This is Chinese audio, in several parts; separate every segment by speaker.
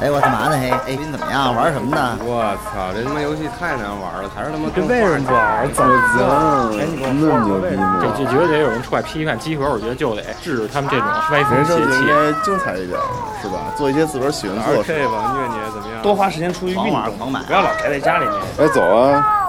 Speaker 1: 哎，我干嘛呢？嘿，哎，你怎么样？玩什么呢？
Speaker 2: 我操，这他妈游戏太难玩了，还是他妈
Speaker 3: 啊这为什么不玩？怎么
Speaker 4: 我
Speaker 2: 哎你给我
Speaker 4: 操，那么牛逼吗？
Speaker 3: 这就觉得得有人出来批判集合，我觉得就得制止他们这种歪
Speaker 4: 人
Speaker 3: 风邪
Speaker 4: 生就应
Speaker 3: 气。
Speaker 4: 该精彩一点，是吧？做一些自个儿喜欢做的事。
Speaker 2: RK 吧，虐你怎么样？
Speaker 3: 多花时间出去运
Speaker 1: 狂玩
Speaker 3: 动，
Speaker 1: 狂买
Speaker 3: 不要老宅在家里面。
Speaker 4: 哎，走啊！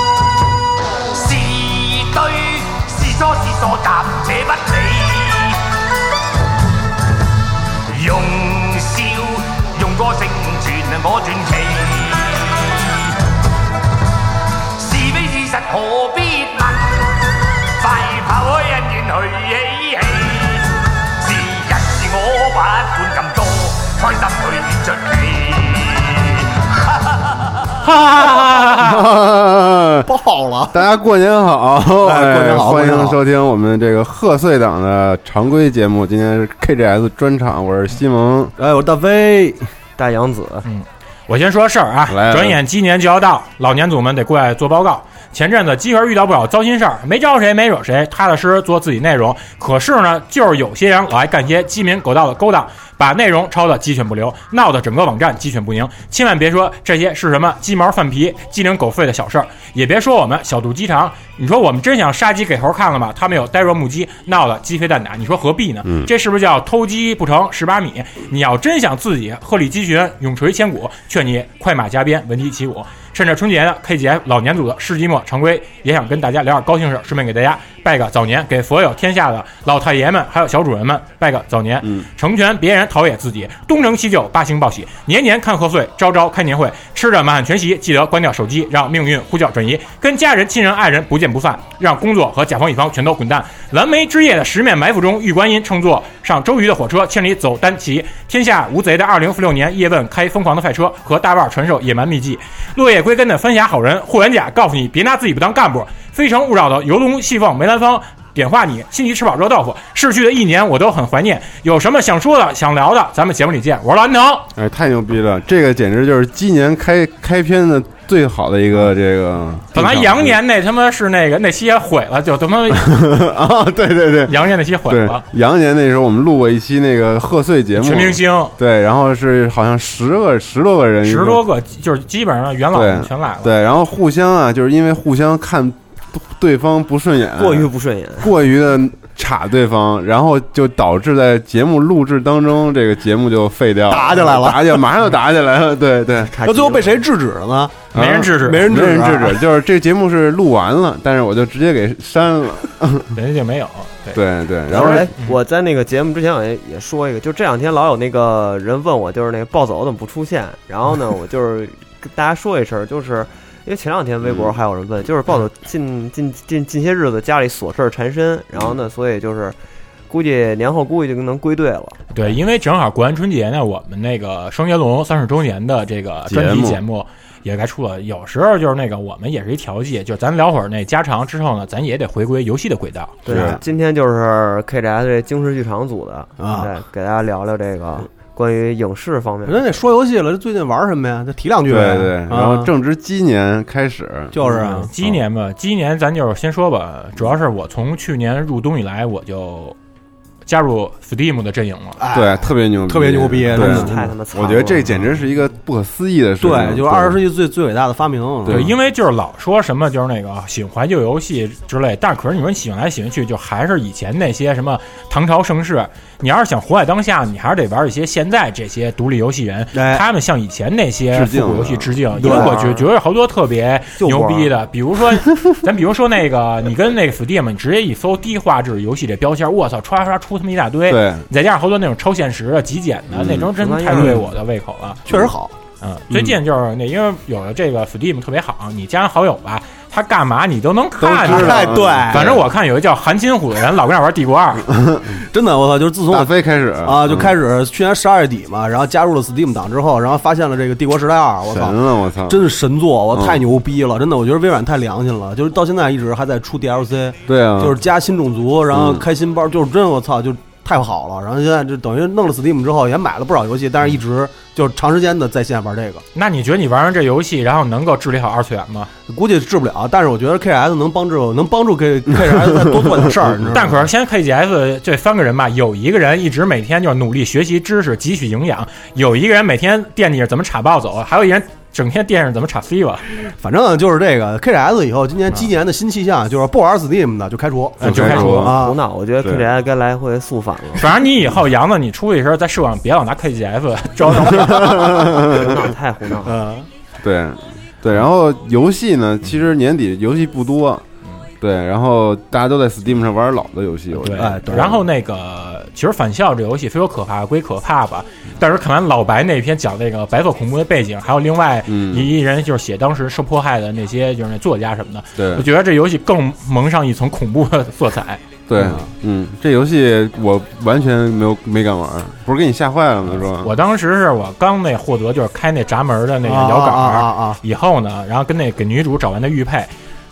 Speaker 5: 是對是錯是傻，暫且不理。用笑用歌聲傳我傳奇，是非事實何必問？快拋開恩怨去嬉戲，是人是我不管咁多，開心去演出戲。
Speaker 1: 爆了！
Speaker 4: 大家过年好！
Speaker 1: 哎过年好
Speaker 4: 欢
Speaker 1: 过年
Speaker 4: 迎
Speaker 1: 好
Speaker 4: 收听我们这个贺岁档的常规节目。今天是 KGS 专场，我是西蒙。
Speaker 6: 哎，我是大飞，大杨子，
Speaker 7: 我先说事儿啊
Speaker 4: 来，
Speaker 7: 转眼鸡年就要到，老年组们得过来做报告。前阵子鸡儿遇到不少糟心事儿，没招谁，没惹谁，踏踏实实做自己内容。可是呢，就是有些人老爱干些鸡鸣狗盗的勾当，把内容抄的鸡犬不留，闹得整个网站鸡犬不宁。千万别说这些是什么鸡毛蒜皮、鸡零狗肺的小事儿，也别说我们小肚鸡肠。你说我们真想杀鸡给猴看了吗？他们有呆若木鸡，闹得鸡飞蛋打。你说何必呢？
Speaker 4: 嗯
Speaker 7: 这是不是叫偷鸡不成蚀把米？你要真想自己鹤立鸡群、永垂千古，劝你快马加鞭，闻鸡起舞。趁着春节呢，KGF 老年组的世纪末常规也想跟大家聊点高兴事儿，顺便给大家拜个早年，给所有天下的老太爷们还有小主人们拜个早年，
Speaker 4: 嗯
Speaker 7: 成全别人，陶冶自己，东成西就，八星报喜，年年看贺岁，朝朝开年会，吃着满汉全席，记得关掉手机，让命运呼叫转移，跟家人、亲人、爱人不见不散，让工作和甲方乙方全都滚蛋。蓝莓之夜的十面埋伏中，玉观音乘坐上周瑜的火车，千里走单骑，天下无贼的二零四六年，叶问开疯狂的快车，和大腕传授野蛮秘籍，落叶归根的三峡好人霍元甲告诉你，别拿自己不当干部。非诚勿扰的游龙戏凤梅兰芳点化你，心急吃饱热豆腐。逝去的一年，我都很怀念。有什么想说的、想聊的，咱们节目里见。我是蓝腾，
Speaker 4: 哎，太牛逼了！这个简直就是鸡年开开篇的最好的一个这个。
Speaker 7: 本来羊年那他妈是那个那期也毁了，就他妈
Speaker 4: 啊、对对对
Speaker 7: 羊年那期毁
Speaker 4: 对
Speaker 7: 了，，
Speaker 4: 羊年那时候我们录过一期那个贺岁节目，
Speaker 7: 全明星
Speaker 4: 对，然后是好像十个十多个人，
Speaker 7: 十多个，就是基本上元老
Speaker 4: 对
Speaker 7: 全来了。
Speaker 4: 对，然后互相啊，就是因为互相看对方不顺眼，
Speaker 6: 过于不顺眼。
Speaker 4: 过于的插对方，然后就导致在节目录制当中，这个节目就废掉了，
Speaker 1: 打起来了
Speaker 4: 打起来，马上就打起来了，对对，
Speaker 6: 差
Speaker 1: 那
Speaker 6: 劲
Speaker 1: 最后被谁制止了呢？
Speaker 7: 没人制止，
Speaker 1: 没人
Speaker 4: 啊没
Speaker 1: 制
Speaker 4: 人制
Speaker 1: 止。
Speaker 4: 止，就是这节目是录完了，但是我就直接给删了，
Speaker 7: 人家就没有。对，
Speaker 4: 对对，然
Speaker 6: 然
Speaker 4: 后
Speaker 6: 后哎，我在那个节目之前好像也说一个，就这两天老有那个人问我，就是那个暴走怎么不出现？然后呢，我就是 跟大家说一声，就是因为前两天微博还有人问，就是暴走近近近近些日子家里琐事儿缠身，然后呢，所以就是估计年后估计就能归队了。
Speaker 7: 对，因为正好过完春节呢，我们那个双截龙三十周年的这个专题
Speaker 4: 节目
Speaker 7: 节目也该出了。有时候就是那个我们也是一调剂，就咱聊会儿那家常之后呢，咱也得回归游戏的轨道。
Speaker 6: 对啊
Speaker 4: 是，
Speaker 6: 今天就是 KGS 这京视剧场组的，
Speaker 1: 啊
Speaker 6: 对，给大家聊聊这个关于影视方面
Speaker 3: 人
Speaker 6: 的。
Speaker 3: 家得说游戏了，这最近玩什么呀？就提两句
Speaker 4: 对
Speaker 3: 呗。
Speaker 4: 对，
Speaker 3: 啊
Speaker 4: 然后正值鸡年开始，
Speaker 8: 哦
Speaker 3: 就是
Speaker 8: 嗯
Speaker 3: 啊，
Speaker 7: 鸡嗯年吧，鸡年咱就是先说吧，主要是我从去年入冬以来，我就加入 Steam 的阵营了。
Speaker 1: 哎
Speaker 4: 对，特别牛逼，
Speaker 3: 特别牛逼
Speaker 4: 对
Speaker 3: 真
Speaker 6: 真
Speaker 3: 的
Speaker 6: 是太他妈惨了！
Speaker 4: 我觉得这简直是一个不可思议的事情，
Speaker 3: 对，就是二十世纪最最伟大的发明。
Speaker 8: 嗯
Speaker 7: 对，
Speaker 4: 对
Speaker 7: 因为就是老说什么就是那个啊喜欢怀旧游戏之类，但是可是你说你喜欢来喜欢去，就还是以前那些什么唐朝盛世，你要是想活在当下，你还是得玩一些现在这些独立游戏人，
Speaker 6: 哎
Speaker 7: 他们向以前那些
Speaker 4: 致敬
Speaker 7: 复古游戏
Speaker 4: 啊
Speaker 7: 致敬。因
Speaker 6: 对
Speaker 7: 为我觉觉得好多特别
Speaker 6: 就
Speaker 7: 牛
Speaker 6: 玩
Speaker 7: 逼的，比如说， 咱比如说那个，你跟那个 Steam，你直接一搜低画质游戏这标签，我操，刷刷出他妈一大堆。
Speaker 4: 对，
Speaker 7: 你再加上好多那种超现实的、极简的，那种真
Speaker 6: 什么
Speaker 7: 太
Speaker 6: 样
Speaker 7: 对
Speaker 6: 儿
Speaker 7: 我的胃口了。
Speaker 1: 确实好，
Speaker 7: 嗯，最近就是那，因为有了这个 Steam 特别好，你加上好友吧，他干嘛你都能
Speaker 4: 都
Speaker 7: 看
Speaker 4: 知
Speaker 7: 着。
Speaker 4: 道
Speaker 1: 哎
Speaker 4: 嗯。
Speaker 1: 对
Speaker 7: 反正我看有一叫韩金虎的人老跟那玩《帝国二》，
Speaker 8: 真的，我操！就是自从
Speaker 4: 大
Speaker 8: 我
Speaker 4: 飞开始
Speaker 8: 啊，就
Speaker 4: 始
Speaker 8: 开始去年十二月底嘛，然后加入了 Steam 党之后，然后发现了这个《帝国时代二》，我
Speaker 4: 嗯神
Speaker 8: 操，
Speaker 4: 了，我操！
Speaker 8: 真是神作，我
Speaker 4: 嗯
Speaker 8: 太牛逼了！真的，我觉得微软太良心了，就是到现在一直还在出 DLC，
Speaker 4: 对啊，
Speaker 8: 就是加新种族，然后
Speaker 4: 嗯
Speaker 8: 开新包，就是真我操，就太好了。然后现在就等于弄了 Steam 之后，也买了不少游戏，但是一直就是长时间的在线玩这个，
Speaker 7: 那你觉得你玩完这游戏，然后能够治理好二次元吗？
Speaker 8: 估计治不了。但是我觉得 KS 能帮助，能帮助 K KS 再多做点事儿，你知道吗？
Speaker 7: 但可是现在 KGS 这三个人吧，有一个人一直每天就是努力学习知识、汲取营养，有一个人每天惦记着怎么插暴走，还有一人整天惦记着怎么插 C 吧，
Speaker 8: 反正就是这个 KS 以后今年今年的新气象就是不玩 Steam 的就开除
Speaker 7: 嗯就开
Speaker 4: 除
Speaker 7: 除。
Speaker 8: 啊
Speaker 6: 胡。闹，我觉得
Speaker 4: 对
Speaker 6: K G S 该来回肃反 了，
Speaker 7: 反正你以后杨子，你出去的时候在社网别老拿 KGS 招摇。
Speaker 6: 胡闹太胡闹了。
Speaker 8: 嗯，
Speaker 4: 对对，然后游戏呢，其实年底游戏不多，对，然后大家都在 Steam 上玩老的游戏，我觉
Speaker 7: 对，
Speaker 4: 得
Speaker 8: 哎对
Speaker 7: 然后那个，其实返校这游戏非说可怕归可怕吧，但是看完老白那篇讲那个白色恐怖的背景，还有另外
Speaker 4: 嗯
Speaker 7: 一一人就是写当时受迫害的那些就是那作家什么的，我
Speaker 4: 对
Speaker 7: 觉得这游戏更蒙上一层恐怖的色彩。
Speaker 4: 对，嗯，这游戏我完全没有没敢玩，不是给你吓坏了吗？
Speaker 8: 啊
Speaker 4: 说
Speaker 7: 我当时是我刚那获得就是开那闸门的那个摇杆
Speaker 8: 啊啊
Speaker 7: 儿，
Speaker 8: 啊啊！
Speaker 7: 以后呢，然后跟那给女主找完的玉佩，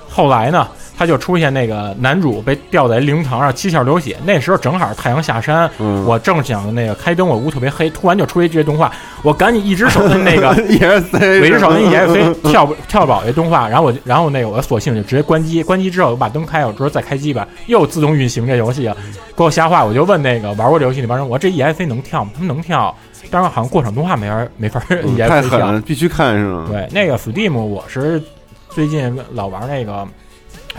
Speaker 7: 后来呢，他就出现那个男主被吊在灵堂上七窍流血，那时候正好太阳下山，
Speaker 4: 嗯。
Speaker 7: 我正想那个开灯，我屋特别黑，突然就出一这动画，我赶紧一只手摁那个
Speaker 4: 也是 E 嗯 C，
Speaker 7: 围着手机也飞跳不跳不了这动画，然后我就然后那个我索性就直接关机，关机之后我把灯开，我说再开机吧，又自动运行这游戏了，给我吓坏。我就问那个玩过这游戏那帮人，我说这 EFC 能跳吗？他们能跳，但是好像过场动画没法没法
Speaker 4: 嗯太
Speaker 7: EFC
Speaker 4: 狠
Speaker 7: 跳。
Speaker 4: 了，必须看是吗？
Speaker 7: 对，那个 Steam 我是最近老玩那个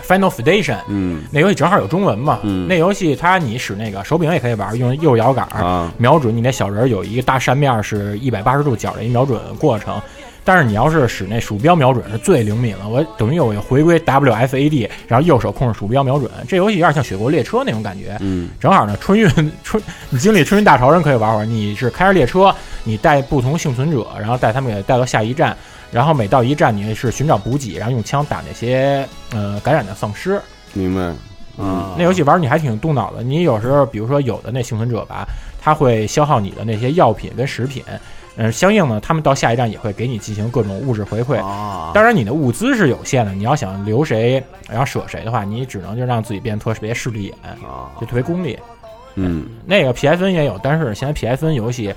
Speaker 7: Final Station，
Speaker 4: 嗯
Speaker 7: 那游戏正好有中文嘛，
Speaker 4: 嗯
Speaker 7: 那游戏它你使那个手柄也可以玩，用右摇杆儿
Speaker 4: 啊，
Speaker 7: 瞄准你那小人儿有一个大扇面是一百八十度角的一瞄准过程，但是你要是使那鼠标瞄准是最灵敏了。我等于我回归 WFAD，然后右手控制鼠标瞄准，这游戏有点像《雪国列车》那种感觉。
Speaker 4: 嗯
Speaker 7: 正好呢，春运 春，你经历春运大潮人可以玩会儿。你是开着列车，你带不同幸存者，然后带他们给带到下一站，然后每到一站你是寻找补给，然后用枪打那些呃感染的丧尸。
Speaker 4: 明白，嗯
Speaker 7: 那游戏玩儿你还挺动脑的。你有时候，比如说有的那幸存者吧，他会消耗你的那些药品跟食品，嗯、相应呢，他们到下一站也会给你进行各种物质回馈。
Speaker 8: 啊，
Speaker 7: 当然，你的物资是有限的，你要想留谁，然后舍谁的话，你只能就让自己变特别势利眼，就特别功利。
Speaker 4: 嗯
Speaker 7: 那个 PSN 也有，但是现在 PSN 游戏，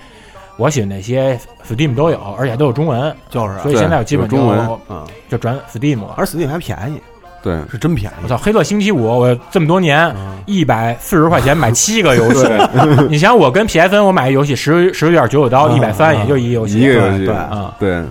Speaker 7: 我写那些 Steam 都有，而且都有中文，
Speaker 8: 就是啊
Speaker 7: 所以现在我基本
Speaker 4: 对有中文
Speaker 7: 就
Speaker 8: 嗯，
Speaker 7: 就转 Steam 了。
Speaker 8: 而 Steam 还便宜，
Speaker 4: 对，
Speaker 8: 是真便
Speaker 7: 我
Speaker 8: 宜。
Speaker 7: 操，黑色星期五，我这么多年
Speaker 4: 嗯
Speaker 7: 一百四十块钱买七个游戏， 你想我跟 PSN 我买一游戏十十九点九九刀，一百三也就一游戏，
Speaker 4: 嗯一个游戏
Speaker 8: 对
Speaker 7: 啊，
Speaker 4: 对。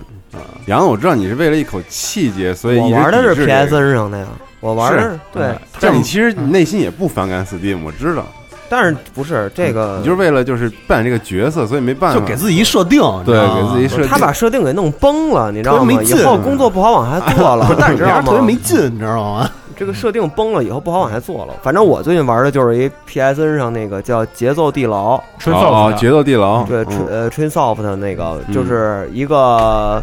Speaker 4: 杨子，我知道你是为了一口气节，所以
Speaker 6: 我
Speaker 4: 一直
Speaker 6: 玩的
Speaker 4: 抵
Speaker 6: 是
Speaker 4: 制
Speaker 6: P
Speaker 4: 这个嗯
Speaker 6: S 嗯 N 上的呀，我玩的是对，
Speaker 4: 但你其实内心也不反感 Steam，我知道，
Speaker 6: 但是不是这个，
Speaker 4: 嗯你就是为了就是扮这个角色，所以没办法，
Speaker 8: 就给自己设定，你知
Speaker 4: 对
Speaker 8: 道吗
Speaker 4: 给自己设定。
Speaker 6: 啊他把设定给弄崩了，你知道
Speaker 8: 特别
Speaker 6: 吗？
Speaker 8: 没
Speaker 6: 以
Speaker 8: 劲
Speaker 6: 后工作不好往下做 了，
Speaker 8: 但是
Speaker 6: 你
Speaker 8: 你
Speaker 6: 知
Speaker 8: 这
Speaker 6: 道
Speaker 8: 样特别
Speaker 6: 吗
Speaker 8: 没？劲，你知道吗？
Speaker 6: 这个设定崩了以后不好往下做了。反正我最近玩的就是一 PSN 上那个叫《节奏地牢》，
Speaker 7: 纯
Speaker 4: 哦，哦
Speaker 7: Soft
Speaker 4: 节奏地牢，
Speaker 6: 对，
Speaker 4: 嗯
Speaker 6: 呃 t r i n Soft 的那个
Speaker 4: 嗯
Speaker 6: 就是一个。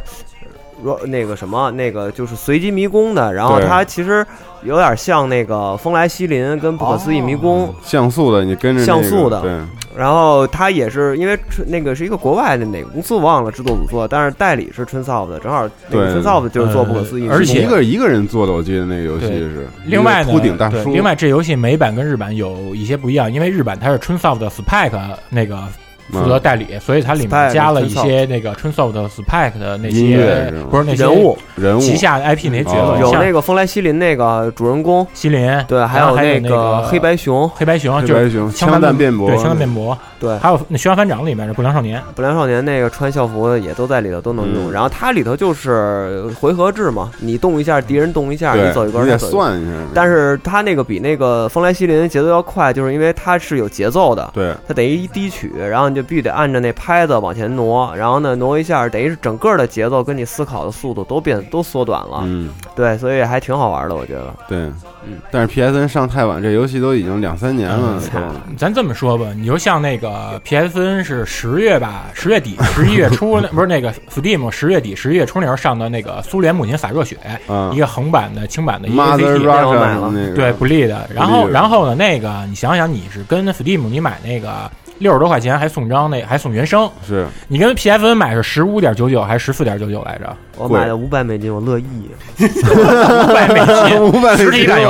Speaker 6: 若那个什么，那个就是随机迷宫的，然后
Speaker 4: 对
Speaker 6: 它其实有点像那个《风来西林》跟《不可思议迷
Speaker 4: 哦
Speaker 6: 宫》
Speaker 4: 像素的，你跟着那个
Speaker 6: 像素的
Speaker 4: 对，
Speaker 6: 然后它也是因为春那个是一个国外的哪个公司我忘了制作组做，但是代理是春 Soft 的，正好那个
Speaker 4: 对
Speaker 6: 春 Soft 就是做不可思议，
Speaker 7: 呃而且
Speaker 4: 一个一个人做的，我记得那个游戏是
Speaker 7: 另外呢，
Speaker 4: 秃顶大
Speaker 7: 对
Speaker 4: 叔，
Speaker 7: 另外这游戏美版跟日版有一些不一样，因为日版它是春 Soft 的 Spike 那个
Speaker 4: 嗯
Speaker 7: 负责代理，所以它里
Speaker 6: Spike
Speaker 7: 面加了一些那个 Trinsoft 的 Spike 的那
Speaker 4: 音乐
Speaker 7: 些
Speaker 4: 是吗
Speaker 7: 不是那些
Speaker 6: 人物
Speaker 4: 人物哦
Speaker 7: 旗下的 IP 那些角色，
Speaker 6: 有
Speaker 7: 像
Speaker 6: 那个风来西林那个主人公，
Speaker 7: 西林，
Speaker 6: 对，还
Speaker 7: 然后
Speaker 6: 有
Speaker 7: 还有那
Speaker 6: 个黑白熊、
Speaker 7: 黑白熊，
Speaker 4: 黑
Speaker 7: 就
Speaker 4: 白
Speaker 7: 是
Speaker 4: 熊，
Speaker 7: 弹
Speaker 4: 枪弹辩驳，嗯
Speaker 7: 对，枪弹辩驳，
Speaker 6: 对
Speaker 7: 还有那《巡洋反掌》里面的不良少年，
Speaker 6: 不良少年那个穿校服的也都在里头都能
Speaker 4: 嗯
Speaker 6: 用。然后它里头就是回合制嘛，你动一下，敌人动一下，你走一
Speaker 4: 对，
Speaker 6: 格，
Speaker 4: 你得
Speaker 6: 他走一格。
Speaker 4: 算一下。
Speaker 6: 但是它那个比那个风来西林节奏要快，就是因为它是有节奏的，
Speaker 4: 对，
Speaker 6: 它得一低曲，然后你就必须得按着那拍子往前挪，然后呢挪一下，等于是整个的节奏跟你思考的速度都变都缩短了。
Speaker 4: 嗯，
Speaker 6: 对，所以还挺好玩的，我觉得。
Speaker 4: 对
Speaker 6: 嗯，
Speaker 4: 但是 PSN 上太晚，这游戏都已经两三年了，
Speaker 7: 嗯
Speaker 4: 都
Speaker 7: 咱这么说吧，你就像那个 PSN 是十月吧，十月底、十一月初，那 不是那个 Steam 十月底、十一月初那时候上的那个《苏联母亲洒热血》
Speaker 4: 啊
Speaker 7: 一个横版的轻版的一个
Speaker 4: Mother
Speaker 7: ACT
Speaker 6: 然后买
Speaker 4: Russia
Speaker 6: 了
Speaker 4: 那个
Speaker 7: 对不利的。然后
Speaker 4: Bleed
Speaker 7: 然后呢，那个你想想，你是跟 Steam 你买那个六十多块钱还送张那还送原声，
Speaker 4: 是
Speaker 7: 你跟 PSN 买是十五点九九还是十四点九九来着？
Speaker 6: 我
Speaker 4: 贵
Speaker 6: 买了五百美金，我乐意。
Speaker 7: 五百美 金。
Speaker 4: 五百
Speaker 7: 实体版游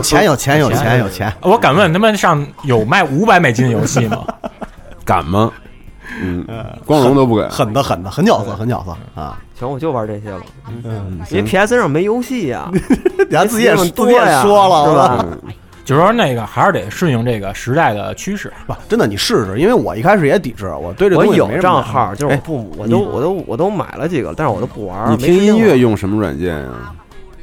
Speaker 1: 有
Speaker 4: 操
Speaker 1: 钱有钱有钱有钱，
Speaker 7: 我敢问他们上有卖五百美金的游戏吗？
Speaker 4: 敢吗？嗯，光荣都不敢。
Speaker 8: 狠的狠的，狠角色狠角色啊！
Speaker 6: 行，我就玩这些了，
Speaker 4: 嗯
Speaker 6: 因为 PSN 上没游戏啊呀、
Speaker 8: 人家自己也
Speaker 6: 这
Speaker 8: 自
Speaker 6: 种
Speaker 8: 己也
Speaker 6: 多呀
Speaker 8: 说了，
Speaker 6: 是
Speaker 8: 我
Speaker 6: 吧
Speaker 8: 操
Speaker 7: 就是说那个还是得顺应这个时代的趋势。
Speaker 8: 不，真的你试试，因为我一开始也抵制，我对这
Speaker 6: 我
Speaker 8: 东西
Speaker 6: 有
Speaker 8: 没什么
Speaker 6: 账
Speaker 8: 感
Speaker 6: 号，就是我
Speaker 4: 哎
Speaker 6: 不，我
Speaker 4: 你
Speaker 6: 都我都我都买了几个，但是我都不玩儿。
Speaker 4: 你
Speaker 6: 没啊
Speaker 4: 听
Speaker 6: 时间
Speaker 4: 音乐
Speaker 6: 玩儿，
Speaker 4: 用什么软件呀？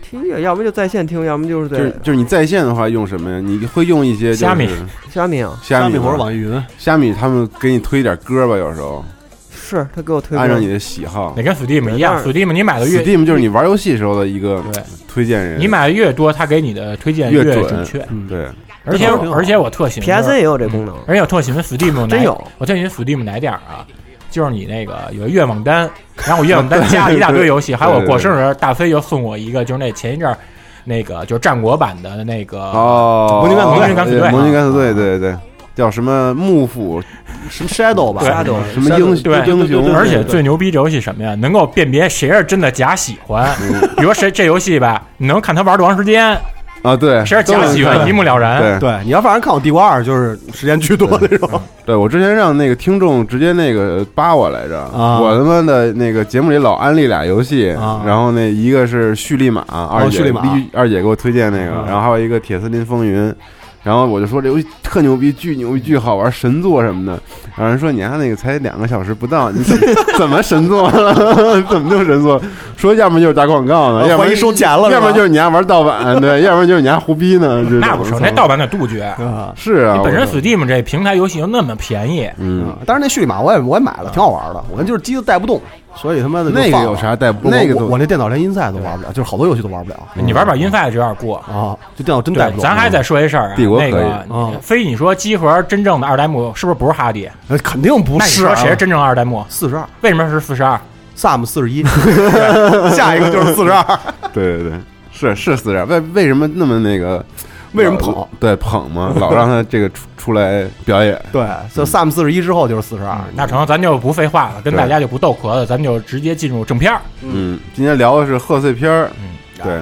Speaker 6: 听音乐，要么就在线听，要么就是
Speaker 4: 就是
Speaker 6: 对
Speaker 4: 就是你在线的话用什么呀？你会用一些就是
Speaker 7: 虾米
Speaker 6: 虾米啊，
Speaker 4: 虾米
Speaker 8: 米或者网易云，
Speaker 4: 虾米他们给你推点歌吧，有时候
Speaker 6: 是他给我推
Speaker 4: 按照
Speaker 6: 荐
Speaker 4: 你的喜好
Speaker 7: 那。跟 Steam 一样
Speaker 6: 对
Speaker 7: ，Steam 你买的越
Speaker 4: Steam 就是你玩游戏时候的一个
Speaker 7: 对
Speaker 4: 推荐人，
Speaker 7: 你买的越多，它给你的推荐
Speaker 4: 越准嗯
Speaker 7: 准确。嗯
Speaker 4: 对，
Speaker 7: 而且而且我特喜欢嗯
Speaker 6: PSN 也有这功能，
Speaker 7: 而且我特喜欢
Speaker 4: 啊
Speaker 7: Steam 哪
Speaker 6: 真有
Speaker 7: 我特喜欢 Steam 哪点儿啊？就是你那个有一愿望单，然后我愿望单
Speaker 4: 啊
Speaker 7: 加了一大堆游戏，还有我过生日，大飞又送我一个，就是那前一阵儿那个就是战国版的那个
Speaker 4: 哦，
Speaker 7: 摩尼敢死队摩尼敢
Speaker 4: 对摩尼敢
Speaker 7: 死队啊
Speaker 4: 死队，对对对，叫什么幕府
Speaker 8: 什么 Shadow 吧
Speaker 7: 对
Speaker 6: ，Shadow
Speaker 4: 什么英雄
Speaker 7: 对
Speaker 4: 英雄，
Speaker 7: 而且最牛逼这游戏什么呀？能够辨别谁是真的假喜欢，
Speaker 4: 嗯
Speaker 7: 比如谁这游戏吧，你能看他玩多长时间，
Speaker 4: 啊对，
Speaker 7: 谁是假喜欢，一目了然。
Speaker 4: 对
Speaker 8: 对，你要反正看我地瓜二，就是时间居多那种。
Speaker 4: 对，我之前让那个听众直接那个扒我来着，
Speaker 8: 啊
Speaker 4: 我他妈的那个节目里老安利俩游戏，
Speaker 8: 啊
Speaker 4: 然后那一个是蓄力马，二姐、
Speaker 8: 蓄力马
Speaker 4: 丽二姐给我推荐那个，
Speaker 8: 啊
Speaker 4: 然后还有一个铁丝林风云，然后我就说这游戏特牛逼，巨牛逼，巨好玩，神作什么的。然后人说你家那个才两个小时不到，你怎么 怎么神作了？ 怎么就神作？说要么就是打广告呢，要么
Speaker 8: 怀疑呃收钱了是吧
Speaker 4: 要么就是你家玩盗版，对，要么就是你家胡逼呢。这
Speaker 7: 那
Speaker 4: 种
Speaker 7: 不成，那盗版得杜绝。
Speaker 8: 啊，
Speaker 4: 是啊，
Speaker 7: 本身
Speaker 4: 我说
Speaker 7: Steam 这平台游戏又那么便宜，
Speaker 4: 嗯。
Speaker 8: 但是啊那蓄力马我也我也买了，挺好玩的。我跟就是机子带不动，所以他妈的就
Speaker 4: 那个
Speaker 8: 放了
Speaker 4: 有啥带不
Speaker 8: 我
Speaker 4: 那个
Speaker 8: 我
Speaker 4: 都
Speaker 8: 我那电脑连音赛都嗯玩不了，就是好多游戏都玩不了
Speaker 7: 你玩把 Infi 就有点过。
Speaker 8: 啊，就电脑真带不，
Speaker 7: 对
Speaker 8: 动。
Speaker 7: 咱还再说一事儿啊，
Speaker 4: 嗯帝国可
Speaker 7: 那
Speaker 4: 以
Speaker 7: 个
Speaker 8: 嗯
Speaker 7: 非你说集合真正的二代目是不是不是哈迪？
Speaker 8: 呃肯定不
Speaker 7: 那你
Speaker 8: 是
Speaker 7: 说谁是真正二代目？
Speaker 8: 四十二
Speaker 7: 为什么是四十二？啊
Speaker 8: ，Sam 四十 一，下一个就是四十二，
Speaker 4: 对对对，是是四十为为什么那么那个？
Speaker 8: 为什么
Speaker 4: 老
Speaker 8: 捧？
Speaker 4: 对捧嘛，老让他这个出出来表演。
Speaker 8: 对，就 Sam 四十一之后就是四十二。
Speaker 7: 嗯那成，咱就不废话了，跟
Speaker 4: 嗯对
Speaker 7: 大家就不逗壳子，咱就直接进入正片儿。
Speaker 4: 嗯，今天聊的是贺岁片儿，对，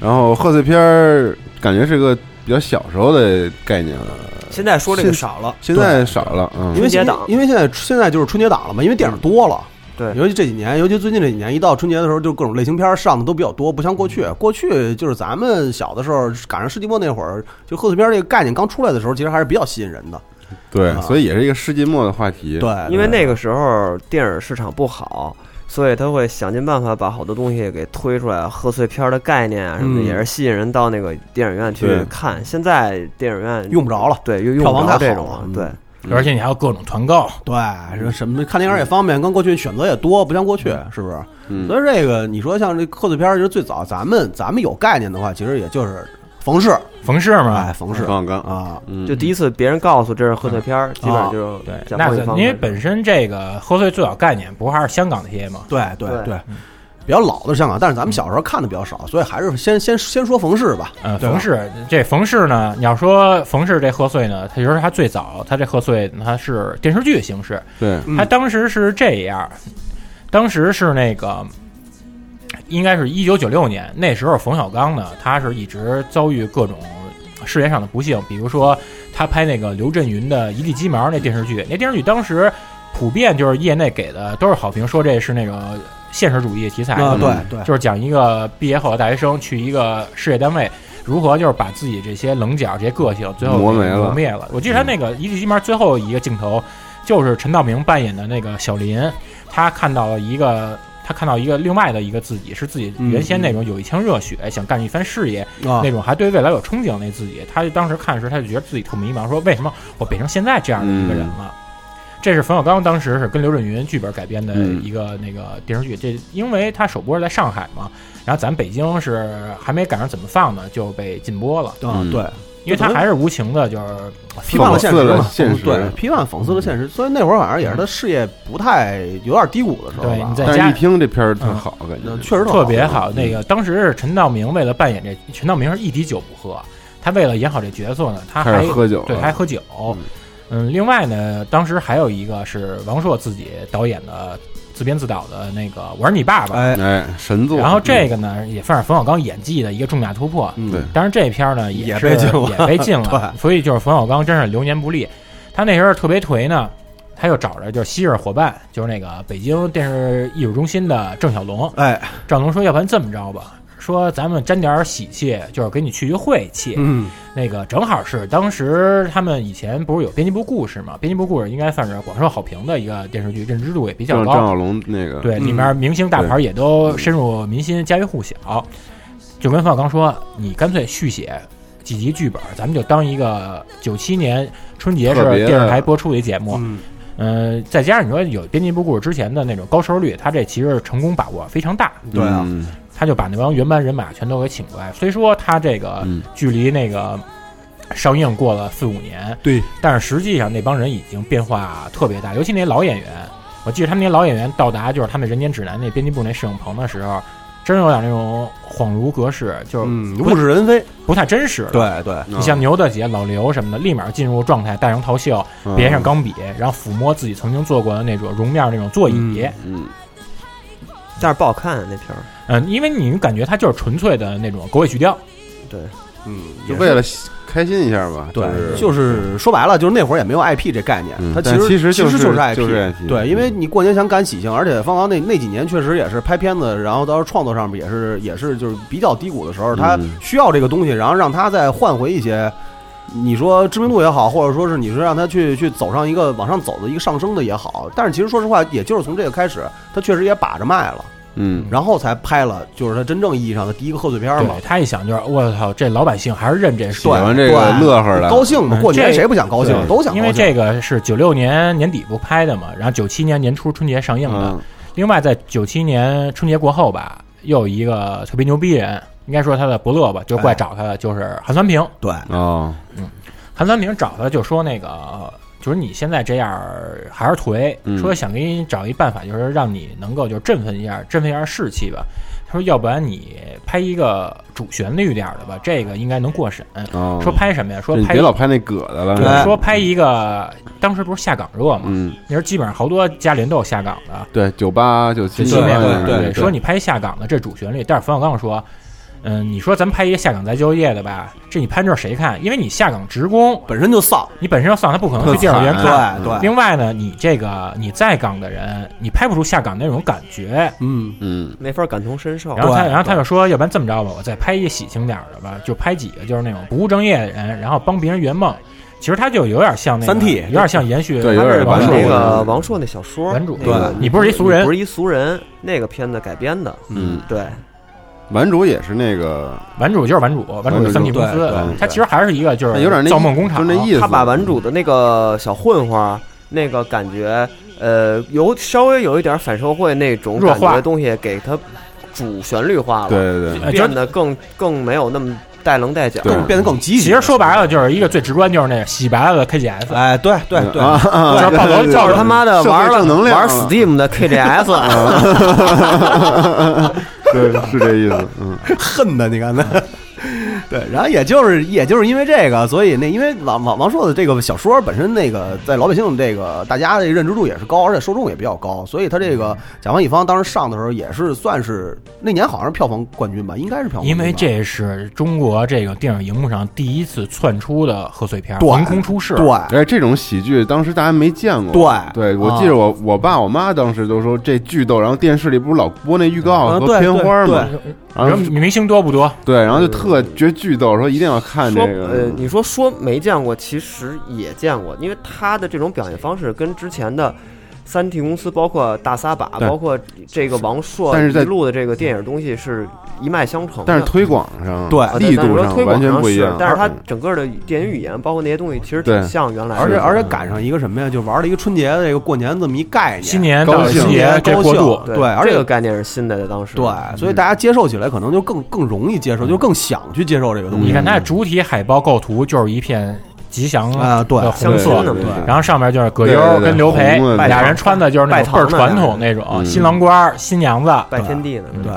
Speaker 4: 然后贺岁片儿感觉是个比较小时候的概念了，
Speaker 6: 现在说这个少了，
Speaker 4: 现在少了。嗯，
Speaker 8: 因为
Speaker 6: 春节
Speaker 8: 现
Speaker 6: 档
Speaker 8: 因为现在现在就是春节档了嘛，因为电影多了。
Speaker 6: 对
Speaker 8: 尤其这几年，尤其最近这几年，一到春节的时候，就各种类型片儿上的都比较多，不像过
Speaker 7: 嗯
Speaker 8: 去。过去就是咱们小的时候赶上世纪末那会儿，就贺岁片这个概念刚出来的时候，其实还是比较吸引人的。
Speaker 4: 对
Speaker 8: 啊，
Speaker 4: 所以也是一个世纪末的话题。
Speaker 8: 对，，
Speaker 6: 因为那个时候电影市场不好。所以他会想尽办法把好多东西给推出来，贺岁片的概念啊什么的，
Speaker 8: 嗯
Speaker 6: 也是吸引人到那个电影院去
Speaker 4: 对
Speaker 6: 看。现在电影院
Speaker 8: 用不着了
Speaker 6: 对，又用
Speaker 8: 票
Speaker 6: 不
Speaker 8: 房
Speaker 6: 着
Speaker 8: 太
Speaker 6: 这
Speaker 8: 好
Speaker 6: 种
Speaker 8: 了
Speaker 6: 了
Speaker 8: 嗯
Speaker 6: 对，
Speaker 7: 而且你还有各种团购，
Speaker 8: 对，什么什么看电影也方便，跟过去选择也多，不像过去是不是？
Speaker 4: 嗯
Speaker 8: 所以这个你说像这贺岁片儿，就是最早咱们咱们有概念的话，其实也就是冯氏，
Speaker 7: 冯氏嘛
Speaker 8: 哎，，冯氏
Speaker 4: 冯小刚
Speaker 8: 啊，
Speaker 4: 嗯，
Speaker 6: 就第一次别人告诉这是贺岁片儿，基本上就是
Speaker 7: 嗯哦对，
Speaker 6: 甲
Speaker 7: 那
Speaker 6: 方乙
Speaker 7: 咱
Speaker 6: 方的
Speaker 7: 因为本身这个贺岁最早概念不还是香港那些吗？
Speaker 8: 对对
Speaker 6: 对
Speaker 8: 对，比较老的香港，但是咱们小时候看的比较少，所以还是先先先说冯氏吧。
Speaker 7: 呃，
Speaker 8: 对啊吧
Speaker 7: 冯氏这冯氏呢，你要说冯氏这贺岁呢，它其实它最早它这贺岁它是电视剧形式，
Speaker 4: 对，
Speaker 8: 嗯
Speaker 7: 它当时是这样，当时是那个。应该是一九九六年，那时候冯小刚呢，他是一直遭遇各种事业上的不幸，比如说他拍那个刘震云的《一地鸡毛》那电视剧，那电视剧当时普遍就是业内给的都是好评，说这是那个现实主义题材
Speaker 8: 啊，
Speaker 7: 的，
Speaker 8: 对对，
Speaker 7: 就是讲一个毕业后的大学生去一个事业单位，如何就是把自己这些棱角、这些个性最后
Speaker 4: 磨没
Speaker 7: 给
Speaker 4: 了嗯
Speaker 7: 磨灭了。我记得他那个《一地鸡毛》最后一个镜头，就是陈道明扮演的那个小林，他看到了一个。他看到一个另外的一个自己，是自己原先那种有一腔热血，想干一番事业，
Speaker 8: 啊
Speaker 7: 那种还对未来有憧憬那自己，他就当时看的时候，他就觉得自己特迷茫，说为什么我变成现在这样的一个人了？这是冯小刚当时是跟刘震云剧本改编的一个那个电视剧，这因为他首播是在上海嘛，然后咱北京是还没赶上怎么放呢，就被禁播了，
Speaker 8: 啊，对，
Speaker 7: 因为他还是无情的，就是
Speaker 8: 批判了现实嘛，
Speaker 4: 嗯讽刺了现实
Speaker 8: 对，批判讽刺了现实，所以那会儿好像也是他事业不太有点低谷的时候
Speaker 7: 对
Speaker 8: 吧
Speaker 7: 你，在
Speaker 4: 但
Speaker 7: 家
Speaker 4: 是一听这片儿特好，感
Speaker 8: 那
Speaker 4: 觉
Speaker 8: 确实
Speaker 7: 特别
Speaker 8: 好。
Speaker 7: 好。那个当时是陈道明为了扮演这陈道明是一滴酒不喝，他为了演好这角色呢，他
Speaker 4: 开
Speaker 7: 还
Speaker 4: 始喝酒
Speaker 7: 对，还
Speaker 4: 了，
Speaker 7: 喝酒。嗯，另外呢，当时还有一个是王朔自己导演的、自编自导的那个《我是你爸爸》，
Speaker 8: 哎，
Speaker 4: 哎，神作。
Speaker 7: 然后这个呢，也算是冯小刚演技的一个重大突破。
Speaker 8: 嗯
Speaker 4: 对
Speaker 7: 当然这片儿呢
Speaker 8: 也
Speaker 7: 是
Speaker 8: 被禁了
Speaker 7: 也被 禁了，所以就是冯小刚真是流年不利。他那时候特别颓呢，他又找着就是昔日伙伴，就是那个北京电视艺术中心的郑晓龙。
Speaker 8: 哎，
Speaker 7: 郑晓龙说：“要不然这么着吧，说咱们沾点儿喜气，就是给你去一晦气。”
Speaker 8: 嗯，
Speaker 7: 那个正好是当时他们以前不是有编辑部故事嘛？编辑部故事应该算是广受好评的一个电视剧，认知度也比较
Speaker 4: 张张
Speaker 7: 高。
Speaker 4: 小龙那个，
Speaker 7: 对，
Speaker 8: 嗯
Speaker 7: 里面明星大牌也都深入民心，家喻户晓。就跟范小刚说，你干脆续写几集剧本，咱们就当一个九七年春节是
Speaker 4: 特别的
Speaker 7: 电视台播出的一节目。
Speaker 8: 嗯
Speaker 7: 嗯、再加上你说有编辑部故事之前的那种高收视率，他这其实成功把握非常大。
Speaker 8: 对啊，
Speaker 4: 嗯
Speaker 7: 他就把那帮原班人马全都给请过来。虽说他这个
Speaker 4: 嗯
Speaker 7: 距离那个上映过了四五年，
Speaker 8: 对，
Speaker 7: 但是实际上那帮人已经变化特别大，尤其那老演员，我记得他们那老演员到达就是他们《人间指南》那编辑部那摄影棚的时候，真有点那种恍如隔世，就是
Speaker 8: 嗯，物是人非，
Speaker 7: 不太真实了。
Speaker 8: 对嗯对，
Speaker 7: 你像牛大姐、老刘什么的，立马进入状态，戴上套袖，
Speaker 4: 嗯
Speaker 7: 别上钢笔，然后抚摸自己曾经坐过的那种绒面那种座椅，
Speaker 8: 嗯
Speaker 4: 嗯，
Speaker 6: 但是不好看那片儿，
Speaker 7: 嗯，因为你感觉它就是纯粹的那种狗尾续貂，
Speaker 8: 嗯，
Speaker 4: 就为了开心一下吧，
Speaker 8: 对，
Speaker 4: 就
Speaker 8: 就是是说白了，就是那会儿也没有 IP 这概念
Speaker 4: 嗯，
Speaker 8: 它
Speaker 4: 但
Speaker 8: 实
Speaker 4: 其
Speaker 8: 其
Speaker 4: 实就是
Speaker 8: 是
Speaker 4: 就是嗯
Speaker 8: IP，
Speaker 4: IP
Speaker 8: 对，因为你过年想赶喜庆，而且方刚那那几年确实也是拍片子，然后到时候创作上面也是也是就是比较低谷的时候，他
Speaker 4: 嗯
Speaker 8: 需要这个东西，然后让他再换回一些。你说知名度也好，或者说是你说让他去去走上一个往上走的一个上升的也好，但是其实说实话，也就是从这个开始，他确实也把着卖了，
Speaker 4: 嗯，
Speaker 8: 然后才拍了就是他真正意义上的第一个贺岁片嘛
Speaker 7: 对。他一想就是我操，这老百姓还是认这事
Speaker 4: 喜
Speaker 8: 对
Speaker 7: 儿。
Speaker 4: 欢这个
Speaker 8: 对
Speaker 4: 乐呵的，
Speaker 8: 高兴嘛，
Speaker 7: 嗯
Speaker 8: 过年
Speaker 7: 这
Speaker 8: 谁不想高兴
Speaker 4: 对？
Speaker 8: 都想高兴。
Speaker 7: 因为这个是九六年年底不拍的嘛，然后九七年年初春节上映的。
Speaker 4: 嗯，
Speaker 7: 另外，在九七年春节过后吧，又有一个特别牛逼人，应该说他的伯乐吧，就
Speaker 8: 哎
Speaker 7: 过来找他的就是韩三平。
Speaker 8: 对，
Speaker 4: 哦，
Speaker 7: 韩三平找他就说那个，就是你现在这样儿还是颓，
Speaker 4: 嗯
Speaker 7: 说想给你找一办法，就是让你能够就振奋一下，振奋一下士气吧。他说，要不然你拍一个主旋律点儿的吧，这个应该能过审。
Speaker 4: 哦
Speaker 7: 说拍什么呀？说
Speaker 4: 这你
Speaker 7: 拍
Speaker 4: 别老拍那葛的了，
Speaker 8: 对
Speaker 7: 说拍一个，当时不是下岗热嘛，
Speaker 4: 嗯，
Speaker 7: 那时候基本上好多家联都有下岗的，
Speaker 4: 对，九八九七
Speaker 7: 这
Speaker 8: 对
Speaker 7: 西面
Speaker 8: 对对
Speaker 7: 说你拍下岗的这主旋律，但是冯小刚说，嗯，你说咱拍一个下岗再就业的吧，这你拍这谁看？因为你下岗职工，
Speaker 8: 本身就丧，
Speaker 7: 你本身要算他不可能去电影院
Speaker 4: 特
Speaker 8: 对
Speaker 4: 惨啊
Speaker 7: 看。
Speaker 8: 对，
Speaker 7: 另外呢，你这个你在岗的人，你拍不出下岗那种感觉。
Speaker 8: 嗯，
Speaker 4: 嗯，
Speaker 6: 没法感同身受。
Speaker 7: 然后他，
Speaker 8: 对
Speaker 7: 然后他就说，要不然这么着吧，我再拍一个喜庆点儿的吧，就拍几个就是那种不务正业的人，然后帮别人圆梦。其实他就有点像那个
Speaker 8: 三 T
Speaker 7: 有点像延续
Speaker 4: 对
Speaker 6: 他
Speaker 4: 有
Speaker 6: 是
Speaker 4: 点王
Speaker 6: 王
Speaker 4: 朔
Speaker 6: 那
Speaker 4: 的
Speaker 6: 个王朔那小说，
Speaker 7: 原主
Speaker 6: 那个
Speaker 7: 对你不是一俗人
Speaker 6: 你不是一俗人，那个片子改编的，
Speaker 4: 嗯，
Speaker 6: 对，
Speaker 4: 顽主也是那个，
Speaker 7: 玩主就是玩主，玩主是三 D 公
Speaker 8: 对
Speaker 7: 司啊
Speaker 4: 对，
Speaker 7: 它其实还是一个就是
Speaker 4: 有点那
Speaker 7: 造梦工厂，啊
Speaker 4: 就那意思，
Speaker 6: 他把顽主的那个小混混，那个感觉，呃，有稍微有一点反社会那种
Speaker 7: 弱
Speaker 6: 感
Speaker 7: 化
Speaker 6: 觉的东西，给他主旋律化了，
Speaker 4: 对，对对，
Speaker 7: 呃
Speaker 6: 变
Speaker 7: 就
Speaker 6: 得更更没有那么带棱带角。
Speaker 4: 对
Speaker 8: 更变得更积极。
Speaker 7: 其实说白了就是一个最直观就是那个洗白了的 KGF，
Speaker 8: 哎，对对对，
Speaker 4: 啊啊
Speaker 7: 就是暴走
Speaker 4: 对对
Speaker 6: 就是他妈的
Speaker 4: 社会
Speaker 6: 玩了
Speaker 4: 正能量啊
Speaker 6: 玩
Speaker 4: 了
Speaker 6: Steam 的 KGS，
Speaker 4: 对，是这意思，嗯，
Speaker 8: 恨的，你看那， 对，然后也就是也就是因为这个，所以那因为王王王朔的这个小说本身那个在老百姓这个大家的认知度也是高，而且受众也比较高，所以他这
Speaker 7: 嗯
Speaker 8: 个甲方乙方当时上的时候也是算是那年好像是票房冠军吧，应该是票房冠军
Speaker 7: 因
Speaker 8: 吧。
Speaker 7: 为这是中国这个电影荧幕上第一次窜出的贺岁片，
Speaker 8: 对
Speaker 7: 横空出世。
Speaker 8: 对
Speaker 4: 哎，这种喜剧当时大家没见过。
Speaker 8: 对
Speaker 4: 对我
Speaker 8: 啊
Speaker 4: 记得我我爸我妈当时都说这剧逗，然后电视里不是老播那预告
Speaker 8: 啊
Speaker 4: 和
Speaker 8: 对
Speaker 4: 片花
Speaker 8: 对
Speaker 4: 吗？然后
Speaker 7: 人明星多不多？
Speaker 4: 对，然后就特觉得巨逗，说一定要看这
Speaker 6: 说呃，
Speaker 4: 个。
Speaker 6: 你说说没见过，其实也见过，因为他的这种表现方式跟之前的三 T 公司，包括大撒把，
Speaker 4: 对
Speaker 6: 包括这个王朔
Speaker 4: 但是
Speaker 6: 一
Speaker 4: 在
Speaker 6: 录的这个电影东西是一脉相承的。
Speaker 4: 但是推广上，
Speaker 8: 对
Speaker 6: 啊对
Speaker 4: 力
Speaker 6: 但是
Speaker 4: 度
Speaker 6: 说推广
Speaker 4: 完全不一
Speaker 6: 是
Speaker 4: 样。
Speaker 6: 但是它
Speaker 4: 嗯
Speaker 6: 整个的电影语言，包括那些东西，其实
Speaker 4: 对
Speaker 6: 挺像原来的。
Speaker 8: 而且
Speaker 4: 是
Speaker 8: 而且赶上一个什么呀，就玩了一个春节的这个过年这么一概念，
Speaker 7: 新年
Speaker 4: 高
Speaker 7: 到
Speaker 4: 兴
Speaker 7: 新年这
Speaker 8: 高
Speaker 7: 过
Speaker 8: 兴
Speaker 7: 渡，
Speaker 6: 对，
Speaker 8: 对而且
Speaker 6: 这个概念是新的，在当时。
Speaker 8: 对，所以大家接受起来可能就更更容易接受，就更想去接受这个东
Speaker 7: 你
Speaker 8: 西。
Speaker 7: 看它的主体海报构图就是一片吉祥
Speaker 8: 啊对
Speaker 7: 的红
Speaker 6: 乡
Speaker 4: 对
Speaker 7: 色
Speaker 6: 村，的嘛
Speaker 4: 对对
Speaker 7: 然后上面就是葛
Speaker 4: 对对
Speaker 7: 优
Speaker 4: 对
Speaker 7: 跟刘培
Speaker 4: 红的
Speaker 7: 俩人穿的就是那种
Speaker 6: 拜
Speaker 7: 倍儿
Speaker 6: 堂的嗯
Speaker 7: 传统那种
Speaker 4: 嗯
Speaker 7: 新郎官、新娘子。
Speaker 6: 拜天地呢。
Speaker 8: 对，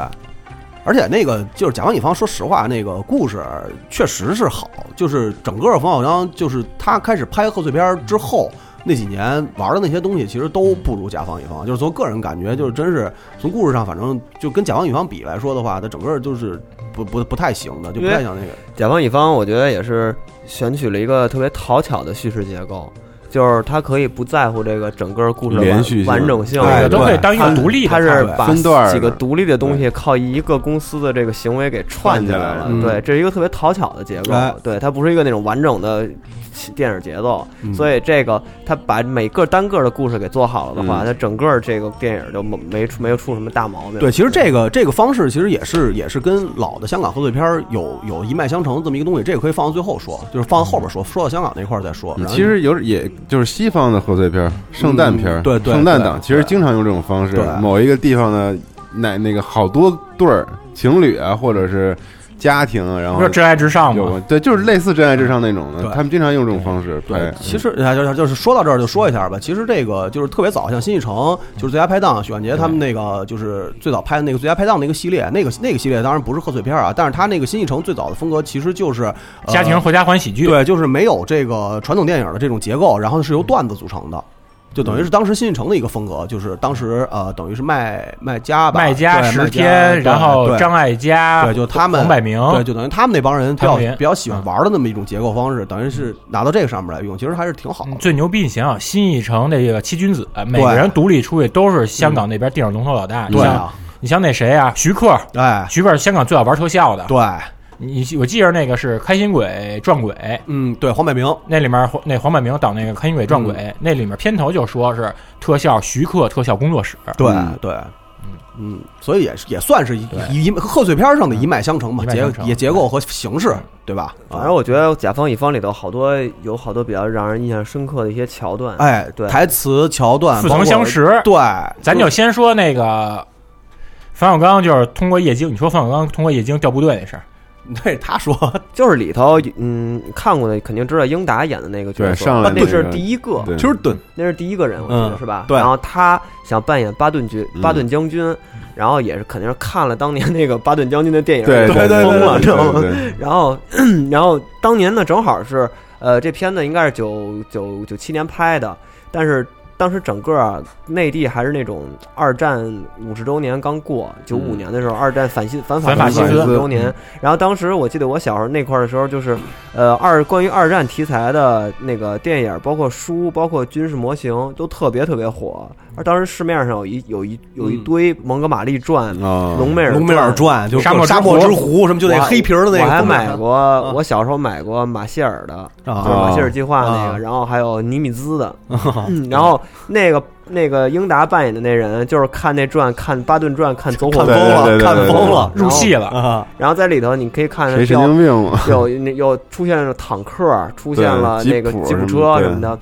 Speaker 8: 而且那个就是甲方乙方，说实话，那个故事确实是好，就是整个冯小刚，就是他开始拍贺岁片儿之后。那几年玩的那些东西，其实都不如甲方乙方。就是从个人感觉，就是真是从故事上，反正就跟甲方乙方比来说的话，它整个就是不不不太行的，就不太像那个。
Speaker 6: 甲方乙方，我觉得也是选取了一个特别讨巧的叙事结构，就是它可以不在乎这个整个故事的完
Speaker 4: 连续性
Speaker 6: 完整性，
Speaker 7: 这
Speaker 8: 对
Speaker 7: 个都可以当一个独立的
Speaker 6: 它
Speaker 7: 看
Speaker 6: 是
Speaker 7: 待
Speaker 6: 把
Speaker 4: 分段儿的
Speaker 6: 几个独立的东西靠一个公司的这个行为给串起来了
Speaker 4: 串。起来了
Speaker 6: 对，这是一个特别讨巧的结构
Speaker 8: 哎，
Speaker 6: 对，它不是一个那种完整的电影节奏。
Speaker 4: 嗯
Speaker 6: 所以这个它把每个单个的故事给做好了的话，
Speaker 4: 嗯
Speaker 6: 它整个这个电影就没没出没有出什么大毛病。
Speaker 8: 对，其实这个这个方式其实也是也是跟老的香港贺岁片儿有有一脉相承这么一个东西，这个可以放到最后说，就是放到后边说，说到香港那块儿再说。然后
Speaker 4: 嗯其实有，也就是西方的贺岁片儿、圣诞片儿、
Speaker 8: 嗯对对
Speaker 4: 圣诞
Speaker 8: 对
Speaker 4: 档，其实经常用这种方式
Speaker 8: 对。
Speaker 4: 某一个地方的那那个好多对儿情侣啊，或者是家庭啊，然
Speaker 7: 不
Speaker 4: 后
Speaker 7: 是真爱至上
Speaker 4: 有
Speaker 7: 吗？
Speaker 4: 对，就是类似《真爱至上》那种的
Speaker 8: 对，
Speaker 4: 他们经常用这种方式拍。
Speaker 8: 其实啊，就是就是说到这儿就说一下吧。其实这个就是特别早，像新艺城就是最佳拍档，许冠杰他们那个就是最早拍的那个最佳拍档那个系列，那个那个系列当然不是贺岁片啊，但是他那个新艺城最早的风格其实就是、呃
Speaker 7: 家庭合家欢喜剧，
Speaker 8: 对，就是没有这个传统电影的这种结构，然后是由段子组成的。就等于
Speaker 7: 嗯
Speaker 8: 是当时新艺城的一个风格，就是当时呃，等于是卖卖家吧，
Speaker 7: 卖家
Speaker 8: 对
Speaker 7: 十
Speaker 8: 卖
Speaker 7: 天，
Speaker 8: 对
Speaker 7: 然后
Speaker 8: 对
Speaker 7: 张艾嘉，
Speaker 8: 对，就他们
Speaker 7: 黄百鸣，嗯
Speaker 8: 对，就等于他们那帮人比较
Speaker 7: 谭咏麟
Speaker 8: 比较喜欢玩的那么一种结构方式，等于是拿到这个上面来用，其实还是挺好的
Speaker 7: 嗯。最牛逼！你想想，新艺城的这个七君子，每个
Speaker 8: 对
Speaker 7: 人独立出去都是香港那边电影龙头老大。你
Speaker 8: 对
Speaker 7: 像
Speaker 8: 啊，
Speaker 7: 你像那谁啊，徐克，
Speaker 8: 哎，
Speaker 7: 徐克是香港最好玩特效的。
Speaker 8: 对，
Speaker 7: 你我记着那个是《开心鬼撞鬼》，
Speaker 8: 嗯，对，黄百鸣，
Speaker 7: 那里面黄那黄百鸣导那个《开心鬼撞鬼》，
Speaker 8: 嗯
Speaker 7: 那里面片头就说是特效徐克特效工作室。
Speaker 8: 对、
Speaker 4: 嗯
Speaker 8: 对，嗯，所以也是也算是一一贺岁片上的一脉相承吧，
Speaker 7: 嗯一脉
Speaker 8: 结
Speaker 7: 相承嗯
Speaker 8: 也结构和形式，对吧？啊
Speaker 6: 反正我觉得甲方乙方里头好多有好多比较让人印象深刻的一些桥段。
Speaker 8: 哎，
Speaker 6: 对
Speaker 8: 台词桥段
Speaker 7: 似曾相，识
Speaker 8: 包括对，
Speaker 7: 咱就先说那个冯小刚，就是通过夜经，你说冯小刚通过夜经调部队那事儿，
Speaker 8: 那是 他说，
Speaker 6: 就是里头，嗯，看过的肯定知道英达演的那个角
Speaker 4: 对
Speaker 6: 色，
Speaker 4: 上来
Speaker 6: 那
Speaker 4: 那
Speaker 6: 是
Speaker 4: 个
Speaker 6: 第一个，
Speaker 4: 对
Speaker 8: 就是对，
Speaker 6: 那是第一个人，我觉得
Speaker 8: 嗯
Speaker 6: 是吧？
Speaker 8: 对
Speaker 6: 然后他想扮演巴顿军，
Speaker 4: 嗯
Speaker 6: 巴顿将军，然后也是肯定是看了当年那个巴顿将军的电影，
Speaker 4: 对
Speaker 8: 对对
Speaker 4: 疯
Speaker 6: 疯
Speaker 4: 了，
Speaker 6: 了，知
Speaker 4: 对
Speaker 6: 道吗？
Speaker 4: 对
Speaker 6: 然后， 然后当年呢，正好是，呃，这片子应该是九九九七年拍的，但是。当时整个啊，内地还是那种二战五十周年刚过，九五
Speaker 4: 嗯
Speaker 6: 年的时候，二战反西反
Speaker 7: 反法
Speaker 6: 法
Speaker 7: 西斯
Speaker 6: 50周年。然后当时我记得我小时候那块儿的时候，就是呃二关于二战题材的那个电影，包括书，包括军事模型，都特别特别火。而当时市面上有一有一有一
Speaker 8: 嗯
Speaker 6: 堆《蒙哥马利传》
Speaker 4: 啊，
Speaker 6: 隆美尔
Speaker 8: 《隆美尔传》就
Speaker 7: 沙漠
Speaker 8: 是
Speaker 7: 之
Speaker 8: 沙漠
Speaker 7: 狐
Speaker 8: 之狐什么，就那
Speaker 6: 我还
Speaker 8: 黑皮儿的那个，
Speaker 6: 我还买过，
Speaker 8: 嗯
Speaker 6: 我小时候买过马歇尔的，就是
Speaker 8: 啊，
Speaker 6: 马歇尔计划那个，
Speaker 8: 啊
Speaker 6: 然后还有尼米兹的，
Speaker 4: 啊
Speaker 6: 嗯然后那个那个英达扮演的那人，就是看那传，看巴顿传，看走火
Speaker 8: 看疯
Speaker 4: 对
Speaker 6: 入
Speaker 4: 对
Speaker 8: 了，
Speaker 4: 对对
Speaker 8: 看
Speaker 4: 对
Speaker 8: 疯了
Speaker 7: 入戏了。
Speaker 8: 啊，
Speaker 6: 然后在里头你可以看
Speaker 4: 谁神
Speaker 6: 掉
Speaker 4: 经病嘛？
Speaker 6: 有那有出现了坦克，出现了
Speaker 4: 对
Speaker 6: 那个
Speaker 4: 吉
Speaker 6: 吉普
Speaker 4: 普
Speaker 6: 车
Speaker 4: 什么
Speaker 6: 什么的，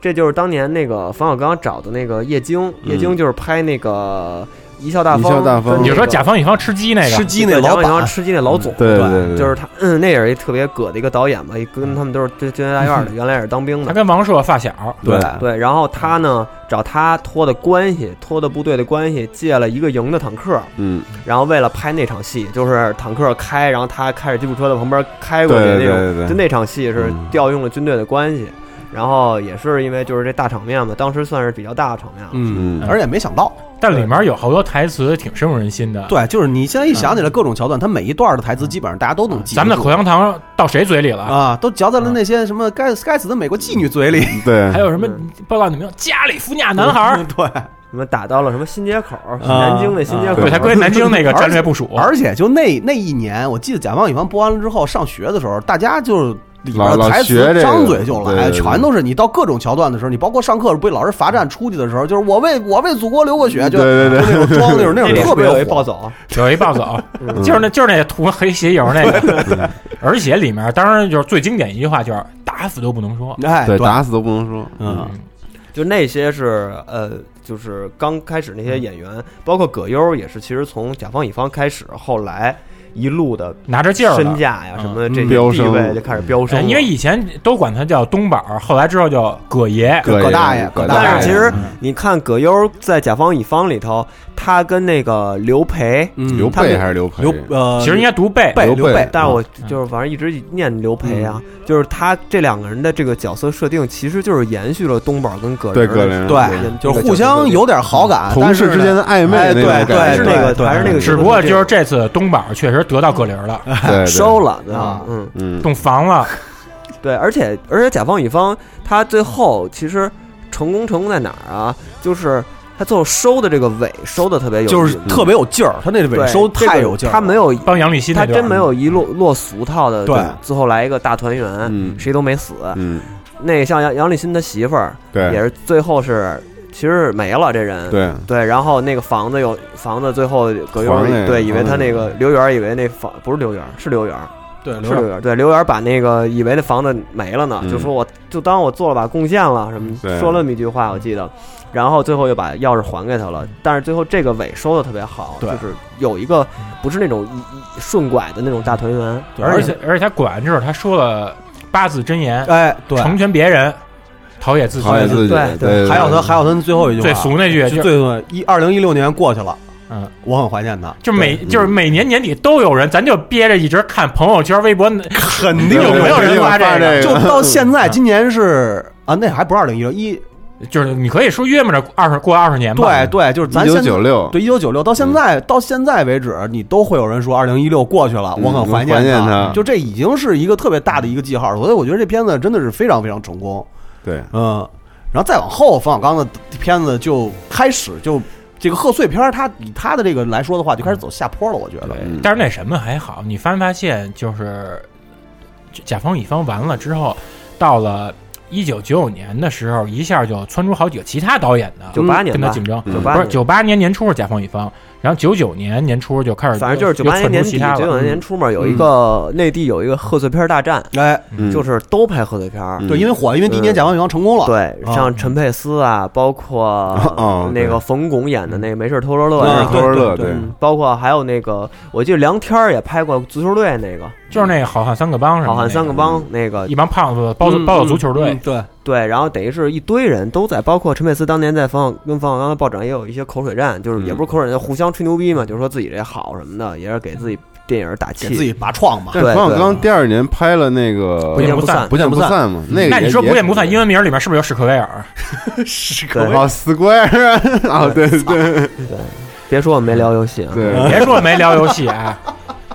Speaker 6: 这就是当年那个冯小刚找的那个叶京，叶京就是拍那个贻笑大
Speaker 4: 贻笑大方
Speaker 6: 跟
Speaker 4: 你
Speaker 7: 你
Speaker 6: 那
Speaker 7: 说
Speaker 6: 个
Speaker 7: 甲方乙方吃鸡那
Speaker 8: 吃
Speaker 7: 个，
Speaker 8: 鸡那老
Speaker 6: 对甲方乙方
Speaker 8: 板，
Speaker 6: 吃鸡那老总，
Speaker 4: 对对对
Speaker 6: 就是他，嗯，那也是一特别葛的一个导演吧，一跟他们都是军军大院的，原来也是当兵
Speaker 7: 他
Speaker 6: 的。
Speaker 7: 跟王朔发小，
Speaker 8: 对
Speaker 6: 对，然后他呢找他托的关系，托的部队的关系，借了一个营的坦克，
Speaker 4: 嗯，
Speaker 6: 然后为了拍那场戏，就是坦克开，然后他开着吉普车在旁边开过去
Speaker 4: 对
Speaker 6: 那
Speaker 4: 对
Speaker 6: 种，
Speaker 4: 对对
Speaker 6: 就那场戏是
Speaker 4: 嗯
Speaker 6: 调用了军队的关系，然后也是因为就是这大场面嘛，当时算是比较大的场面了。
Speaker 8: 嗯
Speaker 4: 嗯
Speaker 8: 而且没想到，
Speaker 7: 但里面有好多台词挺深入人心的。，
Speaker 8: 对，就是你现在一想起来各种桥段，他每一段的台词基本上大家都能记得
Speaker 7: 咱
Speaker 8: 住。
Speaker 7: 们的口香糖到谁嘴里了？
Speaker 8: 啊，都嚼在了那些什么该该死的美国妓女嘴里。
Speaker 4: 对，
Speaker 7: 还有什么
Speaker 6: 嗯
Speaker 7: 报告你没有？加利福尼亚男孩儿，
Speaker 8: 对，
Speaker 6: 什么打到了什么新街口，南京的新街口，
Speaker 7: 对他归南京那个战略部署，
Speaker 8: 而且就那那一年，我记得甲方乙方播完了之后，上学的时候，大家就里
Speaker 4: 老
Speaker 8: 边
Speaker 4: 老
Speaker 8: 台
Speaker 4: 学这
Speaker 8: 词
Speaker 4: 个
Speaker 8: 张嘴就
Speaker 4: 对
Speaker 8: 来，
Speaker 4: 对对
Speaker 8: 全都是你到各种桥段的时候，你包括上课不老师罚站出去的时候，就是我为我为祖国流过血，就
Speaker 4: 对对对
Speaker 8: 就那种装那种那
Speaker 6: 那
Speaker 8: 种
Speaker 6: 里
Speaker 8: 特别
Speaker 6: 有一
Speaker 8: 火
Speaker 6: 暴走，
Speaker 7: 有一暴走，
Speaker 6: 嗯
Speaker 7: 就是那就是那涂黑鞋油那个， 而且里面当然就是最经典一句话就是打死都不能说，
Speaker 8: 哎，
Speaker 4: 对，打死都不能说，
Speaker 8: 嗯，
Speaker 6: 就那些是呃，就是刚开始那些演员，包括葛优也是，其实从甲方乙方开始，后来一路的
Speaker 7: 拿着劲儿
Speaker 6: 身
Speaker 7: 了。
Speaker 6: 价呀什么的这
Speaker 4: 嗯
Speaker 6: 些
Speaker 4: 飙
Speaker 6: 地
Speaker 4: 升
Speaker 6: 位就开始飙升
Speaker 7: 哎
Speaker 6: 了，
Speaker 7: 因为以前都管他叫东宝，后来之后叫葛爷，
Speaker 4: 葛
Speaker 8: 葛大爷葛
Speaker 4: 葛
Speaker 8: 大爷
Speaker 6: 但是其实
Speaker 7: 嗯
Speaker 6: 你看葛优在《甲方乙方》里头，他跟那个刘培，
Speaker 8: 嗯
Speaker 4: 刘
Speaker 6: 他
Speaker 4: 备
Speaker 6: 们
Speaker 4: 还是刘培？嗯
Speaker 8: 刘呃，
Speaker 7: 其实应该读贝，
Speaker 8: 备
Speaker 4: 刘
Speaker 8: 刘
Speaker 4: 备
Speaker 8: 备
Speaker 6: 但是我就是反正一直念刘培啊，就是他这两个人的这个角色设定，其实就是延续了东宝跟葛
Speaker 4: 对
Speaker 6: 玲
Speaker 4: 葛
Speaker 6: 的
Speaker 4: 玲，
Speaker 6: 这
Speaker 8: 对，就
Speaker 6: 个
Speaker 8: 是互相有点好感，
Speaker 4: 嗯同
Speaker 8: 但是
Speaker 4: 事
Speaker 8: 呢
Speaker 4: 之间的暧昧
Speaker 8: 哎
Speaker 4: 那
Speaker 8: 对
Speaker 4: 种感
Speaker 8: 对，
Speaker 4: 觉，
Speaker 6: 还是那个
Speaker 8: 对
Speaker 6: 还是那嗯个
Speaker 8: 对
Speaker 7: 只 不过就是这次东宝确实得到葛玲了，
Speaker 4: 对对
Speaker 6: 收了对吧
Speaker 8: 啊
Speaker 6: 嗯，
Speaker 4: 嗯，
Speaker 7: 懂房了，
Speaker 6: 对，而且而且甲方乙方他最后其实成功成功在哪儿啊？就是他最后收的这个尾收的特别有意思，
Speaker 8: 就是
Speaker 4: 嗯
Speaker 8: 特别有劲儿，他那尾
Speaker 6: 对
Speaker 8: 收
Speaker 6: 这个
Speaker 8: 太有劲儿了，
Speaker 6: 他没有
Speaker 7: 帮杨立新那
Speaker 6: 他
Speaker 7: 段
Speaker 6: 真没有一落落俗套的，
Speaker 8: 对
Speaker 6: 最后来一个大团圆，
Speaker 4: 嗯
Speaker 6: 谁都没死。
Speaker 4: 嗯，
Speaker 6: 那像杨杨立新他媳妇儿也
Speaker 4: 对
Speaker 6: 是最后是其实没了这人，
Speaker 4: 对，
Speaker 6: 然后那个房子有房子，最后葛优
Speaker 4: 还那个
Speaker 6: 对以为他
Speaker 4: 嗯
Speaker 6: 那个刘源以为那房不是刘源是刘源
Speaker 7: 对
Speaker 6: 是刘源对刘源把那个以为那房子没了呢，
Speaker 4: 嗯
Speaker 6: 就说我就当我做了把贡献了什么
Speaker 4: 对，
Speaker 6: 说了那么一句话我记得。然后最后又把钥匙还给他了，但是最后这个尾收的特别好，就
Speaker 8: 对
Speaker 6: 是有一个不是那种一一顺拐的那种大团圆，
Speaker 8: 对，
Speaker 7: 而且而且他管完之后他说了八字真言，
Speaker 8: 哎，对，
Speaker 7: 成全别人，陶冶自己
Speaker 4: 讨，厌自己，
Speaker 6: 对对
Speaker 4: 对，
Speaker 8: 还有他，还有他最后一句话
Speaker 7: 最俗那句
Speaker 8: 就
Speaker 7: 就
Speaker 8: 最后一二零一六年过去了，
Speaker 7: 嗯，
Speaker 8: 我很怀念他，
Speaker 7: 就每
Speaker 6: 嗯
Speaker 7: 就是每年年底都有人，咱就憋着一直看朋友圈、微博，
Speaker 8: 肯
Speaker 4: 对
Speaker 8: 定
Speaker 7: 有没有人发这个
Speaker 4: 个？
Speaker 8: 就到现在，今年是啊，那还不是二零一六一，
Speaker 7: 就是你可以说约摸着二十过二十年吧。
Speaker 8: 对对，就是咱
Speaker 4: 一九
Speaker 8: 现
Speaker 4: 九
Speaker 8: 在
Speaker 4: 六，
Speaker 8: 对一九九六到现在到现在为止，你都会有人说二零一六过去了，
Speaker 4: 嗯
Speaker 8: 我很怀
Speaker 4: 怀念
Speaker 8: 他
Speaker 4: 他，
Speaker 8: 就这已经是一个特别大的一个记号，所以我觉得这片子真的是非常非常成功，
Speaker 4: 对，
Speaker 8: 嗯，然后再往后，冯小刚的片子就开始就。这个贺岁片儿，他以他的这个来说的话，就开始走下坡了。我觉得，
Speaker 4: 嗯
Speaker 7: 但是那什么还好，你发没发现就是甲方乙方完了之后，到了一九九九年的时候，一下就窜出好几个其他导演的
Speaker 6: 九八年
Speaker 7: 跟他
Speaker 6: 吧，
Speaker 7: 竞争。
Speaker 4: 嗯
Speaker 6: 九
Speaker 7: 不
Speaker 6: 八
Speaker 7: 是九八年年初是甲方乙方，然后九九年年初就开始又，
Speaker 6: 反正就是九八
Speaker 7: 又窜
Speaker 6: 年年
Speaker 7: 出
Speaker 6: 底，
Speaker 7: 其他
Speaker 6: 九
Speaker 7: 了嗯
Speaker 6: 九年年初嘛，有一个内地有一个贺岁片大战，
Speaker 8: 哎，
Speaker 4: 嗯
Speaker 6: 就是都拍贺岁片儿。
Speaker 4: 嗯
Speaker 8: 对，因为火，因为第一年
Speaker 6: 嗯
Speaker 8: 甲方乙方成功了。
Speaker 6: 对，
Speaker 8: 啊
Speaker 6: 像陈佩斯啊，包括
Speaker 4: 哦
Speaker 6: 那个
Speaker 4: 对
Speaker 6: 冯巩演的那个《没事偷着乐》
Speaker 8: 啊
Speaker 6: 呀
Speaker 4: 嗯，偷着乐，
Speaker 8: 对
Speaker 4: 对
Speaker 8: 对
Speaker 6: 嗯包括还有那个，我记得梁天儿也拍过足球队那个
Speaker 7: 就是那个好汉三个帮什嗯么的那
Speaker 6: 《
Speaker 7: 个，
Speaker 6: 好汉三个帮》那个
Speaker 7: 一，帮胖子包子
Speaker 8: 嗯
Speaker 7: 包子足球队
Speaker 8: 嗯，对，
Speaker 6: 对，然后等于是一堆人都在，包括陈佩斯当年在冯小跟冯小刚的报展也有一些口水战，就是也
Speaker 4: 嗯
Speaker 6: 不是口水战，互相吹牛逼嘛，就是说自己这好什么的，也是给自己电影打
Speaker 8: 给
Speaker 6: 气。
Speaker 8: 自己拔创嘛。
Speaker 4: 但
Speaker 6: 对
Speaker 4: 是冯
Speaker 6: 对
Speaker 4: 小刚第二年拍了那个
Speaker 6: 不见不散
Speaker 4: 不见不散嘛，那个
Speaker 7: 那你
Speaker 4: 也
Speaker 7: 说不见不散，
Speaker 4: 也
Speaker 7: 英文名里面是不是有史克威尔？
Speaker 6: 对，
Speaker 4: 哦，Square 啊，对对
Speaker 6: 别说我没聊游戏啊，
Speaker 4: 对，嗯
Speaker 7: 别说没聊游戏 啊。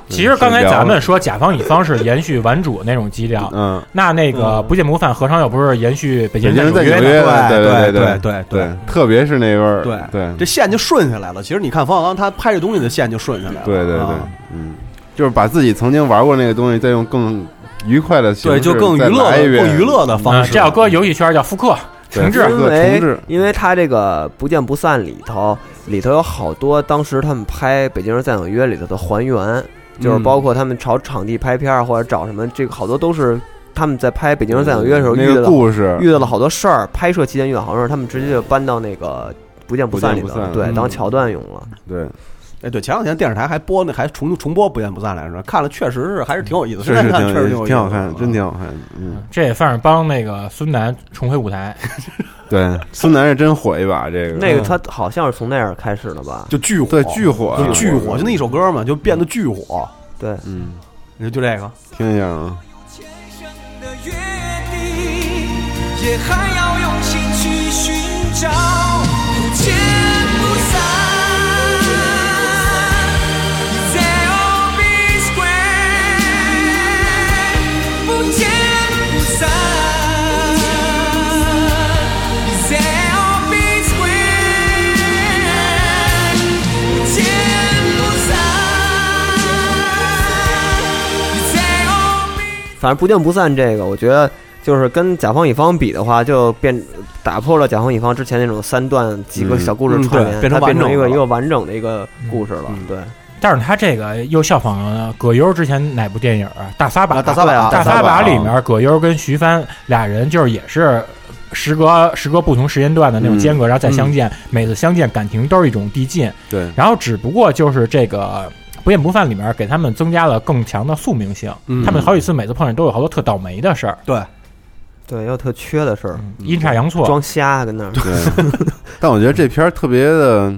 Speaker 7: 其实刚才咱们说甲方乙方是延续顽主那种基调，
Speaker 4: 嗯，
Speaker 7: 那那个不见不散何尝又不是延续北京
Speaker 4: 北京在
Speaker 7: 在纽
Speaker 4: 纽
Speaker 7: 约
Speaker 4: 约
Speaker 7: 呢？
Speaker 4: 对
Speaker 8: 对对
Speaker 4: 对对
Speaker 8: 对
Speaker 4: 对，特别是那味儿，
Speaker 8: 对
Speaker 4: 对
Speaker 8: 这线就顺下来了。其实你看冯小刚他拍这东西的线就顺下来了。
Speaker 4: 对对对
Speaker 8: 啊，
Speaker 4: 嗯，就是把自己曾经玩过那个东西，再用更愉快的形
Speaker 8: 对，
Speaker 4: 式
Speaker 8: 就更娱
Speaker 4: 再
Speaker 8: 乐
Speaker 4: 来
Speaker 8: 的、
Speaker 4: 一遍
Speaker 8: 更娱，乐的方
Speaker 7: 嗯，
Speaker 8: 式。
Speaker 7: 这要搁游戏圈叫复刻
Speaker 4: 对
Speaker 7: 重置，
Speaker 6: 因
Speaker 4: 对重
Speaker 6: 为
Speaker 4: 置
Speaker 6: 因为他这个《不见不散》里头，里头有好多当时他们拍《北京人在纽约》里头的还原，就是包括他们找场地拍片儿或者找什么，这个好多都是他们在拍《北京人在纽约》的时候
Speaker 4: 那
Speaker 6: 遇
Speaker 4: 个
Speaker 6: 到
Speaker 4: 故事，
Speaker 6: 遇到了好多事儿，拍摄期间遇到好多事儿，他们直接就搬到那个。不见不散》里
Speaker 4: 不见
Speaker 6: 头，
Speaker 4: 不散
Speaker 6: 对，
Speaker 4: 嗯
Speaker 6: 当桥段用了。
Speaker 4: 对，
Speaker 8: 哎，对，前两天电视台还播那，还重重播《不见不散》来着，看了确实是还是挺有意思，
Speaker 4: 确
Speaker 8: 现
Speaker 4: 实
Speaker 8: 在看
Speaker 4: 挺
Speaker 8: 确实
Speaker 4: 有
Speaker 8: 有
Speaker 4: 意
Speaker 8: 意思
Speaker 4: 思
Speaker 8: 啊
Speaker 4: 挺好看，真挺好看的。嗯，
Speaker 7: 这也算是帮那个孙楠重回舞台。
Speaker 4: 对，孙楠是真火一把，这个
Speaker 6: 那个他好像是从那儿开始的吧？
Speaker 8: 嗯就巨火，
Speaker 4: 对巨火
Speaker 8: 就巨
Speaker 4: 巨火
Speaker 8: 火，就那一首歌嘛，就变得巨火，
Speaker 6: 对，
Speaker 4: 嗯，
Speaker 8: 就就这个。
Speaker 4: 听一下啊。
Speaker 9: 前生的约定，也还要用心去寻找，不见不散。They'll be square，不见不散。They'll be square，不见不散。They'll be
Speaker 6: 反正不见不散这个，我觉得就是跟甲方乙方比的话，就变打破了甲方乙方之前那种三段几个小故事
Speaker 8: 嗯
Speaker 6: 串
Speaker 8: 嗯
Speaker 6: 联，
Speaker 8: 对
Speaker 6: 它变
Speaker 8: 变成完整
Speaker 6: 成一个
Speaker 8: 的了
Speaker 6: 一个完整的一个故事了。对，
Speaker 4: 嗯
Speaker 7: 但是他这个又效仿了葛优之前哪部电影啊？大撒把。
Speaker 8: 啊大撒把
Speaker 7: 大
Speaker 8: 大
Speaker 7: 撒
Speaker 8: 撒
Speaker 7: 把
Speaker 8: 把
Speaker 7: 里面，葛优跟徐帆俩人就是也是。时隔时隔不同时间段的那种间隔，然后再相见，每次相见感情都是一种递进。
Speaker 4: 对，
Speaker 7: 然后只不过就是这个《不见不散》里面给他们增加了更强的宿命性。
Speaker 8: 嗯
Speaker 7: 他们好几次每次碰见都有好多特倒霉的事儿，
Speaker 8: 对，
Speaker 6: 对，又特缺的事儿，
Speaker 7: 阴差阳错。
Speaker 6: 装瞎跟那儿。
Speaker 4: 嗯对， 但我觉得这片儿特别的，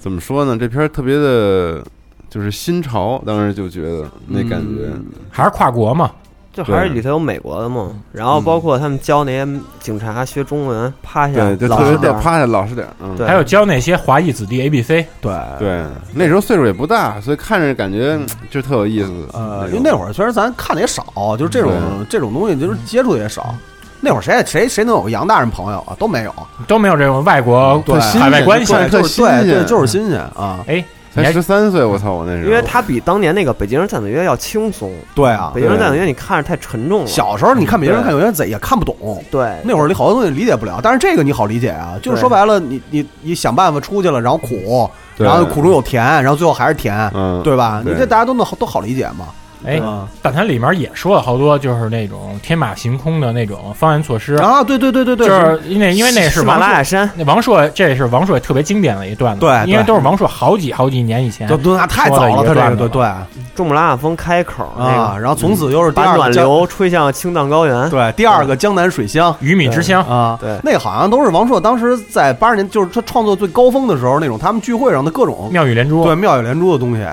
Speaker 4: 怎么说呢？这片儿特别的，就是新潮，当时就觉得那感觉，
Speaker 8: 嗯
Speaker 7: 还是跨国嘛，
Speaker 6: 就还是
Speaker 4: 对
Speaker 6: 里头有美国的嘛，
Speaker 4: 嗯
Speaker 6: 然后包括他们教那些警察学中文，趴下
Speaker 4: 对，就
Speaker 6: 老
Speaker 4: 特
Speaker 6: 实
Speaker 4: 别
Speaker 6: 点
Speaker 4: 的
Speaker 6: 儿，
Speaker 4: 趴下老实点儿，嗯，
Speaker 6: 对
Speaker 7: 还有教那些华裔子弟 A B C，
Speaker 8: 对，
Speaker 4: 对，那时候岁数也不大，所以看着感觉就特有意思。
Speaker 8: 嗯呃，因
Speaker 4: 种
Speaker 8: 为那会儿确实咱看的也少，就是这种
Speaker 4: 对
Speaker 8: 这种东西就是接触的也少。那会儿谁也谁谁能有个洋大人朋友啊？都没有，
Speaker 7: 都没有这种外国
Speaker 8: 对
Speaker 7: 海外关系
Speaker 4: 新。鲜
Speaker 8: 就
Speaker 4: 特
Speaker 8: 是
Speaker 4: 新
Speaker 8: 对
Speaker 4: 鲜嗯
Speaker 8: 对，就是新鲜啊！
Speaker 7: 哎，你
Speaker 4: 才
Speaker 7: 还
Speaker 4: 十三岁，我操，我那时候，嗯
Speaker 6: 因为它比当年那个《北京人战队约》要轻松，
Speaker 8: 对啊
Speaker 6: 《北，京人战队约》你看着太
Speaker 4: 嗯
Speaker 6: 沉重了。
Speaker 8: 小时候你看别人看有些贼也看不懂，
Speaker 6: 对，
Speaker 8: 那会儿你好多东西理解不了，但是这个你好理解啊，就是说白了，你你你想办法出去了，然后苦，
Speaker 4: 对
Speaker 8: 然后苦中有甜，然后最后还是甜，
Speaker 4: 嗯，
Speaker 8: 对吧？
Speaker 4: 对
Speaker 8: 你这大家都能好都好理解嘛。嗯
Speaker 7: 哎，
Speaker 8: 啊
Speaker 7: 但它里面也说了好多就是那种天马行空的那种方案措施，
Speaker 8: 啊，对对对对
Speaker 7: 就
Speaker 8: 对，
Speaker 7: 是因为因为那是
Speaker 6: 喜
Speaker 7: 王
Speaker 6: 马拉
Speaker 7: 朔
Speaker 6: 雅山，
Speaker 7: 那王朔，这是王朔特别经典的一段子，
Speaker 8: 对对
Speaker 7: 因为都是王朔好几好几年以前
Speaker 8: 就都那太早了，他这个对对啊，
Speaker 6: 珠穆朗玛峰开口那个，
Speaker 8: 然后从此又是啊第
Speaker 6: 把
Speaker 8: 二
Speaker 6: 暖
Speaker 8: 个江
Speaker 6: 流吹向青藏高原。
Speaker 8: 对第二个江南水乡
Speaker 7: 鱼米之乡，
Speaker 8: 啊，
Speaker 6: 嗯对
Speaker 8: 那好像都是王朔当时在八十年，就是他创作最高峰的时候那种，他们聚会上的各种
Speaker 7: 妙语连珠
Speaker 8: 对，妙语连珠的东西，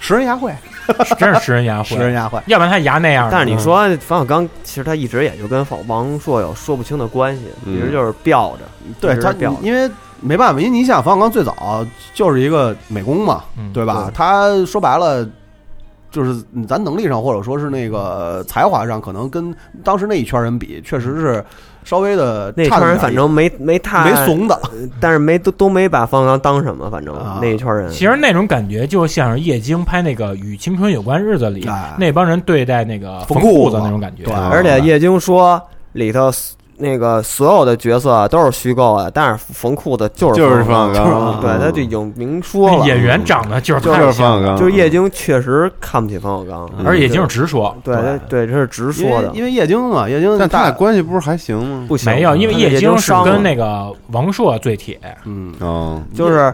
Speaker 8: 十人牙会，
Speaker 7: 真是食人牙
Speaker 8: 十
Speaker 7: 慧，
Speaker 8: 人牙会，
Speaker 7: 要不然他牙那样的。
Speaker 6: 但
Speaker 8: 嗯
Speaker 6: 是你说冯小刚，其实他一直也就跟王朔有说不清的关系，
Speaker 4: 嗯
Speaker 6: 一直就是吊着，一
Speaker 8: 对
Speaker 6: 直
Speaker 8: 他
Speaker 6: 吊着，
Speaker 8: 因为没办法，因为你想冯小刚最早就是一个美工嘛，
Speaker 7: 嗯
Speaker 8: 对吧？他说白了。就是咱能力上，或者说是那个才华上，可能跟当时那一圈人比，确实是稍微的
Speaker 6: 那一
Speaker 8: 差
Speaker 6: 圈
Speaker 8: 点儿
Speaker 6: 人反正没没太
Speaker 8: 没，怂的，
Speaker 6: 但是没都都没把冯小刚当什么，反正
Speaker 8: 啊
Speaker 6: 那一圈人。
Speaker 7: 其实那种感觉就像是叶京拍那个《与青春有关日子》里
Speaker 8: 哎
Speaker 7: 那帮人对待那个
Speaker 8: 冯
Speaker 7: 冯
Speaker 8: 裤
Speaker 7: 裤
Speaker 8: 子
Speaker 7: 子那种感觉。
Speaker 8: 对
Speaker 6: 而且叶京说里头 s- 那个所有的角色啊都是虚构的，但是缝裤子就是
Speaker 4: 就是
Speaker 6: 冯小
Speaker 4: 冯小
Speaker 7: 啊
Speaker 4: 刚
Speaker 6: 对，
Speaker 4: 嗯
Speaker 6: 他就已经明说
Speaker 7: 那
Speaker 6: 了，
Speaker 7: 演员长得就是
Speaker 4: 就是
Speaker 7: 太像
Speaker 4: 放嗯
Speaker 7: 了，
Speaker 4: 刚，
Speaker 6: 就是叶京确实看不起冯小刚，
Speaker 4: 嗯
Speaker 7: 而且
Speaker 6: 也
Speaker 7: 叶京是直说，
Speaker 6: 对对对，这是直
Speaker 8: 因
Speaker 6: 说
Speaker 8: 为
Speaker 6: 的，
Speaker 8: 因为叶京嘛，叶京
Speaker 4: 但他
Speaker 8: 大
Speaker 4: 俩关系不是还行吗？
Speaker 6: 不行，
Speaker 7: 没有，因为
Speaker 6: 他
Speaker 7: 叶
Speaker 6: 京
Speaker 7: 京是
Speaker 6: 伤了
Speaker 7: 跟那个王朔最铁，
Speaker 8: 嗯，
Speaker 4: 哦，
Speaker 6: 就是。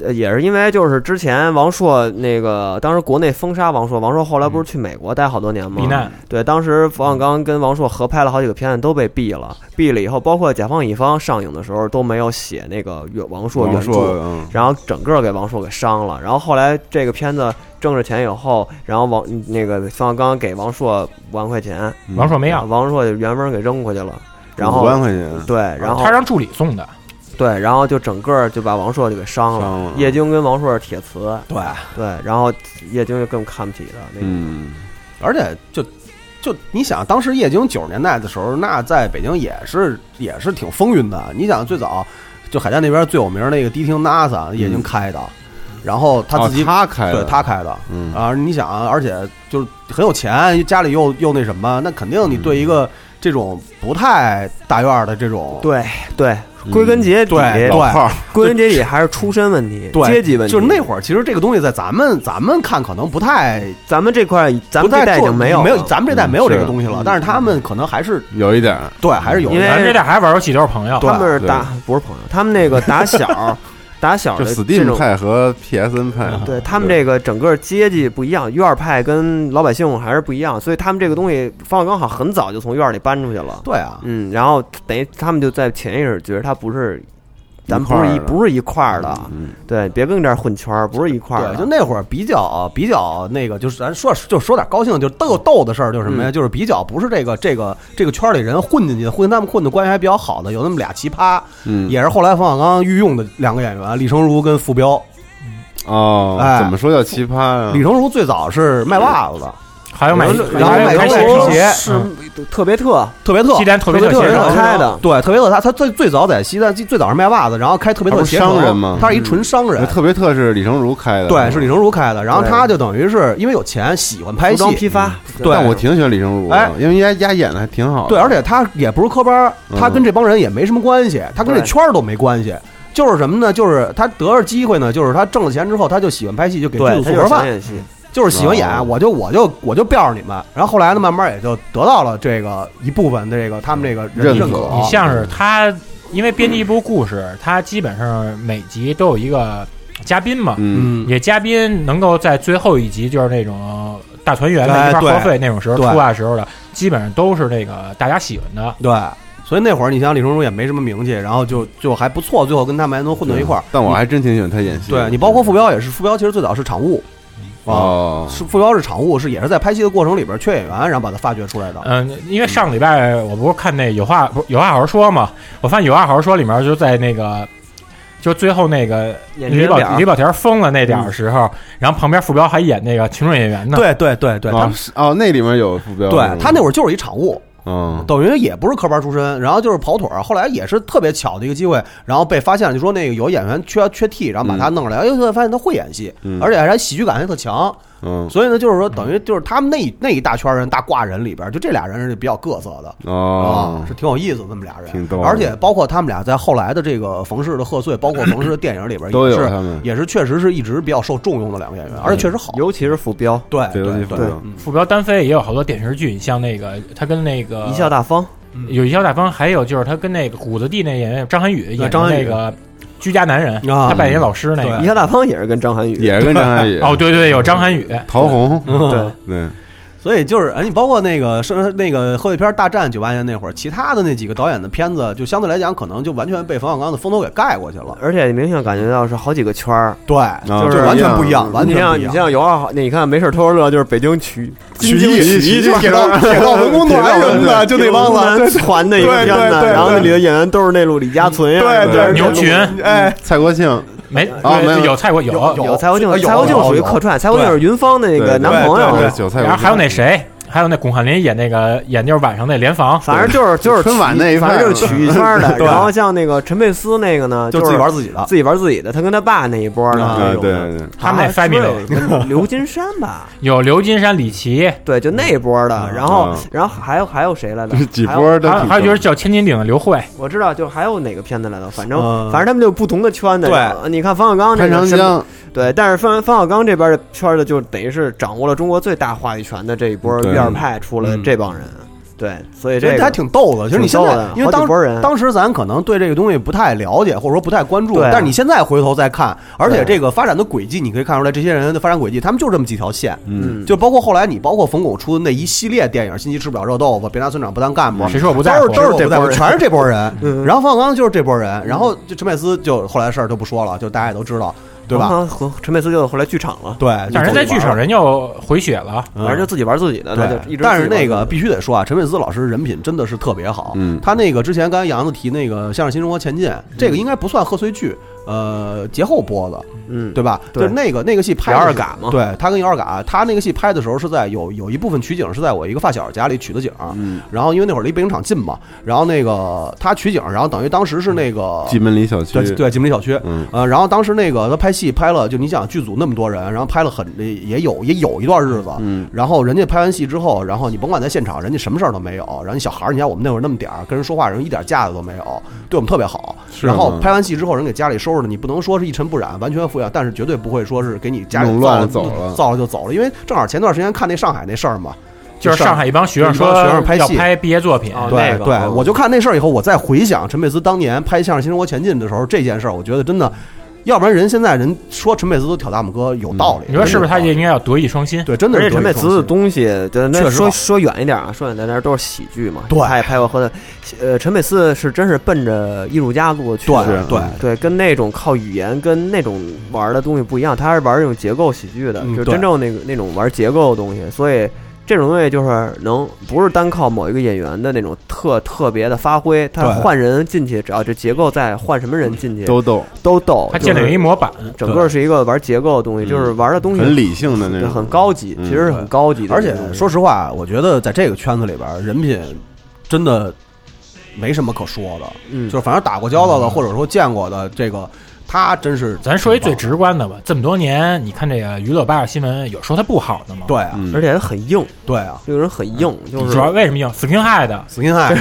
Speaker 6: 呃也是因为就是之前王朔那个，当时国内封杀王朔，王朔后来不是去美国待好多年吗？
Speaker 7: 避难。
Speaker 6: 对，当时冯小刚跟王朔合拍了好几个片子，都被毙了。毙了以后，包括《甲方乙方》上映的时候都没有写那个原王朔
Speaker 4: 王
Speaker 6: 原著，
Speaker 4: 朔，嗯，
Speaker 6: 然后整个给王朔给伤了。然后后来这个片子挣着钱以后，然后王那个冯小刚给王朔五万块钱，
Speaker 4: 嗯
Speaker 7: 王朔没要，
Speaker 6: 王朔就原文给扔过去了。然
Speaker 4: 五万
Speaker 6: 后
Speaker 4: 块
Speaker 8: 嗯
Speaker 4: 钱，
Speaker 6: 对，然后
Speaker 7: 他让助理送的，
Speaker 6: 对，然后就整个就把王朔就给
Speaker 4: 伤
Speaker 6: 伤了
Speaker 4: 了。
Speaker 6: 叶京跟王朔是铁磁，
Speaker 8: 对，
Speaker 6: 对，然后叶京就更看不起他。那个
Speaker 4: 嗯，
Speaker 8: 而且就就你想，当时叶京九十年代的时候，那在北京也是也是挺风云的。你想最早就海淀那边最有名那个迪厅 NASA
Speaker 6: 嗯
Speaker 8: 叶京开的，然后他自己、
Speaker 4: 哦他开的，
Speaker 8: 对他开的。
Speaker 4: 嗯，
Speaker 8: 啊，你想，而且就是很有钱，家里又又那什么，那肯定你对一个这种不太大院儿的这种
Speaker 6: 嗯对对，归根结底，
Speaker 8: 嗯对
Speaker 4: 老
Speaker 8: 对
Speaker 4: 炮儿，
Speaker 6: 归根结底还是出身问题，
Speaker 8: 对
Speaker 6: 阶级问题。
Speaker 8: 就是那会儿，其实这个东西在咱们咱们看可能不太
Speaker 6: 咱们这块，嗯咱
Speaker 8: 不
Speaker 6: 们
Speaker 8: 太
Speaker 6: 这代已
Speaker 8: 做
Speaker 6: 经没有
Speaker 8: 没有
Speaker 6: 了嗯
Speaker 8: 咱们这代没有这个
Speaker 4: 是
Speaker 8: 东西了，但是他们可能还是
Speaker 4: 有一点儿
Speaker 8: 对还是有
Speaker 6: 因为
Speaker 8: 的
Speaker 7: 咱这代还玩游戏都是朋友，
Speaker 8: 对
Speaker 6: 他们是打不是朋友，他们那个打 小打小
Speaker 4: 就
Speaker 6: 的这
Speaker 4: Steam
Speaker 6: 种，
Speaker 4: 派和 PSN 派，
Speaker 8: 啊
Speaker 6: 对他们这个整个阶级不一样，院儿派跟老百姓还是不一样，所以他们这个东西，方小刚好很早就从院儿里搬出去了，
Speaker 8: 对啊，
Speaker 6: 嗯，然后等于他们就在潜意识觉得他不是，咱们不是
Speaker 4: 一块儿
Speaker 6: 一
Speaker 4: 的
Speaker 6: 不是一块儿的，
Speaker 4: 嗯
Speaker 6: 对，别跟这儿混圈儿，不是一块儿啊
Speaker 8: 对，就
Speaker 6: 的，
Speaker 8: 那会儿比较比较那个，就是咱说就说点高兴，就逗逗的事儿，就是什么呀？
Speaker 6: 嗯
Speaker 8: 就是比较不是这个这个这个圈儿里人混进去的，混跟他们混的关系还比较好的，有那么俩奇葩，
Speaker 4: 嗯
Speaker 8: 也是后来冯小刚御用的两个演员，李成儒跟傅彪。
Speaker 4: 哦，
Speaker 8: 哎
Speaker 4: 怎么说叫奇葩啊？
Speaker 8: 李成儒最早是卖袜子的，
Speaker 7: 还有买，
Speaker 8: 然后
Speaker 7: 还有
Speaker 8: 买
Speaker 7: 买
Speaker 8: 游
Speaker 7: 线
Speaker 8: 戏
Speaker 7: 上
Speaker 8: 鞋
Speaker 6: 是
Speaker 7: 嗯
Speaker 6: 特别特
Speaker 8: 特别特
Speaker 7: 西单特别特
Speaker 6: 特
Speaker 7: 线
Speaker 6: 别
Speaker 7: 上
Speaker 6: 特开的，
Speaker 8: 对，特别特他他最最早在西单最最早是卖袜子，然后开特别
Speaker 4: 他
Speaker 8: 特
Speaker 4: 不是
Speaker 8: 鞋城
Speaker 4: 商人吗
Speaker 8: 他是一纯商人
Speaker 4: 那，特别特是李成儒开的，
Speaker 8: 对，是李成儒开的。然后
Speaker 6: 对
Speaker 8: 他就等于是因为有钱，喜欢拍
Speaker 6: 服装
Speaker 8: 戏，嗯
Speaker 6: 批发，
Speaker 8: 对
Speaker 4: 但我挺喜欢李成儒
Speaker 8: 哎
Speaker 4: 的，因为丫丫演的还挺好的。
Speaker 8: 对，而且他也不是科班儿，他跟这帮人也没什么关系，他跟这
Speaker 6: 对
Speaker 8: 圈儿都没关系。就是什么呢？就是他得着机会呢，就是他挣了钱之后，他就喜欢拍戏，就给剧
Speaker 6: 对，
Speaker 8: 组做
Speaker 6: 他就是
Speaker 8: 盒
Speaker 6: 想
Speaker 8: 饭，
Speaker 6: 演戏，
Speaker 8: 就是喜欢演。
Speaker 4: 哦
Speaker 8: 我就我就我就吊着你们。然后后来呢，慢慢也就得到了这个一部分的这个他们这个人
Speaker 4: 认
Speaker 8: 认
Speaker 4: 可
Speaker 7: 你像是他，因为编辑一部故事，他基本上每集都有一个嘉宾嘛，
Speaker 4: 嗯，
Speaker 8: 嗯，
Speaker 7: 也嘉宾能够在最后一集，就是那种大团圆的一块
Speaker 8: 哎对
Speaker 7: 儿合费那种时候出
Speaker 8: 对
Speaker 7: 来的时候的，基本上都是那个大家喜欢的。
Speaker 8: 对。所以那会儿你像李成儒也没什么名气，然后就就还不错，最后跟他们还能混到一块儿。
Speaker 4: 但我还真挺喜欢他演戏的。
Speaker 8: 对你包括傅彪也是，傅彪其实最早是场务，啊，
Speaker 4: 哦，
Speaker 8: 是傅彪是场务，是也是在拍戏的过程里边缺演员，然后把他发掘出来的。
Speaker 7: 嗯，因为上礼拜我不是看那有话不是有话好好说嘛，我发现有话好好说里面就在那个。就最后那个
Speaker 6: 演员
Speaker 7: 李
Speaker 6: 表
Speaker 7: 保李保田疯了那点儿时候，然后旁边傅彪还演那个群众演员呢。
Speaker 8: 对对对对，他
Speaker 4: 哦是嗯哦，那里面有傅彪，
Speaker 8: 对他那
Speaker 4: 会
Speaker 8: 会儿就是一场务，
Speaker 4: 嗯，
Speaker 8: 等于也不是科班出身，然后就是跑腿儿。后来也是特别巧的一个机会，然后被发现了，就说那个有演员缺缺替，然后把他弄出来，哎呦，突然发现他会演戏，
Speaker 4: 嗯
Speaker 8: 而且还喜剧感还特强。
Speaker 4: 嗯
Speaker 8: 所以呢，就是说等于就是他们那一那一大圈人大挂人里边儿，就这俩人是比较各色的。啊，
Speaker 4: 哦
Speaker 8: 是挺有意思的，那么俩人，
Speaker 4: 挺逗的
Speaker 8: 而且包括他们俩在后来的这个冯氏的贺岁，包括冯氏的电影里边，
Speaker 4: 都
Speaker 8: 也
Speaker 4: 有
Speaker 8: 是
Speaker 4: 他们
Speaker 8: 也是确实是一直比较受重用的两个演员，而且确实好。
Speaker 6: 尤其是浮标，
Speaker 8: 对
Speaker 4: 这东西
Speaker 8: 对嗯
Speaker 4: 反
Speaker 8: 对，
Speaker 4: 正
Speaker 7: 傅彪单飞也有好多电视剧，你像那个他跟那个嗯
Speaker 6: 一笑大方，
Speaker 7: 有一笑大方，还有就是他跟那个谷子地那演员张涵予演的
Speaker 8: 张涵
Speaker 7: 那
Speaker 8: 予
Speaker 7: 个居家男人，
Speaker 8: 啊
Speaker 7: 他扮演老师那
Speaker 8: 对
Speaker 7: 个
Speaker 6: 一。笑大方也是跟张涵予，
Speaker 4: 也是跟 张涵予
Speaker 7: 哦，对对，有张涵予。
Speaker 4: 陶虹，
Speaker 8: 嗯
Speaker 6: 对，
Speaker 4: 对，
Speaker 8: 所以就是，哎，你包括那个是那个贺岁片大战九八年那会儿，其他的那几个导演的片子，就相对来讲，可能就完全被冯小刚的风头给盖过去了。
Speaker 6: 而且你明显感觉到是好几个圈儿，
Speaker 8: 对，
Speaker 4: 就是
Speaker 8: 完全不一样，完
Speaker 6: 啊你
Speaker 8: 全不
Speaker 6: 像
Speaker 8: 一
Speaker 6: 你
Speaker 8: 样。
Speaker 6: 像有二号，你看没事偷着乐就是北京曲
Speaker 4: 曲艺曲艺
Speaker 6: 就
Speaker 4: 铁 道铁道文工团什么的就那帮子
Speaker 6: 传的一个片子，然后那里的演员都是那种李嘉存呀，
Speaker 4: 对对
Speaker 7: 牛群
Speaker 4: 哎，蔡国庆，
Speaker 7: 没
Speaker 4: 啊没有
Speaker 7: 对有蔡国有，
Speaker 6: 有蔡国庆，
Speaker 4: 哦
Speaker 8: 有
Speaker 6: 蔡国庆
Speaker 8: 有
Speaker 6: 属于
Speaker 8: 有
Speaker 6: 客串，蔡国庆是云芳的那
Speaker 4: 对对
Speaker 6: 个男朋
Speaker 4: 对对
Speaker 6: 友
Speaker 4: 对，韭菜
Speaker 7: 然
Speaker 4: 国
Speaker 7: 后
Speaker 4: 庆
Speaker 7: 还有那谁，还有那巩汉林演那个演就是晚上那联防，
Speaker 6: 反正就是就是
Speaker 4: 春晚那一
Speaker 6: 反正就是
Speaker 4: 派
Speaker 6: 曲艺圈儿 的。
Speaker 8: 对
Speaker 6: 然后像那个陈佩斯那个呢，
Speaker 8: 就
Speaker 6: 就
Speaker 8: 自己玩
Speaker 6: 自
Speaker 8: 自己的，
Speaker 6: 自己玩自己的，他跟他爸那一波的
Speaker 4: 啊
Speaker 6: 那种
Speaker 4: 对
Speaker 6: 的。啊
Speaker 4: 对对，
Speaker 7: 他们那 family
Speaker 6: 那刘金山 吧，
Speaker 7: 有刘金山、李琦，
Speaker 6: 对，就那一波的。然后
Speaker 4: 嗯，？
Speaker 6: 然后还有还有谁来着
Speaker 4: 几
Speaker 6: 还有
Speaker 4: 波都
Speaker 7: 还有
Speaker 4: 挺
Speaker 7: 还有就是叫千斤顶的刘慧，
Speaker 6: 我知道，就还有哪个片子来的，反正、
Speaker 8: 嗯
Speaker 6: 反正他们就不同的圈子。
Speaker 8: 对
Speaker 6: 呃你看方小刚这
Speaker 4: 潘
Speaker 6: 个
Speaker 4: 长
Speaker 6: 什么
Speaker 4: 江，
Speaker 6: 对，但是方方小刚这边的圈儿的，就等于是掌握了中国最大话语权的这一波
Speaker 4: 对
Speaker 6: 院儿派出
Speaker 8: 嗯
Speaker 6: 来的这帮人。啊对，所
Speaker 8: 其
Speaker 6: 以这
Speaker 8: 实
Speaker 6: 个
Speaker 8: 还挺逗的。其实你现
Speaker 6: 挺
Speaker 8: 在
Speaker 6: 逗的，
Speaker 8: 因为
Speaker 6: 好
Speaker 8: 当
Speaker 6: 几拨人
Speaker 8: 当时咱可能对这个东西不太了解，或者说不太关注，
Speaker 6: 对啊
Speaker 8: 但是你现在回头再看，而且
Speaker 6: 对
Speaker 8: 这个发展的轨迹，你可以看出来这些人的发展轨迹，他们就这么几条线。
Speaker 4: 嗯，
Speaker 6: 嗯，
Speaker 8: 就包括后来你包括冯巩出的那一系列电影《心急吃不了热豆腐》《别拿村长不当干部》，
Speaker 7: 谁说我不
Speaker 8: 都
Speaker 7: 在乎
Speaker 8: 是？都是这波
Speaker 6: 人
Speaker 8: 人，全是这波人。然后冯小刚就是这波人，然后就陈佩斯就后来的事儿就不说了，就大家也都知道，对吧？
Speaker 6: 然后陈佩斯就后来剧场了，
Speaker 8: 对，
Speaker 7: 但是在
Speaker 8: 就走
Speaker 7: 剧
Speaker 8: 一
Speaker 7: 场
Speaker 8: 玩儿。
Speaker 7: 人又回血了，
Speaker 8: 嗯
Speaker 6: 反正就自己玩自己的，他就
Speaker 8: 对
Speaker 6: 一直，
Speaker 8: 但是
Speaker 6: 自己玩
Speaker 8: 那个
Speaker 6: 自己
Speaker 8: 必须得说啊，陈佩斯老师人品真的是特别好。
Speaker 4: 嗯
Speaker 8: 他那个之前刚才杨子提那个《相声新生活前进》，这个应该不算贺岁剧，呃节后播的，
Speaker 6: 嗯，
Speaker 8: 对吧？
Speaker 6: 对
Speaker 8: 就是那个那个戏拍的
Speaker 6: 姚
Speaker 8: 是
Speaker 6: 二嘎嘛
Speaker 8: 对他跟姚二嘎，他那个戏拍的时候是在有有一部分取景是在我一个发小家里取的景，
Speaker 4: 嗯，
Speaker 8: 然后因为那会儿离北影厂近嘛，然后那个他取景，然后等于当时是那个
Speaker 4: 蓟门里小区，
Speaker 8: 对对，吉林小区。
Speaker 4: 嗯
Speaker 8: 呃，然后当时那个他拍戏拍了，就你想剧组那么多人，然后拍了很也有也有一段日子，
Speaker 4: 嗯，
Speaker 8: 然后人家拍完戏之后，然后你甭管在现场，人家什么事儿都没有，然后你小孩儿，你看我们那会儿那么点儿，跟人说话人一点架子都没有，对我们特别好。
Speaker 4: 是嗯
Speaker 8: 然后
Speaker 4: 吗
Speaker 8: 拍完戏之后，人给家里收拾的，你不能说是一尘不染，完全抚养，但是绝对不会说是给你家里
Speaker 4: 弄
Speaker 8: 造
Speaker 4: 乱了
Speaker 8: 造
Speaker 4: 走了
Speaker 8: 造了就走了，因为正好前段时间看那上海那事儿嘛，
Speaker 7: 就是上海一帮学生说
Speaker 8: 一帮学生拍戏
Speaker 7: 要拍毕业作品，
Speaker 6: 哦
Speaker 8: 对、
Speaker 6: 那个
Speaker 8: 对，
Speaker 6: 嗯
Speaker 8: 我就看那事儿以后，我再回想陈佩斯当年拍《向着新生活前进》的时候这件事儿，我觉得真的，要不然人现在人说陈佩斯都挑大拇哥有道理，
Speaker 7: 你说是不是？他也
Speaker 8: 也
Speaker 7: 应该要德艺双馨？
Speaker 8: 对，真的
Speaker 6: 而
Speaker 8: 是
Speaker 6: 且陈佩斯的东西，对，那
Speaker 8: 确实
Speaker 6: 说
Speaker 8: 好
Speaker 6: 说远一点啊，说远在那儿都是喜剧嘛。
Speaker 8: 对
Speaker 6: 他也拍过和的，呃，陈佩斯是真是奔着艺术家路子去
Speaker 8: 对
Speaker 6: 的。啊
Speaker 8: 对
Speaker 6: 对，跟那种靠语言跟那种玩的东西不一样，他是玩这种结构喜剧的，
Speaker 8: 嗯
Speaker 6: 就是
Speaker 8: 对
Speaker 6: 真正那个那种玩结构的东西，所以。这种东西就是能不是单靠某一个演员的那种特特别的发挥，他
Speaker 8: 对
Speaker 6: 换人进去，只要这结构在，换什么人进去
Speaker 4: 都逗，
Speaker 6: 都逗。
Speaker 7: 他建立
Speaker 6: 就
Speaker 7: 了
Speaker 6: 是
Speaker 7: 一模板，
Speaker 6: 整个是一个玩结构的东西，
Speaker 4: 嗯
Speaker 6: 就是玩的东西
Speaker 4: 很理性的那
Speaker 6: 对，
Speaker 4: 种，
Speaker 6: 很高级，
Speaker 4: 嗯
Speaker 6: 其实是很高级的。
Speaker 8: 而且说实话，我觉得在这个圈子里边，人品真的没什么可说的，
Speaker 6: 嗯，
Speaker 8: 就是反正打过交道的，或者说见过的，这个他真是
Speaker 7: 咱说一最直观的吧，这么多年，你看这个娱乐八卦新闻，有说它不好的吗？，
Speaker 8: 对啊，
Speaker 4: 嗯
Speaker 6: 而且它很硬，
Speaker 8: 对啊
Speaker 6: 这个人很硬，就是
Speaker 7: 主要为什么叫 skin high 的？
Speaker 8: ，skin high，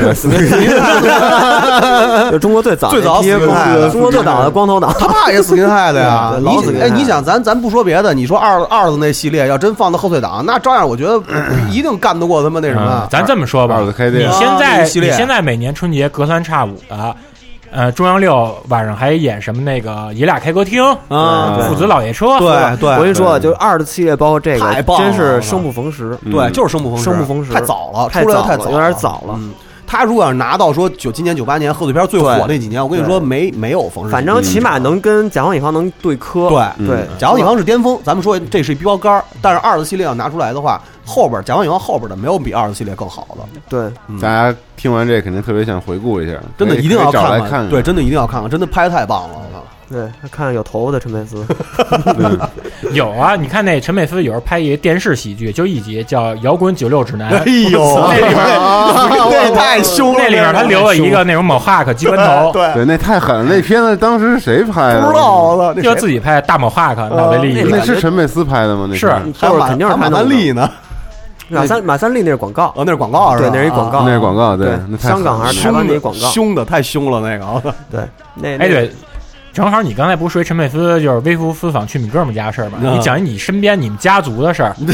Speaker 6: 就中国最早
Speaker 8: 最早
Speaker 6: 那批
Speaker 8: 死
Speaker 6: 光
Speaker 8: 派的
Speaker 6: 中国最早的光头党，
Speaker 8: 他爸也 skin high 的呀，
Speaker 6: 对
Speaker 8: 你
Speaker 6: 老 skin high
Speaker 8: 哎，你想咱咱不说别的，你说二二子那系列要真放到贺岁档，那照样我觉 得一定干得过他们那什么
Speaker 6: 啊
Speaker 7: 嗯。咱这么说吧
Speaker 4: 二，次开
Speaker 7: 你
Speaker 4: 店
Speaker 7: 现
Speaker 8: 啊
Speaker 7: 在
Speaker 8: 一系列
Speaker 7: 你现在每年春节隔三差五的，呃，中央六晚上还演什么那个爷俩开歌厅、呃
Speaker 8: 啊
Speaker 7: 父子老爷车，
Speaker 8: 对
Speaker 6: 我跟
Speaker 8: 对
Speaker 6: 你说，就是二的系列，包括这
Speaker 8: 太
Speaker 6: 个，
Speaker 8: 棒了
Speaker 6: 真是生不逢时。
Speaker 4: 嗯
Speaker 8: 对，就是生不逢时，
Speaker 6: 生不逢时
Speaker 8: 太早了，
Speaker 6: 太
Speaker 8: 出来
Speaker 6: 早
Speaker 8: 的
Speaker 6: 了
Speaker 8: 太早了，
Speaker 6: 有点早了
Speaker 8: 嗯他如果要是拿到说九今年九八年贺岁片最火那几年，我跟你说没没有逢时，
Speaker 6: 反正起码能跟甲方乙方能对磕。
Speaker 8: 嗯对。
Speaker 4: 嗯
Speaker 6: 对，
Speaker 8: 甲方乙方是巅峰，咱们说这是一标杆儿，但是二的系列要拿出来的话，后边甲方乙方后边的没有比二的系列更好的，
Speaker 6: 对，
Speaker 8: 嗯
Speaker 4: 大家听完这肯定特别想回顾一下，
Speaker 8: 真的
Speaker 4: 可以
Speaker 8: 一定
Speaker 4: 可
Speaker 8: 要
Speaker 4: 以找来
Speaker 8: 看
Speaker 4: 看，
Speaker 8: 对，真的一定要看看，真的拍得太棒了，我操！
Speaker 6: 对，看有头发的陈佩斯，
Speaker 7: 有啊，你看那陈佩斯有时候拍一电视喜剧，就一集叫《摇滚九六指南》，
Speaker 8: 哎呦，
Speaker 7: 那里边
Speaker 8: 这太凶了，
Speaker 7: 那里边他留了一个那种某 hack 机关 头，
Speaker 8: 对，
Speaker 4: 对，那太狠了，那片子当时是谁拍的？
Speaker 8: 不知道，啊我操，
Speaker 7: 就自己拍大某 hack 脑
Speaker 8: 啊
Speaker 7: 袋里一
Speaker 4: 那
Speaker 7: 个，
Speaker 4: 是陈佩斯拍的吗？那
Speaker 7: 是
Speaker 4: 片子
Speaker 8: 还
Speaker 6: 就是啊肯定是
Speaker 8: 马
Speaker 6: 拍那
Speaker 8: 三
Speaker 6: 种
Speaker 8: 立呢，
Speaker 6: 马三马三立那是广告，
Speaker 8: 哦，那是广哦告是吧？
Speaker 6: 对那是一广告
Speaker 4: 那是广告，对
Speaker 6: 对，
Speaker 4: 那太
Speaker 6: 香港
Speaker 4: 狠了
Speaker 6: 还是台湾那广告
Speaker 8: 凶的太凶了，那个 我操
Speaker 6: 对，那
Speaker 7: 哎对。正好你刚才不是说陈佩斯就是微服私访去你哥们儿家事儿吗？
Speaker 8: 嗯
Speaker 7: 你讲一你身边你们家族的事儿，你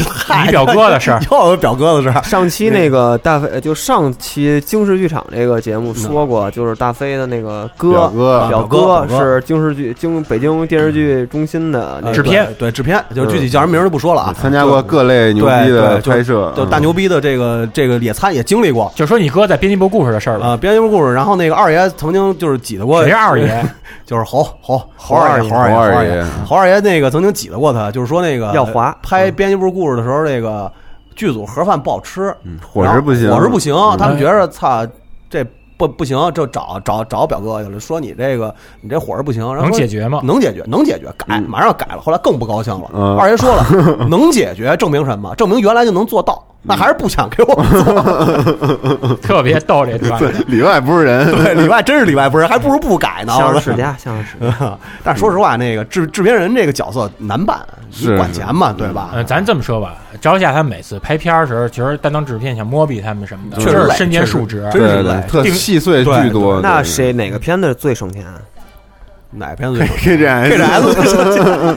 Speaker 7: 表哥的事 儿，
Speaker 8: 又有表哥的事儿，
Speaker 6: 上期那个大飞，呃就上期京市剧场这个节目
Speaker 8: 嗯
Speaker 6: 说过，就是大飞的那个
Speaker 4: 表
Speaker 6: 哥，
Speaker 4: 哥啊嗯
Speaker 6: 表
Speaker 8: 表哥
Speaker 6: 是京市剧京北京电视剧中心的那
Speaker 8: 呃
Speaker 6: 个
Speaker 7: 制片
Speaker 8: 对对制片，就是具体叫什么名儿就不说了啊。
Speaker 4: 参加过各类牛逼的
Speaker 8: 对对就
Speaker 4: 拍摄，嗯
Speaker 8: 就大牛逼的这个这个也参也经历过
Speaker 7: 就说你哥在编辑部故事的事儿吧。
Speaker 8: 啊，编辑部故事。然后那个二爷曾经就是挤得过
Speaker 7: 谁是二爷？
Speaker 8: 就是侯侯侯二爷
Speaker 6: 侯
Speaker 8: 侯
Speaker 4: 二
Speaker 8: 二爷侯二
Speaker 4: 爷侯二爷
Speaker 8: 爷侯二爷那个曾经挤得过他，就是说那个
Speaker 6: 耀华
Speaker 8: 拍编辑部故事的时候，那个剧组盒饭不好吃，
Speaker 4: 嗯伙食不行，
Speaker 8: 伙食不行，他们觉着操这不不行，就找找找表哥去了，说你这个你这伙食不行，然后
Speaker 7: 能
Speaker 8: 说
Speaker 7: 解决吗？
Speaker 8: 能解决，能解决，改，马上改了。后来更不高兴了。
Speaker 4: 嗯
Speaker 8: 二爷说了，能解决，证明什么？证明原来就能做到，那还是不想给我们做。
Speaker 7: 特别逗这段
Speaker 4: 对
Speaker 7: 子。，
Speaker 4: 里外不是人，
Speaker 8: 对，里外真是里外不啊是，还不如不改呢。
Speaker 6: 相声世家，相
Speaker 4: 哦
Speaker 6: 声世家，
Speaker 8: 但是说实话，那个制制片人这个角色难办，你
Speaker 4: 是
Speaker 8: 管钱嘛，对吧？
Speaker 7: 呃，咱这么说吧，赵夏他每次拍片儿的时候，其实担当制片，像摸比他们什么的，
Speaker 8: 确实
Speaker 7: 就是
Speaker 8: 累
Speaker 7: 身兼
Speaker 8: 确实
Speaker 7: 数职。
Speaker 8: 真是
Speaker 4: 对
Speaker 8: 累
Speaker 4: 对，特
Speaker 7: 定
Speaker 4: 细碎
Speaker 8: 对
Speaker 4: 巨多。
Speaker 6: 那
Speaker 4: 对
Speaker 6: 谁哪个片子最省钱啊？
Speaker 8: 哪片 子
Speaker 4: K 这 K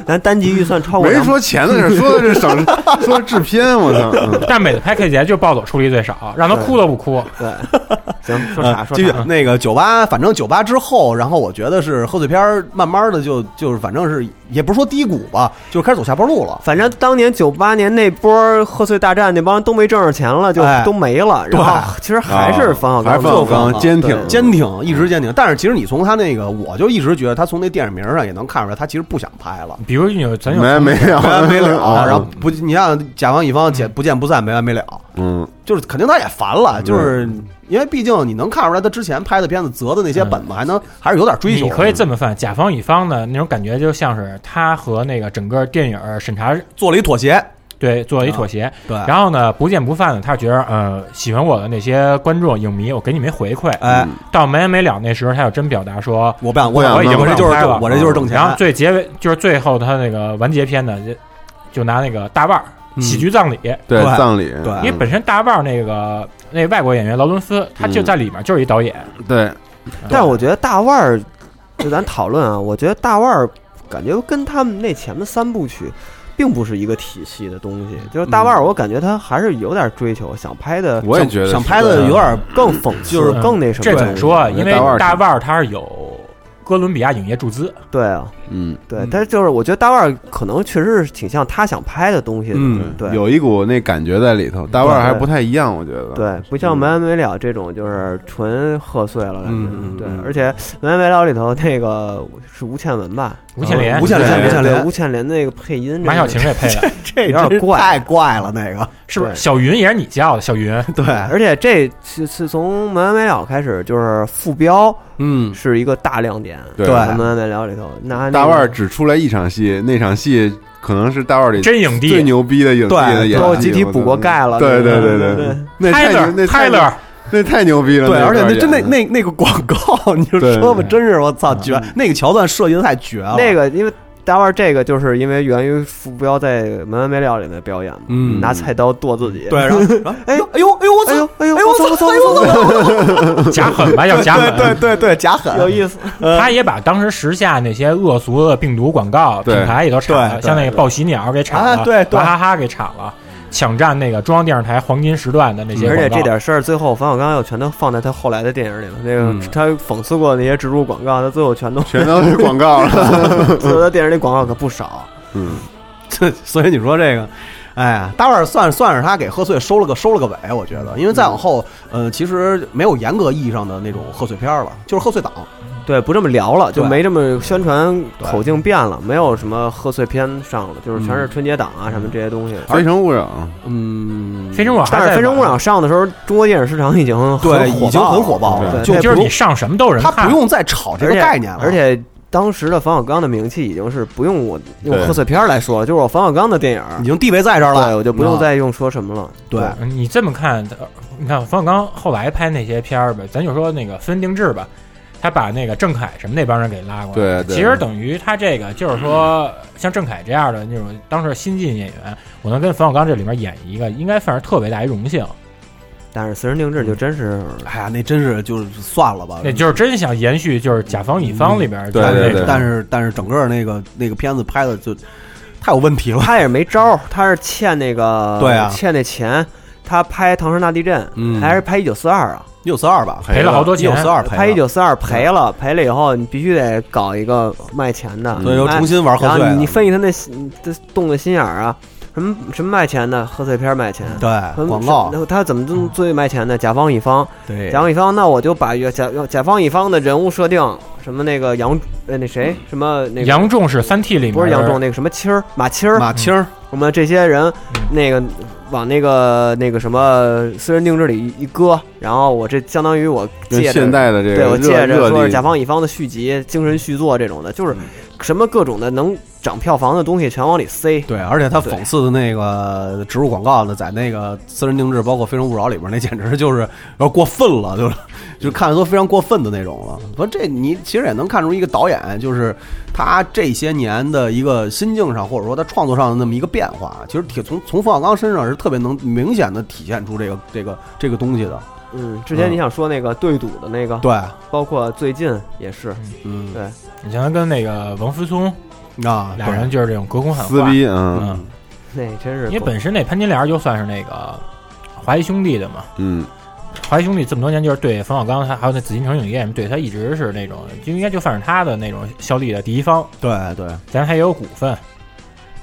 Speaker 6: 咱单集预算超过
Speaker 4: 没
Speaker 6: 两
Speaker 4: 说钱的事儿，说的是省，说制片，我操！嗯
Speaker 7: 但每次拍 K 节就暴走出力最少，让他哭都不哭。
Speaker 6: 对， 行，说啥
Speaker 8: 呃
Speaker 6: 说
Speaker 8: 继续
Speaker 6: 啥，
Speaker 8: 那个酒吧，反正酒吧之后，然后我觉得是贺岁片儿慢慢的就就是反正是也不是说低谷吧，就是开始走下坡路了。
Speaker 6: 反正当年九八年那波贺岁大战，那帮人都没挣着钱了，就
Speaker 8: 哎
Speaker 6: 都没了。然后其实还是冯小
Speaker 4: 啊还
Speaker 6: 刚
Speaker 4: 是冯小
Speaker 6: 做
Speaker 8: 冯小
Speaker 4: 刚
Speaker 8: 刚
Speaker 4: 坚挺
Speaker 8: 啊坚挺，一直坚挺。但是其实你从他那个，我就一直觉得他从那电影名上也能看出来，他其实不想拍 了，
Speaker 7: 比如有咱有
Speaker 4: 没没了
Speaker 8: 没完没 了。
Speaker 4: 啊
Speaker 8: 然后不，你像甲方乙方，见不见不散，没完没了，
Speaker 4: 嗯，
Speaker 8: 就是肯定他也烦了，就是因为毕竟你能看出来他之前拍的片子择的那些本子还能还是有点追求的。
Speaker 7: 你可以这么犯，甲方乙方的那种感觉，就像是他和那个整个电影审查
Speaker 8: 做了一妥协，
Speaker 7: 对做了一妥协。
Speaker 8: 对，
Speaker 7: 然后呢，不见不散的，他觉得呃，喜欢我的那些观众、影迷，我给你们回馈。嗯
Speaker 8: 哎，
Speaker 7: 到没完没了那时候，他又真表达说，
Speaker 8: 我不想，我
Speaker 4: 不想
Speaker 8: 我已经
Speaker 4: 弄
Speaker 8: 我
Speaker 4: 了
Speaker 8: 这就是
Speaker 7: 拍了
Speaker 8: 挣我这就是挣钱
Speaker 7: 然后。最结尾就是最后他那个完结篇呢，就就拿那个大腕儿
Speaker 8: 嗯
Speaker 7: 喜剧葬礼，
Speaker 4: 对
Speaker 8: 对
Speaker 4: 葬礼，嗯
Speaker 8: 对
Speaker 7: 因为本身大腕儿那个那外国演员劳伦斯，他就在里面就是一导演，
Speaker 4: 对
Speaker 6: 但我觉得大腕儿，就咱讨论啊，我觉得大腕儿感觉跟他们那前面三部曲，并不是一个体系的东西。就是大腕儿，我感觉他还是有点追求，想拍的
Speaker 4: 我也觉得
Speaker 8: 想
Speaker 4: 是啊
Speaker 8: 拍的有点
Speaker 6: 更讽刺，就是
Speaker 7: 嗯
Speaker 6: 更那什么。
Speaker 7: 这怎么说啊？
Speaker 4: 对
Speaker 7: 因为
Speaker 4: 大腕儿
Speaker 7: 大腕儿他是有哥伦比亚影业注资，
Speaker 6: 对啊，
Speaker 4: 嗯，
Speaker 6: 对
Speaker 7: 嗯，
Speaker 6: 但是就是我觉得大腕儿可能确实是挺像他想拍的东西的，
Speaker 8: 嗯
Speaker 6: 对，
Speaker 4: 有一股那感觉在里头，大腕儿还不太一样，我觉得，
Speaker 6: 对，不像没完没了这种就是纯贺岁了，感觉、
Speaker 8: 嗯嗯
Speaker 6: 对
Speaker 8: 嗯，
Speaker 6: 而且没完没了里头那个是吴倩文吧？
Speaker 7: 吴倩莲、
Speaker 8: 吴倩莲
Speaker 6: 对
Speaker 8: 吴倩莲
Speaker 6: 对吴倩莲那个配音，
Speaker 7: 马小晴给配的，
Speaker 8: 这
Speaker 6: 有点怪
Speaker 8: 太怪了那个。
Speaker 7: 是不是？
Speaker 6: 对
Speaker 7: 小云也是你叫的，小云
Speaker 8: 对，
Speaker 6: 哎而且这是是从没完没了开始，就是副标
Speaker 8: 嗯，
Speaker 6: 是一个大亮点，
Speaker 4: 对
Speaker 6: 在没完没了里头，拿那
Speaker 4: 大腕儿
Speaker 6: 个
Speaker 4: 只出来一场戏，那场戏可能是大腕儿里
Speaker 7: 真影
Speaker 4: 最
Speaker 7: 帝。
Speaker 4: 牛逼的影帝的
Speaker 8: 对
Speaker 4: 演技，
Speaker 6: 最后集体补过盖了
Speaker 4: 对
Speaker 6: 对
Speaker 4: 对
Speaker 6: 对
Speaker 4: 对
Speaker 6: 对，
Speaker 4: 那
Speaker 7: 泰
Speaker 4: 太牛
Speaker 7: 勒，
Speaker 4: 那
Speaker 7: 泰
Speaker 4: 太
Speaker 7: 勒，
Speaker 4: 那太牛逼了，
Speaker 8: 对，而且那
Speaker 4: 那
Speaker 8: 真那那那个广告，你就
Speaker 4: 对
Speaker 8: 说吧，真是我操绝！那个桥段设计的太绝了。
Speaker 6: 那个，因为大腕儿这个就是因为源于副标在没完没了里面表演嘛，
Speaker 8: 嗯
Speaker 6: 拿菜刀剁自己，
Speaker 8: 对，，然后然后哎呦哎呦哎呦我
Speaker 6: 哎
Speaker 8: 操！
Speaker 6: 呦哎呦
Speaker 8: 哎呦
Speaker 6: 我操
Speaker 8: 我
Speaker 6: 我
Speaker 8: 操
Speaker 6: 操我操，
Speaker 7: 假狠吧，要假
Speaker 8: 对对
Speaker 7: 狠。
Speaker 8: 对对，假狠，
Speaker 6: 有意思，
Speaker 7: 他也把当时时下那些恶俗的病毒广告
Speaker 4: 对
Speaker 7: 品牌也都铲
Speaker 8: 对对
Speaker 7: 了，像那个报喜鸟给铲
Speaker 8: 啊
Speaker 7: 了，
Speaker 8: 对对
Speaker 7: 娃哈哈给铲了，抢占那个中央电视台黄金时段的那些
Speaker 6: 而
Speaker 7: 广告。
Speaker 6: 且这点事儿，最后冯小刚又全都放在他后来的电影里了。那个、
Speaker 7: 嗯
Speaker 6: 他讽刺过那些植入广告，他最后 全都
Speaker 4: 全都是广告 了，
Speaker 6: 所有的电影里广告可不少。
Speaker 4: 嗯，
Speaker 8: 这 所以你说这个，哎呀，大腕儿算算是他给贺岁收了个收了个尾，我觉得，因为再往后，呃，其实没有严格意义上的那种贺岁片儿了，就是贺岁档。
Speaker 6: 对，不这么聊了，就
Speaker 8: 对
Speaker 6: 没这么宣传
Speaker 8: 对
Speaker 6: 口径变了，没有什么贺岁片上了，就是全是春节档啊、什么这些东西。
Speaker 4: 非诚勿扰，
Speaker 8: 嗯，
Speaker 7: 非诚勿扰还
Speaker 6: 但
Speaker 7: 在
Speaker 6: 是《
Speaker 7: 玩，
Speaker 6: 非诚勿扰》上的时候，中国电影市场已经很
Speaker 8: 对，
Speaker 6: 火
Speaker 8: 已经
Speaker 6: 爆
Speaker 8: 很火爆
Speaker 6: 了
Speaker 8: 了，
Speaker 6: 对
Speaker 8: 就
Speaker 6: 它也
Speaker 7: 就是
Speaker 8: 不
Speaker 7: 你上什么都有人
Speaker 8: 他
Speaker 7: 看。
Speaker 8: 不用再炒这
Speaker 6: 而
Speaker 8: 个
Speaker 6: 且
Speaker 8: 概念了，
Speaker 6: 而且当时的冯小刚的名气已经是不用我用
Speaker 4: 对
Speaker 6: 贺岁片来说了，就是我冯小刚的电
Speaker 8: 已
Speaker 6: 影，
Speaker 8: 经地位在这儿了，
Speaker 6: 对，我就不用
Speaker 8: 你知道吗
Speaker 6: 再用说什么了。
Speaker 8: 对。
Speaker 7: 嗯你这么看，呃你看冯小刚后来拍那些片儿吧，咱就说那个分定制吧，他把那个郑恺什么那帮人给拉过来。
Speaker 4: 对对
Speaker 7: 其实等于他这个就是说，像郑恺这样的那种当时的新晋演员，我能跟冯小刚这里面演一个，应该算是特别大一荣幸。
Speaker 6: 但是私人定制就真是
Speaker 8: 哎呀，那真是就是算了吧，
Speaker 7: 那就是真想延续就是甲方乙方里边儿
Speaker 4: 嗯对
Speaker 7: 咱们
Speaker 4: 对
Speaker 7: 这
Speaker 4: 对
Speaker 7: 种
Speaker 8: 但是但是整个那个那个片子拍的就太有问题了，
Speaker 6: 他也没招儿，他是欠那个
Speaker 8: 对啊
Speaker 6: 欠那钱。他拍《唐山大地震》，
Speaker 8: 嗯
Speaker 6: 还是拍《一九四二》啊？
Speaker 8: 六四二吧，
Speaker 7: 赔了好多钱
Speaker 8: 六四二
Speaker 6: 拍《
Speaker 8: 赔
Speaker 6: 一
Speaker 8: 了，
Speaker 6: 九四二》赔了，赔了以后你必须得搞一个卖钱的，
Speaker 8: 所以又
Speaker 6: 卖
Speaker 8: 重新玩贺
Speaker 6: 然
Speaker 8: 岁
Speaker 6: 后
Speaker 8: 了，
Speaker 6: 你分析他那心这动的心眼儿啊，什么什么卖钱的贺岁片卖钱，什
Speaker 8: 对
Speaker 6: 么
Speaker 8: 广告嗯
Speaker 6: 然，后他怎么这么最卖钱的？甲方乙方，
Speaker 8: 对
Speaker 6: 甲方乙方，那我就把甲甲方乙方的人物设定，什么那个杨呃那谁
Speaker 8: 嗯
Speaker 6: 什么那个
Speaker 7: 杨仲是《三 T》里面
Speaker 6: 不是杨仲那个什么青儿马青儿，
Speaker 8: 马嗯青儿
Speaker 6: 我们这些人，那个往那个那个什么私人定制里一搁，然后我这相当于我
Speaker 4: 用
Speaker 6: 借
Speaker 4: 现
Speaker 6: 着，
Speaker 4: 代的这
Speaker 6: 对
Speaker 4: 个
Speaker 6: 我借
Speaker 4: 热
Speaker 6: 着
Speaker 4: 热
Speaker 6: 说
Speaker 4: 力
Speaker 6: 是甲方乙方的续集、精神续作这种的，就是什么各种的能涨票房的东西全往里塞。
Speaker 8: 对，而且他讽刺的那个植入广告呢，在那个私人定制，包括《非诚勿扰》里边，那简直就是有点过分了，就是 就看着都非常过分的那种了。不，这你其实也能看出一个导演，就是他这些年的一个心境上，或者说他创作上的那么一个变化，其实挺从从冯小刚身上是特别能明显的体现出这个这个这个东西的。
Speaker 6: 嗯，之前你想说那个对赌的那个，
Speaker 8: 对，
Speaker 6: 包括最近也是，
Speaker 8: 嗯，
Speaker 6: 对，
Speaker 7: 你像他跟那个王思聪
Speaker 8: 啊，
Speaker 7: 俩人就是这种隔空喊
Speaker 4: 撕
Speaker 7: 话，
Speaker 4: 逼，嗯
Speaker 7: 嗯，
Speaker 6: 那真是
Speaker 7: 因为本身那潘金莲就算是那个华谊兄弟的嘛，
Speaker 4: 嗯，
Speaker 7: 华谊兄弟这么多年就是对冯小刚，还还有那紫禁城影业什么，对他一直是那种就应该就算是他的那种效力的第一方，
Speaker 8: 对对，
Speaker 7: 咱还有股份。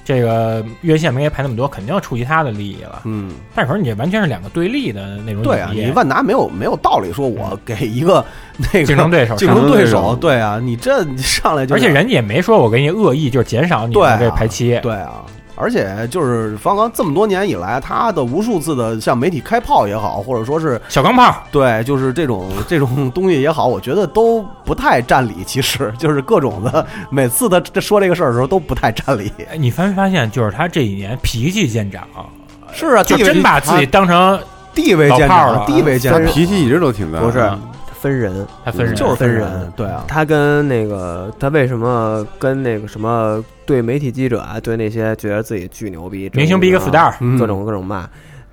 Speaker 7: 这个院线没给他排那么多，肯定要触及他的利益了。
Speaker 8: 嗯。
Speaker 7: 但是说你这完全是两个对立的那种
Speaker 8: 对啊，
Speaker 7: 影业
Speaker 8: 你万达没有没有道理说我给一个那个
Speaker 7: 嗯竞争对手
Speaker 8: 竞争对
Speaker 4: 竞争对
Speaker 8: 手，
Speaker 4: 手
Speaker 8: 对啊，你这你上来就
Speaker 7: 而且人家也没说我给你恶意，就是减少你
Speaker 8: 对啊
Speaker 7: 的这排期。
Speaker 8: 对啊，而且就是方刚这么多年以来，他的无数次的向媒体开炮也好，或者说是
Speaker 7: 小钢炮，
Speaker 8: 对，就是这种这种东西也好，我觉得都不太占理。其实就是各种的，每次他说这个事儿的时候都不太占理。
Speaker 7: 哎你发没发现，就是他这一年脾气见长，
Speaker 8: 是啊，
Speaker 7: 就
Speaker 8: 地位
Speaker 7: 真把自己当成
Speaker 8: 地位见
Speaker 7: 老炮儿了
Speaker 8: 长，地位见
Speaker 4: 他
Speaker 8: 长，
Speaker 4: 脾气一直都挺大，
Speaker 6: 不是分人，
Speaker 10: 还分人，
Speaker 8: 嗯就是分
Speaker 6: 人
Speaker 8: 人。对啊，
Speaker 6: 他跟那个他为什么跟那个什么对媒体记者啊，对那些觉得自己巨牛逼
Speaker 7: 明星 big
Speaker 6: 逼
Speaker 7: star，
Speaker 8: 嗯
Speaker 6: 各种各种骂，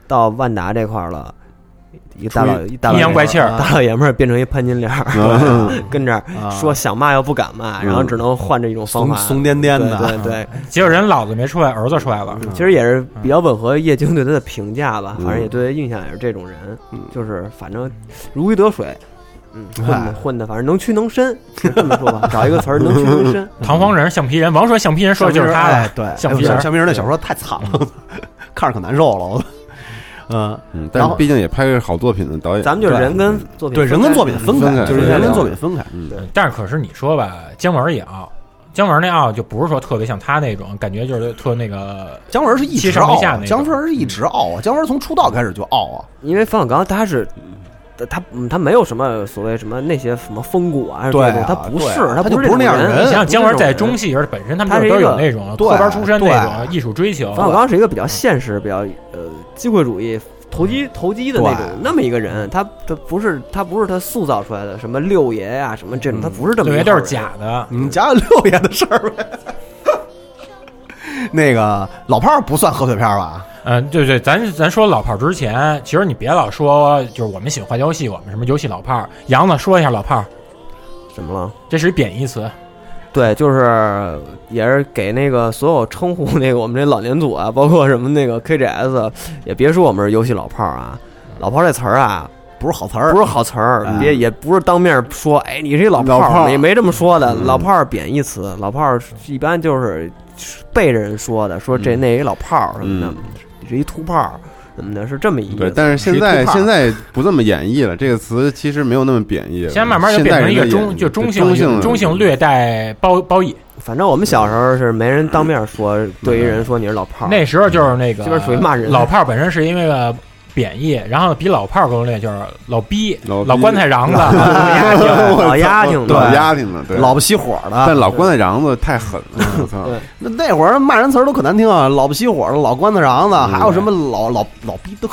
Speaker 6: 到万达这块儿了，一大老一大老
Speaker 7: 阴阳怪气
Speaker 8: 啊
Speaker 7: 儿。
Speaker 6: 大老爷们儿变成一潘金莲儿，
Speaker 4: 嗯
Speaker 6: 跟这儿说想骂又不敢
Speaker 8: 嗯
Speaker 6: 骂，然后只能换这一种方
Speaker 8: 怂
Speaker 6: 法，
Speaker 8: 怂颠颠的，嗯
Speaker 6: 对对对，
Speaker 7: 结果人老子没出来，儿子出来了。
Speaker 6: 其实也是比较吻合叶京对他的评价吧，
Speaker 4: 嗯
Speaker 6: 反正也对他印象也是这种人，
Speaker 8: 嗯
Speaker 6: 就是反正如鱼得水，嗯，混的
Speaker 8: 哎
Speaker 6: 混的，反正能屈能伸，是这么说吧，找一个词儿能屈能伸。
Speaker 7: 唐方人、橡皮人，王说橡皮人说的就是他
Speaker 8: 哎
Speaker 7: 了。
Speaker 8: 对，
Speaker 7: 橡
Speaker 8: 哎
Speaker 7: 皮人嗯
Speaker 8: 橡皮人那小说太惨了， 看着可难受了。我嗯，
Speaker 4: 嗯，
Speaker 8: 然
Speaker 4: 但
Speaker 8: 后
Speaker 4: 毕竟也拍过好作品的导演，
Speaker 6: 咱们就是
Speaker 8: 对
Speaker 6: 人跟作
Speaker 8: 对，
Speaker 6: 品分开，
Speaker 8: 人跟作品分
Speaker 4: 分
Speaker 8: 开，
Speaker 4: 开
Speaker 8: 就是
Speaker 4: 对
Speaker 8: 人
Speaker 4: 对
Speaker 8: 跟
Speaker 4: 对
Speaker 8: 作品分开。
Speaker 7: 但是可是你说吧，姜文也傲，姜文那傲就不是说特别像他那种感觉，就是特那个
Speaker 8: 姜文是一
Speaker 7: 七
Speaker 8: 直
Speaker 7: 上
Speaker 8: 傲
Speaker 7: 八下
Speaker 8: 啊
Speaker 7: 那，种
Speaker 8: 姜文是一直傲啊，姜文从出道开始就傲啊。
Speaker 6: 因为冯小刚他是。他嗯他没有什么所谓什么那些什么风骨啊，
Speaker 8: 对啊
Speaker 6: 这种他不是，
Speaker 8: 对啊
Speaker 6: 他
Speaker 8: 他就
Speaker 6: 不是
Speaker 8: 不是
Speaker 6: 这种
Speaker 8: 那样的
Speaker 6: 人
Speaker 8: 人
Speaker 7: 你像姜文在
Speaker 6: 呃不
Speaker 7: 中
Speaker 6: 是
Speaker 7: 戏也是本身他们
Speaker 6: 他是
Speaker 7: 就都
Speaker 6: 一
Speaker 7: 有
Speaker 6: 个
Speaker 7: 那种
Speaker 8: 对
Speaker 7: 科班出身
Speaker 8: 对
Speaker 7: 那种艺术追求
Speaker 6: 这种人，冯小刚是一个比较现实、比较呃机会主义、投机
Speaker 7: 嗯
Speaker 6: 投机的那种
Speaker 8: 对
Speaker 6: 那么一个人，他他不是他不是他塑造出来的什么六爷呀、什么这种，
Speaker 7: 嗯
Speaker 6: 他不是这么
Speaker 7: 对，
Speaker 6: 一
Speaker 7: 为都
Speaker 6: 个
Speaker 7: 是
Speaker 6: 人
Speaker 7: 假的。
Speaker 8: 你讲讲六爷的事儿呗。 那个老炮儿不算贺岁片儿吧？
Speaker 7: 嗯，对对，咱咱说老炮儿之前，其实你别老说，就是我们喜欢玩游戏，我们什么游戏老炮儿。杨子说一下老炮儿，
Speaker 6: 怎么了？
Speaker 7: 这是一贬义词。
Speaker 6: 对，就是也是给那个所有称呼那个我们这老年组啊，包括什么那个 KGS，也别说我们是游戏老炮儿啊，老炮儿这词儿啊，
Speaker 8: 不是好词儿，
Speaker 6: 不是好词儿，
Speaker 8: 嗯
Speaker 6: 别也不是当面说，哎，你是一老
Speaker 4: 老
Speaker 6: 炮
Speaker 4: 炮
Speaker 6: 儿，
Speaker 4: 儿
Speaker 6: 也没这么说的。老炮儿贬义词，老炮儿一般就是背着人说的，说这那一老炮儿什么的
Speaker 4: 嗯，
Speaker 6: 你是一秃炮儿什么的，是这么一
Speaker 4: 对，
Speaker 6: 个。
Speaker 4: 但是现
Speaker 6: 是一
Speaker 4: 在
Speaker 6: 兔胖
Speaker 4: 现在不这么演绎了，这个词其实没有那么贬义了，
Speaker 7: 现在慢慢就变成一个中，就
Speaker 4: 中
Speaker 7: 中性
Speaker 4: 性
Speaker 7: 中性
Speaker 4: 略
Speaker 7: 略带褒褒义。
Speaker 6: 反正我们小时候是没人当面说，对于人说你是老炮儿，
Speaker 7: 那时候就是那个，
Speaker 6: 基本属于骂人
Speaker 7: 老炮儿本身是因为个贬义，然后比老炮儿更厉害就是老逼、
Speaker 4: 老逼
Speaker 7: 老棺材瓤子、
Speaker 6: 老丫挺
Speaker 4: 老
Speaker 6: 的。
Speaker 4: 丫挺了，对，
Speaker 8: 老不熄火的。
Speaker 4: 但老棺材瓤子太狠了，我 操！
Speaker 8: 那那会儿骂人词儿都可难听啊，老不熄火的，老关子瓤
Speaker 4: 嗯
Speaker 8: 子，还有什么老老老逼 灯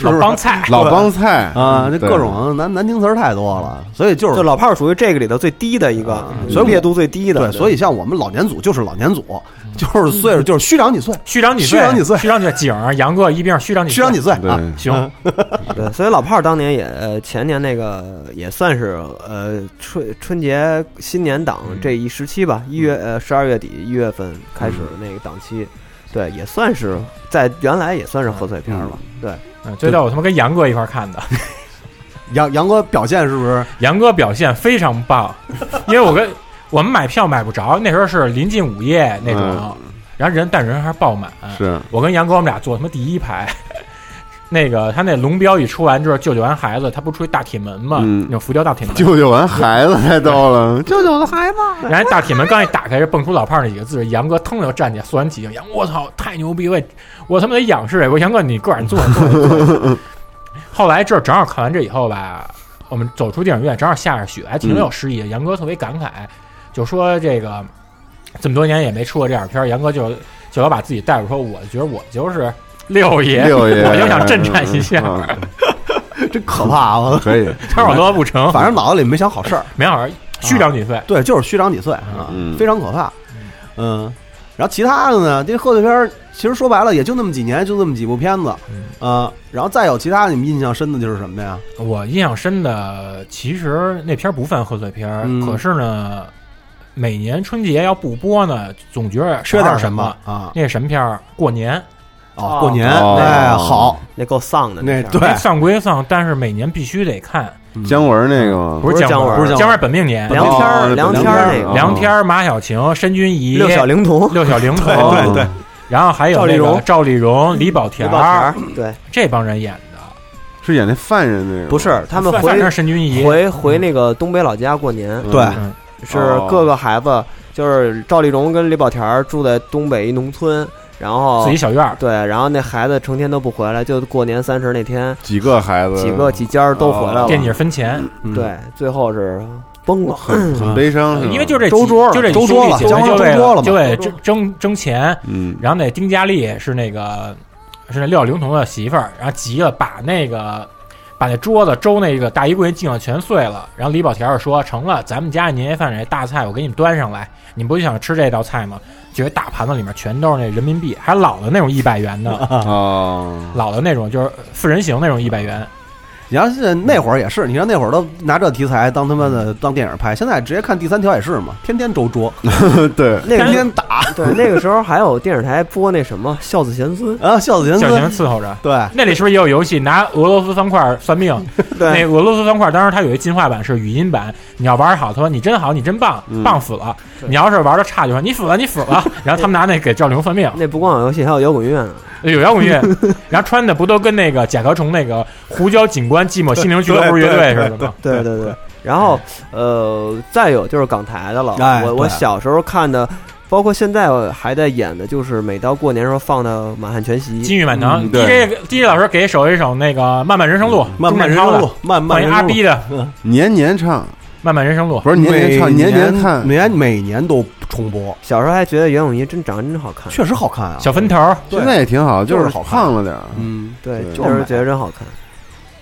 Speaker 7: 老帮菜。
Speaker 4: 老帮菜
Speaker 8: 啊，这
Speaker 4: 嗯对
Speaker 8: 各种难难听词儿太多了，所以就是
Speaker 6: 就老炮儿属于这个里头最低的一个，嗯
Speaker 8: 所以我
Speaker 6: 烈度最低的。
Speaker 8: 对，所以像我们老年组就是老年组，就是岁数就是虚长几岁，
Speaker 7: 虚长几
Speaker 8: 虚长几岁
Speaker 7: 虚长几岁？景儿、杨哥一并虚长几岁？
Speaker 8: 虚长几岁
Speaker 4: 对
Speaker 8: 啊，
Speaker 7: 行，
Speaker 6: 对，所以老炮儿当年也呃前年那个也算是呃春春节新年档这一时期吧，一月呃十二月底一月份开始那个档期，对，也算是在原来也算是贺岁片儿了。对，
Speaker 7: 嗯最逗，我他妈跟杨哥一块儿看的。
Speaker 8: 杨杨哥表现是不是？
Speaker 7: 杨哥表现非常棒，因为我跟我们买票买不着，那时候是临近午夜那种
Speaker 4: 嗯，
Speaker 7: 然后人但人还是爆满。
Speaker 4: 是
Speaker 7: 我跟杨哥我们俩坐他妈第一排。那个他那龙标一出完之后，救救完孩子，他不出一大铁门嘛，
Speaker 4: 嗯
Speaker 7: 那种浮雕大铁门，
Speaker 4: 舅舅完孩子太逗了，舅舅的孩子
Speaker 7: 然后大铁门刚一打开，这蹦出老炮儿那几个字，杨哥腾就站起来，肃然起敬，杨我操，太牛逼！我也我他妈得仰视哎！我说杨哥，你个儿你坐着坐着坐着。后来这正好看完这以后吧，我们走出电影院，正好下着雪，还
Speaker 4: 嗯
Speaker 7: 挺有诗意的。杨哥特别感慨，就说这个这么多年也没出过这样的片儿，杨哥就就老把自己带入说，我觉得我就是六爷，
Speaker 4: 六爷，啊
Speaker 7: 我就想震颤一下，
Speaker 4: 嗯，嗯
Speaker 8: 真可怕啊！
Speaker 4: 可 以，
Speaker 7: 但是我做不成，
Speaker 8: 反正脑子里没想好事儿，
Speaker 7: 没好虚
Speaker 4: 啊
Speaker 7: 长几岁。
Speaker 8: 对，就是虚长几岁啊，
Speaker 4: 嗯
Speaker 8: 非常可怕。嗯，然后其他的呢，这贺岁片儿其实说白了也就那么几年，就那么几部片子啊、然后再有其他你们印象深的就是什么呀？
Speaker 7: 我印象深的，其实那片儿不算贺岁片儿，
Speaker 8: 嗯
Speaker 7: 可是呢，每年春节要不播呢，总觉得
Speaker 8: 缺
Speaker 7: 少了
Speaker 8: 点
Speaker 7: 什
Speaker 8: 么啊？
Speaker 7: 那什么片儿？过年
Speaker 8: 哦，过年、
Speaker 4: 哦
Speaker 8: 哎，好，
Speaker 6: 那够丧的
Speaker 8: 那
Speaker 6: 片儿
Speaker 8: 对
Speaker 7: 那丧归丧，但是每年必须得看，
Speaker 4: 姜文那个吗？
Speaker 7: 是
Speaker 6: 不是
Speaker 7: 姜
Speaker 6: 姜文
Speaker 7: 文，
Speaker 6: 不是
Speaker 8: 姜文
Speaker 7: 姜文本命年，
Speaker 6: 梁天儿
Speaker 4: 哦
Speaker 6: 梁天儿那
Speaker 4: 哦
Speaker 6: 个
Speaker 7: 梁天儿、马小晴、申军仪、
Speaker 6: 六小龄童。
Speaker 7: 六小龄童，
Speaker 4: 对对，
Speaker 7: 然后还有那个赵丽蓉、李保田
Speaker 6: 李保田
Speaker 7: 儿
Speaker 6: 儿对，
Speaker 7: 这帮人演的，
Speaker 4: 是演那犯人那个吗，
Speaker 6: 不是他们
Speaker 7: 反
Speaker 6: 回
Speaker 7: 反正申军仪，
Speaker 6: 回回那个东北老家过年，
Speaker 4: 嗯
Speaker 8: 对，
Speaker 7: 嗯
Speaker 6: 是各个孩子就是赵丽蓉跟李保田儿住在东北一农村，然后
Speaker 7: 自己小院儿，
Speaker 6: 哦对，然后那孩子成天都不回来，就过年三十那天，
Speaker 4: 几个孩子，
Speaker 6: 几个几家儿都回来了，
Speaker 4: 哦
Speaker 7: 惦记着分钱，
Speaker 4: 嗯
Speaker 6: 对，最后是崩了。嗯
Speaker 4: 很很悲伤，是吧
Speaker 7: 嗯因为就这
Speaker 8: 周桌
Speaker 7: 几就这
Speaker 8: 周桌了
Speaker 7: 几个
Speaker 8: 江
Speaker 7: 就
Speaker 8: 湖
Speaker 7: 为
Speaker 8: 周桌了嘛
Speaker 7: 就为争争争钱，
Speaker 4: 嗯，
Speaker 7: 然后那丁佳丽是那个是那廖玲童的媳妇儿，然后急了把那个把那桌子周那个大衣柜镜子全碎了，然后李保田儿说成了，咱们家年夜饭这大菜我给你们端上来，你们不就想吃这道菜吗？结果大盘子里面全都是那人民币，还老的那种一百元 的，
Speaker 4: 哦，
Speaker 7: 老的那种就是呃四人行那种一百元，
Speaker 8: 你要是那会儿也是，你看那会儿都拿这题材当他妈的当电影拍，现在直接看第三条也是嘛，天天周桌，
Speaker 4: 对，
Speaker 6: 那个
Speaker 8: 天天打
Speaker 6: 对，那个时候还有电视台播那什么《孝子贤孙》，
Speaker 8: 啊，孝子贤
Speaker 7: 小型
Speaker 8: 孙，
Speaker 7: 伺候着。
Speaker 8: 对，
Speaker 7: 那里是不是也有游戏拿俄罗斯方块算命？那
Speaker 6: 对，
Speaker 7: 俄罗斯方块当时它有一进化版是语音版，你要玩好，他说你真好，你真棒，
Speaker 4: 嗯
Speaker 7: 棒死了。你要是玩的差，就说你死了，你死了。然后他们拿那给赵灵算命，
Speaker 6: 那不光有游戏，还有摇滚乐呢。
Speaker 7: 有摇滚乐，然后穿的不都跟那个甲壳虫那个胡椒警官寂寞心灵俱乐部乐队似的吗？
Speaker 6: 对对对。然后呃，再有就是港台的了。
Speaker 8: 哎
Speaker 6: 我我
Speaker 8: 对
Speaker 6: 小时候看的，包括现在还在演的，就是每到过年时候放的《满汉全席》。
Speaker 7: 金玉满堂
Speaker 4: 嗯对
Speaker 7: ，DJ DJ 老师给手一首那个《漫漫人生路》，
Speaker 8: 慢慢
Speaker 7: 钟
Speaker 8: 人
Speaker 7: 镇涛
Speaker 8: 生
Speaker 7: 的
Speaker 8: 路，慢慢
Speaker 7: 放一
Speaker 8: 人
Speaker 7: 阿
Speaker 8: 生路
Speaker 7: 逼的《
Speaker 4: 年年唱，
Speaker 7: 漫漫人生路》，
Speaker 4: 不是年年唱，
Speaker 8: 每
Speaker 4: 年年看，
Speaker 8: 每年每年都重播，
Speaker 6: 小时候还觉得袁咏仪真长得真好看，
Speaker 8: 确实好看啊。
Speaker 7: 小分头，
Speaker 8: 对
Speaker 4: 现在也挺好，
Speaker 8: 就是
Speaker 4: 是
Speaker 8: 好看
Speaker 4: 胖了点儿，
Speaker 8: 嗯，
Speaker 6: 对，
Speaker 4: 对
Speaker 6: 确实觉得真好看，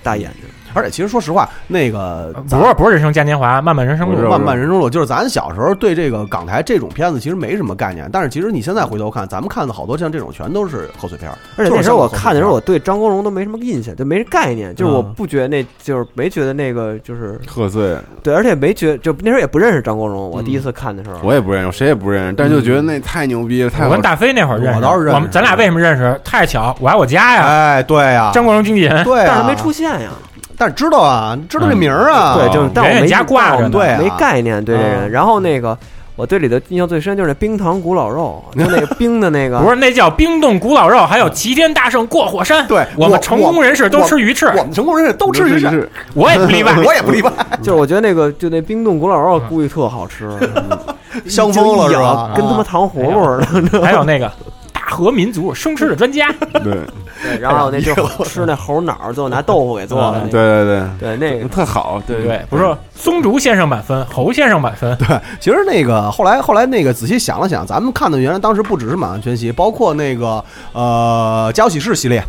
Speaker 6: 大眼睛。
Speaker 8: 而且其实说实话，那个咱
Speaker 7: 不是不是人生嘉年华，《漫漫人生
Speaker 4: 我
Speaker 7: 路
Speaker 4: 知》道
Speaker 8: 漫漫人生路，就是咱小时候对这个港台这种片子其实没什么概念，但是其实你现在回头看，咱们看的好多像这种全都是贺岁片儿，
Speaker 6: 而
Speaker 8: 就
Speaker 6: 且那
Speaker 8: 是
Speaker 6: 时
Speaker 8: 像
Speaker 6: 候我
Speaker 8: 贺岁
Speaker 6: 看的时候，
Speaker 8: 片
Speaker 6: 我对张国荣都没什么印象，就没概念，就是我不觉得那，就是没觉得那个，就是
Speaker 4: 贺岁，
Speaker 6: 对，而且没觉就那时候也不认识张国荣。我
Speaker 8: 嗯
Speaker 6: 第一次看的时候，
Speaker 4: 我也不认识，谁也不认识，但是就觉得那太牛逼了，太
Speaker 7: 嗯我
Speaker 4: 好
Speaker 7: 跟大飞那会儿认识，
Speaker 8: 我倒是认识
Speaker 7: 我们咱俩为什么认识？太巧，我爱我家
Speaker 8: 儿
Speaker 7: 呀，
Speaker 8: 哎，对呀，
Speaker 7: 张国荣经纪人。
Speaker 8: 对
Speaker 6: 但
Speaker 8: 啊，
Speaker 6: 是没出，现呀。
Speaker 8: 但是知道啊，知道这名儿啊，
Speaker 6: 对，就是但
Speaker 7: 人家
Speaker 6: 我没
Speaker 7: 家挂着呢
Speaker 8: 对啊
Speaker 6: 没概念对这
Speaker 8: 啊
Speaker 6: 人。然后那个我对里头印象最深就是那冰糖古老肉，就那个冰的那个，
Speaker 7: 不是，那叫冰冻古老肉，还有齐天大圣过火山。
Speaker 8: 对
Speaker 7: 我们成功人士都吃鱼翅，
Speaker 8: 我们成功人士都吃鱼翅，
Speaker 4: 是
Speaker 7: 我也不例外。
Speaker 8: 我也不例 外，
Speaker 6: 就是我觉得那个就那冰冻古老肉估计特好吃，
Speaker 8: 香疯了
Speaker 6: 就是一咬
Speaker 8: 吧？
Speaker 6: 跟他妈
Speaker 8: 啊
Speaker 6: 糖葫芦似的。
Speaker 7: 还有那个大和民族生吃的专 家，
Speaker 4: 对
Speaker 6: 对然后那就吃那猴脑儿，最后拿豆腐给做了那
Speaker 4: 嗯对
Speaker 6: 个。
Speaker 4: 对
Speaker 6: 对，那
Speaker 4: 对，
Speaker 6: 个
Speaker 4: 特好，对
Speaker 7: 哦对，不是松竹先生满分，侯先生满分，哎
Speaker 8: 其实那个后来后来那个仔细想了想，咱们看的原来当时不只是《满汉全席》，包括那个呃《家有喜事》系列，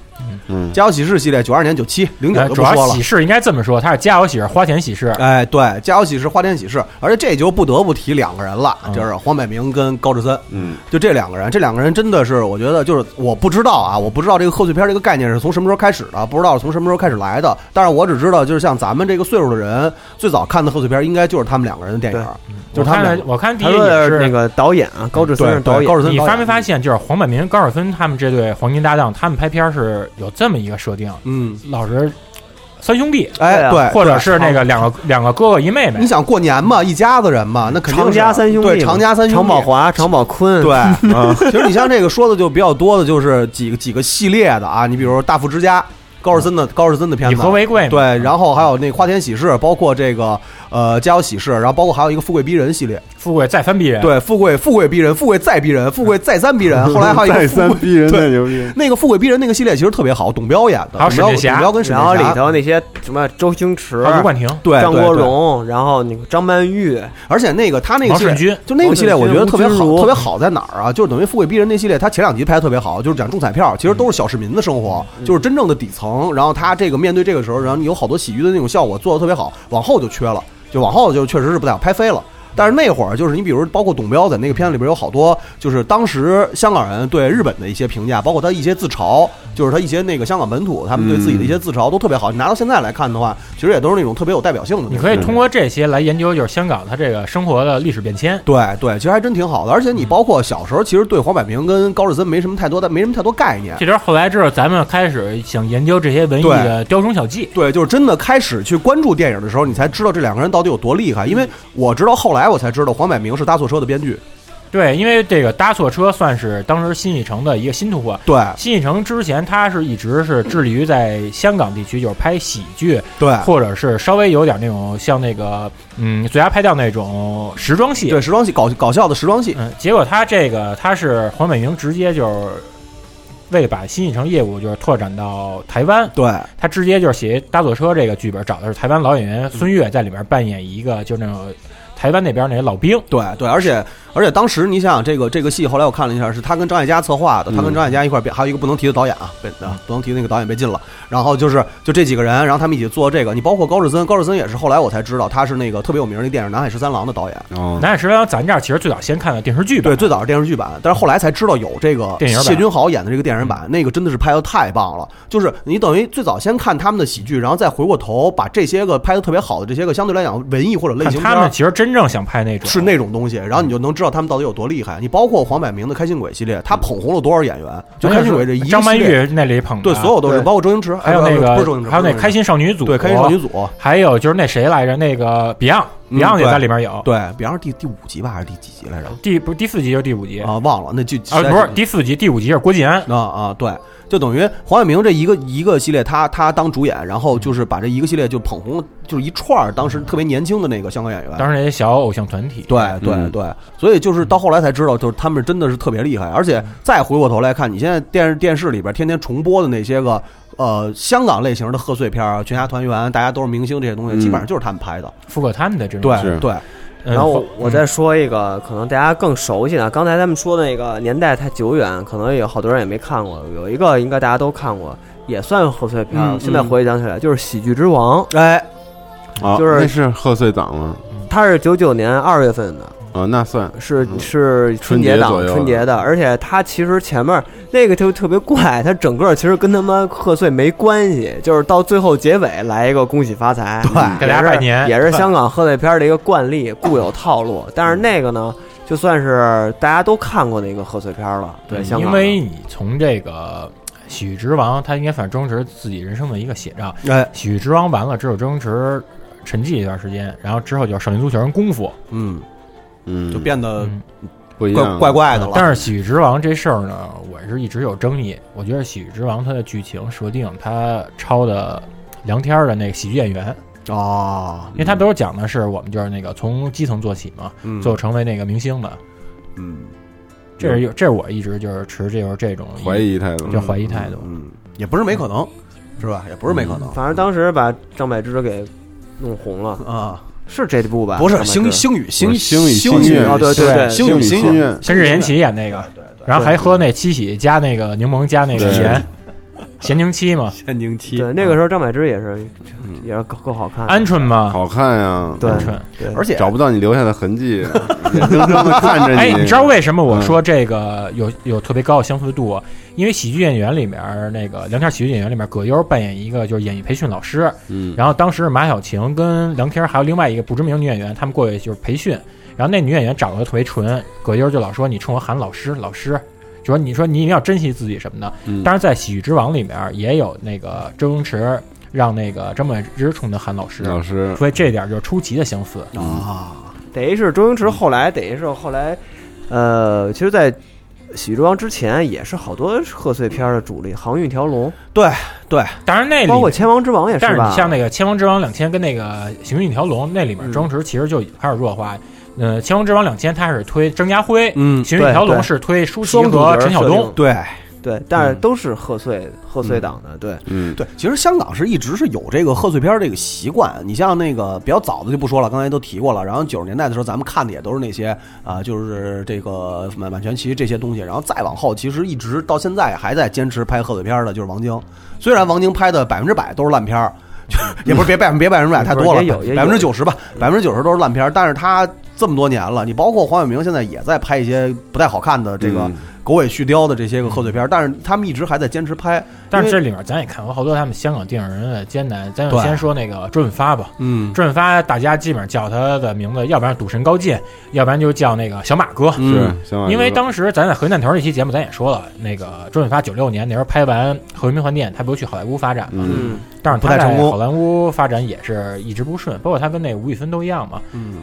Speaker 4: 嗯
Speaker 8: 《家有喜事》系列九二年、九七、零九
Speaker 7: 呃
Speaker 8: 就
Speaker 7: 主
Speaker 8: 不
Speaker 7: 要
Speaker 8: 说了
Speaker 7: 喜。事应该这么说，他是家有喜事，花钱喜事。
Speaker 8: 哎，对，《家有喜事》《花天喜事》，而且这就不得不提两个人了，
Speaker 7: 嗯
Speaker 8: 就是黄百鸣跟高志森。
Speaker 4: 嗯，
Speaker 8: 就这两个人，这两个人真的是，我觉得就是我不知道啊，我不知道这个贺岁片这个概念是从什么时候开始的，不知道从什么时候开始来的。但是我只知道，就是像咱们这个岁数的人，最早看的贺岁片应该就是他们两个人的电影儿，就是
Speaker 7: 我
Speaker 8: 他
Speaker 7: 看
Speaker 8: 们
Speaker 7: 了
Speaker 8: 两，
Speaker 7: 我看第一
Speaker 6: 他说
Speaker 7: 也
Speaker 6: 的是那
Speaker 7: 是。
Speaker 6: 个导演啊，高志森
Speaker 8: 对
Speaker 6: 是导
Speaker 8: 对，
Speaker 6: 演
Speaker 8: 高。志森
Speaker 7: 你
Speaker 8: 导
Speaker 7: 发没
Speaker 8: 演，
Speaker 7: 发现，就是黄百鸣、高尔芬他们这对黄金搭档，他们拍片儿是有这么一个设定：
Speaker 8: 嗯，
Speaker 7: 老是三兄弟，
Speaker 8: 哎，
Speaker 6: 对
Speaker 8: 对，
Speaker 7: 或者是那个两个两个哥哥一妹妹
Speaker 8: 你。想过年嘛，一家子人嘛，那肯定
Speaker 6: 啊长
Speaker 8: 是
Speaker 6: 家三兄弟嘛，
Speaker 8: 对，常家三兄弟，
Speaker 6: 常宝华、常宝坤，
Speaker 8: 对，其实你像这个说的就比较多的，就是几个几个系列的啊，你比如《大富之家》，高尔森的高尔森的片
Speaker 7: 以
Speaker 8: 子，啊
Speaker 7: 和为贵嘛。
Speaker 8: 对，然后还有那个花田喜事，包括这个呃家有喜事，然后包括还有一个富贵逼人系列，
Speaker 7: 富贵再翻逼人。
Speaker 8: 对，富贵富贵逼人，富贵再逼人，富贵再三逼人，后来还有一
Speaker 4: 再
Speaker 8: 个富
Speaker 4: 三
Speaker 8: 贵
Speaker 4: 逼人太
Speaker 8: 对
Speaker 4: 牛逼，
Speaker 8: 那个富贵逼人那个系列其实特别好，董彪演的，
Speaker 7: 还有
Speaker 8: 董彪
Speaker 7: 沈殿霞
Speaker 8: 董彪跟沈
Speaker 6: 然后
Speaker 8: 殿
Speaker 6: 里
Speaker 8: 霞
Speaker 6: 头那啊些什么周星驰、
Speaker 7: 还有卢冠廷、
Speaker 8: 对
Speaker 6: 张国，
Speaker 8: 对对
Speaker 6: 荣，然后那个张曼玉，
Speaker 8: 而且那个他那个
Speaker 7: 王
Speaker 8: 系
Speaker 7: 顺
Speaker 8: 列。
Speaker 7: 军，
Speaker 8: 就那个系列，我觉得特别
Speaker 6: 王
Speaker 8: 好，
Speaker 6: 振军
Speaker 8: 特别好在哪儿啊？就是等于《富贵逼人》那系列，他前两集拍的特别好，就是讲中彩票，其实都是小市民的生活，就是真正的底层。然后他这个面对这个时候，然后有好多喜剧的那种效果做的特别好，往后就缺了，就往后就确实是不太好，拍飞了。但是那会儿就是你，比如包括董彪在那个片子里边有好多，就是当时香港人对日本的一些评价，包括他一些自嘲，就是他一些那个香港本土他们对自己的一些自嘲都特别好。你拿到现在来看的话，其实也都是那种特别有代表性的那种。
Speaker 7: 你可以通过这些来研究，就是香港它这个生活的历史变迁。
Speaker 8: 对对，其实还真挺好的。而且你包括小时候，其实对黄百鸣跟高志森没什么太多的，没什么太多概念。
Speaker 7: 这都是后来之后，咱们开始想研究这些文艺的雕虫小技。
Speaker 8: 对，就是真的开始去关注电影的时候，你才知道这两个人到底有多厉害。因为我直到后来我才知道黄百鸣是《搭错车》的编剧，
Speaker 7: 对，因为这个搭错车算是当时新艺城的一个新突破。
Speaker 8: 对
Speaker 7: 新艺城之前，它是一直是致力于在香港地区，就是拍喜剧，
Speaker 8: 对
Speaker 7: 或者是稍微有点那种像那个嗯最佳拍档那种时装戏。
Speaker 8: 对，时装戏搞搞笑的时装戏，
Speaker 7: 嗯，结果他这个他是黄伟明直接就是为把新艺城业务就是拓展到台湾，
Speaker 8: 对
Speaker 7: 他直接就是写《搭错车》这个剧本，找的是台湾老演
Speaker 8: 嗯
Speaker 7: 员孙越在里面扮演一个就是那种台湾那边那些老兵。
Speaker 8: 对对，而且而且当时你想想这个这个戏，后来我看了一下，是他跟张艾嘉策划的，他跟
Speaker 4: 嗯
Speaker 8: 张艾嘉一块儿编，还有一个不能提的导演啊，被啊不能提的那个导演被禁了。然后就是就这几个人，然后他们一起做这个。你包括高志森，高志森也是后来我才知道他是那个特别有名的那电影《南海十三郎》的导演。
Speaker 4: 哦，
Speaker 7: 南海十三郎，咱这儿其实最早先看的电视剧版，
Speaker 8: 对，最早是电视剧版，但是后来才知道有这个
Speaker 7: 电影版嗯
Speaker 8: 谢君豪演的这个电影版，那个真的是拍的太棒了。就是你等于最早先看他们的喜剧，然后再回过头把这些个拍的特别好的这些个相对来讲文艺或者类
Speaker 7: 看
Speaker 8: 型
Speaker 7: 他
Speaker 8: 片
Speaker 7: 们
Speaker 8: 儿
Speaker 7: 其实真正想拍那种
Speaker 8: 是那种东西，然后你
Speaker 7: 嗯
Speaker 8: 就能知道他们到底有多厉害。你包括黄百鸣的《开心鬼》系列，他捧红了多少演员？就《开心鬼》这一
Speaker 7: 张曼
Speaker 8: 系列，
Speaker 7: 玉那里捧的，
Speaker 8: 对，所有都是，
Speaker 4: 对
Speaker 8: 包括周星驰，
Speaker 7: 还有
Speaker 8: 哎
Speaker 7: 那
Speaker 8: 不是不是周星
Speaker 7: 个
Speaker 8: 驰，
Speaker 7: 还有那
Speaker 8: 不是周星驰
Speaker 7: 开心少女组，
Speaker 8: 对开心少女，组，
Speaker 7: 还有就是那谁来着，那个 Beyond。
Speaker 8: 嗯
Speaker 7: Beyond 也
Speaker 8: 对
Speaker 7: 在里面有，
Speaker 8: 对，比方说第第五集吧，还是第几集来着？
Speaker 7: 第不是第四集就是第五集啊，
Speaker 8: 啊，忘了，那就实在
Speaker 7: 不是第四集，第五集是郭晋安，
Speaker 8: 啊啊，对，就等于黄晓明这一个一个系列他，他当主演，然后就是把这一个系列就捧红了，就是一串儿当时特别年轻的那个香港演员。
Speaker 7: 当时那些小偶像团体，
Speaker 8: 对对
Speaker 4: 嗯
Speaker 8: 对，所以就是到后来才知道，就是他们真的是特别厉害，而且再回过头来看，你现在电视电视里边天天重播的那些个呃香港类型的贺岁片儿、全家团圆，大家都是明星这些东西，
Speaker 4: 嗯
Speaker 8: 基本上就是他们拍的。
Speaker 7: 富可他们的这种，
Speaker 8: 对
Speaker 4: 是
Speaker 8: 对，
Speaker 7: 嗯，
Speaker 6: 然后我
Speaker 7: 嗯
Speaker 6: 我再说一个，可能大家更熟悉的，刚才他们说的那个年代太久远，可能有好多人也没看过。有一个应该大家都看过，也算贺岁片儿。
Speaker 8: 嗯
Speaker 6: 现在
Speaker 8: 嗯
Speaker 6: 回想起来，就是《喜剧之王》，
Speaker 8: 哎，
Speaker 4: 啊，
Speaker 6: 就是
Speaker 4: 那是贺岁档吗？
Speaker 6: 它是九九年二月份的，
Speaker 4: 啊，那算
Speaker 6: 是
Speaker 4: 嗯
Speaker 6: 是春
Speaker 4: 春节
Speaker 6: 档
Speaker 4: 左右的
Speaker 6: 春节的，而且它其实前面那个就特别怪，它整个其实跟他妈贺岁没关系，就是到最后结尾来一个恭喜发财，嗯
Speaker 8: 对
Speaker 7: 给大家拜年
Speaker 6: 也是也是香港贺岁片的一个惯例固有套路。但是那个呢，就算是大家都看过的一个贺岁片了，对香
Speaker 7: 嗯因
Speaker 6: 港
Speaker 7: 为
Speaker 6: 的。
Speaker 7: 你从这个《喜剧之王》，他应该反正周星驰自己人生的一个写照，
Speaker 8: 哎，
Speaker 7: 《喜剧之王》完了之后，周星驰沉寂一段时间，然后之后就是《少林足球》跟《功夫
Speaker 8: 嗯，
Speaker 4: 嗯，
Speaker 8: 就变得
Speaker 7: 嗯
Speaker 4: 不一
Speaker 8: 怪
Speaker 4: 样，
Speaker 8: 怪。怪的》，呃了。
Speaker 7: 但是《喜剧之王》这事儿呢，我是一直有争议。我觉得《喜剧之王》它的剧情设定，它抄的梁天儿的那个喜剧演员，
Speaker 8: 哦，
Speaker 7: 因为他都是讲的是我们就是那个从基层做起嘛，
Speaker 8: 嗯
Speaker 7: 最后成为那个明星的。
Speaker 8: 嗯，
Speaker 7: 这是有这是我一直就是持这种这种
Speaker 4: 怀疑态度
Speaker 7: 就，怀疑态度。
Speaker 8: 嗯，也不是没可能，是吧？也不是没可能
Speaker 4: 嗯
Speaker 6: 反正当时把张柏芝给弄红了，
Speaker 8: 啊，
Speaker 6: 是这部吧？
Speaker 8: 不是
Speaker 6: 张柏芝
Speaker 8: 星星语星
Speaker 4: 星语
Speaker 8: 星啊
Speaker 4: 新
Speaker 8: 语
Speaker 4: 月
Speaker 6: 哦对对对
Speaker 8: 星
Speaker 4: 星
Speaker 8: 语
Speaker 4: 语
Speaker 8: 星
Speaker 4: 新
Speaker 8: 语
Speaker 4: 月，
Speaker 7: 申智妍琪演那个，然后还喝那七喜加那个柠檬加那个
Speaker 4: 对
Speaker 7: 盐，咸宁七嘛，
Speaker 8: 天宁七
Speaker 6: 对那个时候张柏芝也是也是够够好看的，
Speaker 7: 鹌鹑嘛，
Speaker 4: 好嗯看呀，
Speaker 6: 对
Speaker 7: 鹌鹑。
Speaker 6: 对
Speaker 8: 而且
Speaker 4: 找不到你留下的 痕迹，眼睁睁的看着你。
Speaker 7: 哎，你知道为什么
Speaker 4: 嗯
Speaker 7: 我说这个有有特别高的相似度啊？因为喜剧演员里面那个梁天儿喜剧演员里面葛优扮演一个就是演艺培训老师，
Speaker 4: 嗯，
Speaker 7: 然后当时马小晴跟梁天儿还有另外一个不知名女演员，他们过去就是培训，然后那女演员长得特别纯，葛优就老说你冲我喊老师老师，就说你说你一定要珍惜自己什么的。
Speaker 4: 嗯
Speaker 7: 当然在《喜剧之王》里面也有那个周星驰让那个张柏芝冲他喊老师，
Speaker 4: 老师，
Speaker 7: 所以这点就是出奇的相似。
Speaker 8: 啊，
Speaker 6: 等于是周星驰
Speaker 7: 嗯
Speaker 6: 后来，等于是后来，呃，其实，在《喜剧之王》之前，也是好多贺岁片的主力，《航运条龙
Speaker 7: 当然哎那》，里
Speaker 6: 包括《千王之王》也
Speaker 7: 但是
Speaker 6: 吧
Speaker 7: 你？像那个《千王之王两千》跟那个《行运一条龙》那里面，
Speaker 6: 嗯
Speaker 7: 周星驰其实就已经开始弱化。呃，《千王之王两千》他是推张家辉，
Speaker 8: 嗯，
Speaker 7: 行运一条龙》
Speaker 6: 对
Speaker 7: 是推舒淇
Speaker 6: 双主角
Speaker 7: 和陈晓
Speaker 6: 设
Speaker 7: 东
Speaker 6: 定。
Speaker 8: 对
Speaker 6: 对，但
Speaker 7: 嗯
Speaker 6: 是都是贺岁贺岁档的，对，
Speaker 4: 嗯，
Speaker 8: 对，其实香港是一直是有这个贺岁片儿这个习惯。你像那个比较早的就不说了，刚才都提过了。然后九十年代的时候，咱们看的也都是那些啊、就是这个满满全旗这些东西。然后再往后，其实一直到现在还在坚持拍贺岁片儿的，就是王晶。虽然王晶拍的百分之百都是烂片儿。就也不是别百别百分之百太多了
Speaker 6: 也有也，有
Speaker 8: 百分之九十吧，百分之九十都是烂片儿。但是他这么多年了，你包括黄晓明现在也在拍一些不太好看的这个
Speaker 4: 嗯
Speaker 8: 狗尾续貂的这些个贺岁片儿，但是他们一直还在坚持拍。
Speaker 7: 但是
Speaker 8: 因
Speaker 7: 这
Speaker 8: 为
Speaker 7: 里面咱也看过好多他们香港电影人的艰难。咱就
Speaker 8: 对
Speaker 7: 先说那个周润发吧，
Speaker 8: 嗯
Speaker 7: 周润发大家基本上叫他的名字，要不然赌神高进，要不然就叫那个小马哥。
Speaker 8: 嗯
Speaker 4: 是，小马
Speaker 7: 因为
Speaker 4: 哥
Speaker 7: 当时咱在河南头那期节目咱也说了，那个周润发九六年那时候拍完《和平饭店》，他不是去好莱坞发展吗？
Speaker 4: 嗯，
Speaker 7: 但是
Speaker 8: 不
Speaker 7: 他
Speaker 8: 太
Speaker 7: 在
Speaker 8: 成功
Speaker 7: 好莱坞发展也是一直不顺，包括他跟那个吴宇森都一样嘛。
Speaker 8: 嗯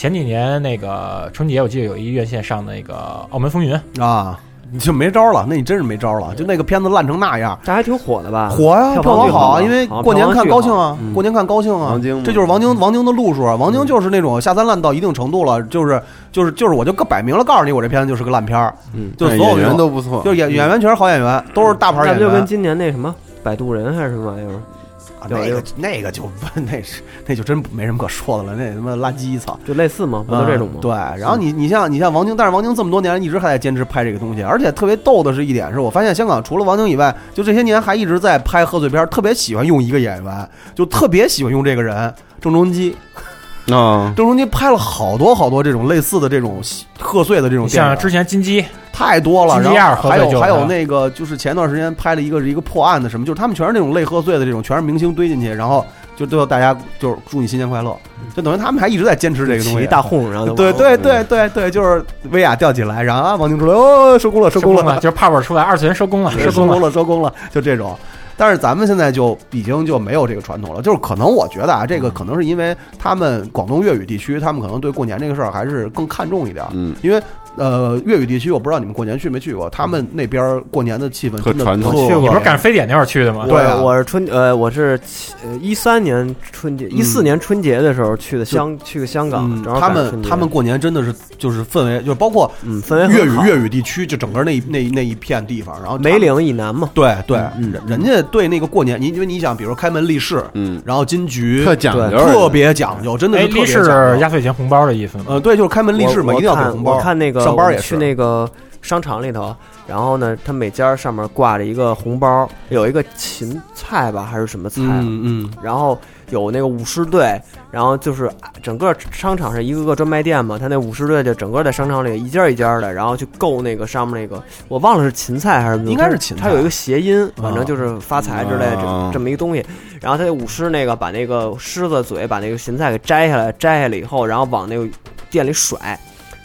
Speaker 7: 前几年那个春节，我记得有一院线上那个《澳门风云》，
Speaker 8: 啊，你就没招了，那你真是没招了。就那个片子烂成那样，
Speaker 6: 这还挺火的吧？
Speaker 8: 火呀、
Speaker 6: 票
Speaker 8: 票
Speaker 6: 房
Speaker 8: 房
Speaker 6: 巨
Speaker 8: 好
Speaker 6: 好
Speaker 8: 啊，因为
Speaker 6: 好
Speaker 8: 过年
Speaker 6: 票房
Speaker 8: 看
Speaker 6: 巨
Speaker 8: 高兴
Speaker 6: 好嗯
Speaker 8: 啊，过年看高兴啊
Speaker 4: 王晶，嘛
Speaker 8: 这就是王晶王晶的路数啊。王晶就是那种下三滥到一定程度了，就是就是就是，我就更摆明了告诉你，我这片子就是个烂片儿，
Speaker 4: 嗯，
Speaker 6: 哎
Speaker 8: 就是
Speaker 4: 但
Speaker 8: 所有
Speaker 4: 演员
Speaker 8: 人
Speaker 4: 都不错，
Speaker 8: 就是演演员全是好演员，都是大牌
Speaker 6: 嗯那
Speaker 8: 演
Speaker 6: 不就跟
Speaker 8: 员。
Speaker 6: 今年那什么摆渡人还是什么玩意儿，
Speaker 8: 啊那个那个就 那是那就真没什么可说的了，那他妈垃圾操！
Speaker 6: 就类似吗？不都这种吗
Speaker 8: 嗯？对，然后你你像你像王晶，但是王晶这么多年一直还在坚持拍这个东西，而且特别逗的是一点是我发现香港除了王晶以外，就这些年还一直在拍贺岁片，特别喜欢用一个演员，就特别喜欢用这个人郑中基。
Speaker 4: 啊，
Speaker 8: 郑中基拍了好多好多这种类似的这种贺岁的这种电
Speaker 7: 像
Speaker 8: 影，
Speaker 7: 之前金鸡，
Speaker 8: 太多了。
Speaker 7: 星期
Speaker 8: 然
Speaker 7: 二
Speaker 8: 后
Speaker 7: 贺啊
Speaker 8: 还
Speaker 7: 岁
Speaker 8: 有
Speaker 7: 就
Speaker 8: 还
Speaker 7: 有
Speaker 8: 有
Speaker 7: 了
Speaker 8: 那个就是前段时间拍了一个是一个破案的什么，就是他们全是那种类贺岁的这种，全是明星堆进去，然后就最后大家就是祝你新年快乐，就等于他们还一直在坚持这个东
Speaker 6: 起
Speaker 8: 西
Speaker 6: 一。大哄，然后就
Speaker 8: 对
Speaker 6: 完了
Speaker 8: 对对对对，就是薇娅吊起来，然后啊，王晶出来，哦，收工了，收工
Speaker 7: 工
Speaker 8: 了，
Speaker 7: 就是泡泡出来，二次元收工了，
Speaker 8: 收
Speaker 7: 收工了。
Speaker 8: 工了，收工了，就这种。但是咱们现在就已经就没有这个传统了，就是可能我觉得啊，这
Speaker 7: 嗯
Speaker 8: 个可能是因为他们广东粤语地区，他们可能对过年这个事儿还是更看重一点儿。
Speaker 4: 嗯，
Speaker 8: 因为呃，粤语地区我不知道你们过年去没去过，他们那边儿过年的气氛
Speaker 4: 特
Speaker 8: 真的
Speaker 4: 传统
Speaker 8: 特
Speaker 6: 我去过
Speaker 7: 你不是赶非典那会儿去的吗？
Speaker 8: 对啊
Speaker 6: 我我是春呃，我是一三年春节，一四年春节的时候去的香，去的香港
Speaker 8: 嗯，
Speaker 6: 正好
Speaker 8: 他
Speaker 6: 赶上
Speaker 8: 们
Speaker 6: 春节
Speaker 8: 他们过年真的是就是氛围，就是包括
Speaker 6: 嗯氛围很
Speaker 8: 粤语
Speaker 6: 好
Speaker 8: 粤语地区，就整个那一那一那一片地方，然后他们
Speaker 6: 梅岭以南嘛，
Speaker 8: 对对，
Speaker 6: 嗯
Speaker 8: 人人家对那个过年，你因为你想，比如开门立市，
Speaker 4: 嗯，
Speaker 8: 然后金桔
Speaker 4: 特讲究，
Speaker 8: 特别讲究，真的
Speaker 7: 哎，
Speaker 8: 是特
Speaker 7: 立
Speaker 8: 别
Speaker 7: 是
Speaker 8: 讲究。
Speaker 7: 压岁钱红包的意思吗？
Speaker 8: 呃，对，就是开门立市嘛，
Speaker 6: 我
Speaker 8: 一定要给红包。
Speaker 6: 我看我看那个
Speaker 8: 上班也
Speaker 6: 我去
Speaker 8: 是
Speaker 6: 那个商场里头，然后呢，他每家上面挂着一个红包，有一个芹菜吧还是什么菜，
Speaker 8: 嗯嗯，
Speaker 6: 然后有那个舞狮队，然后就是整个商场上一个个专卖店嘛，他那舞狮队就整个在商场里一家一家的，然后去购那个上面那个，我忘了是芹菜还是什么，
Speaker 8: 应该是芹菜
Speaker 6: 它有一个谐音，反正就是发财之类的、
Speaker 4: 啊
Speaker 6: 这这么一个东西。然后他那舞狮那个把那个狮子嘴把那个芹菜给摘下来，摘下来以后，然后往那个店里甩。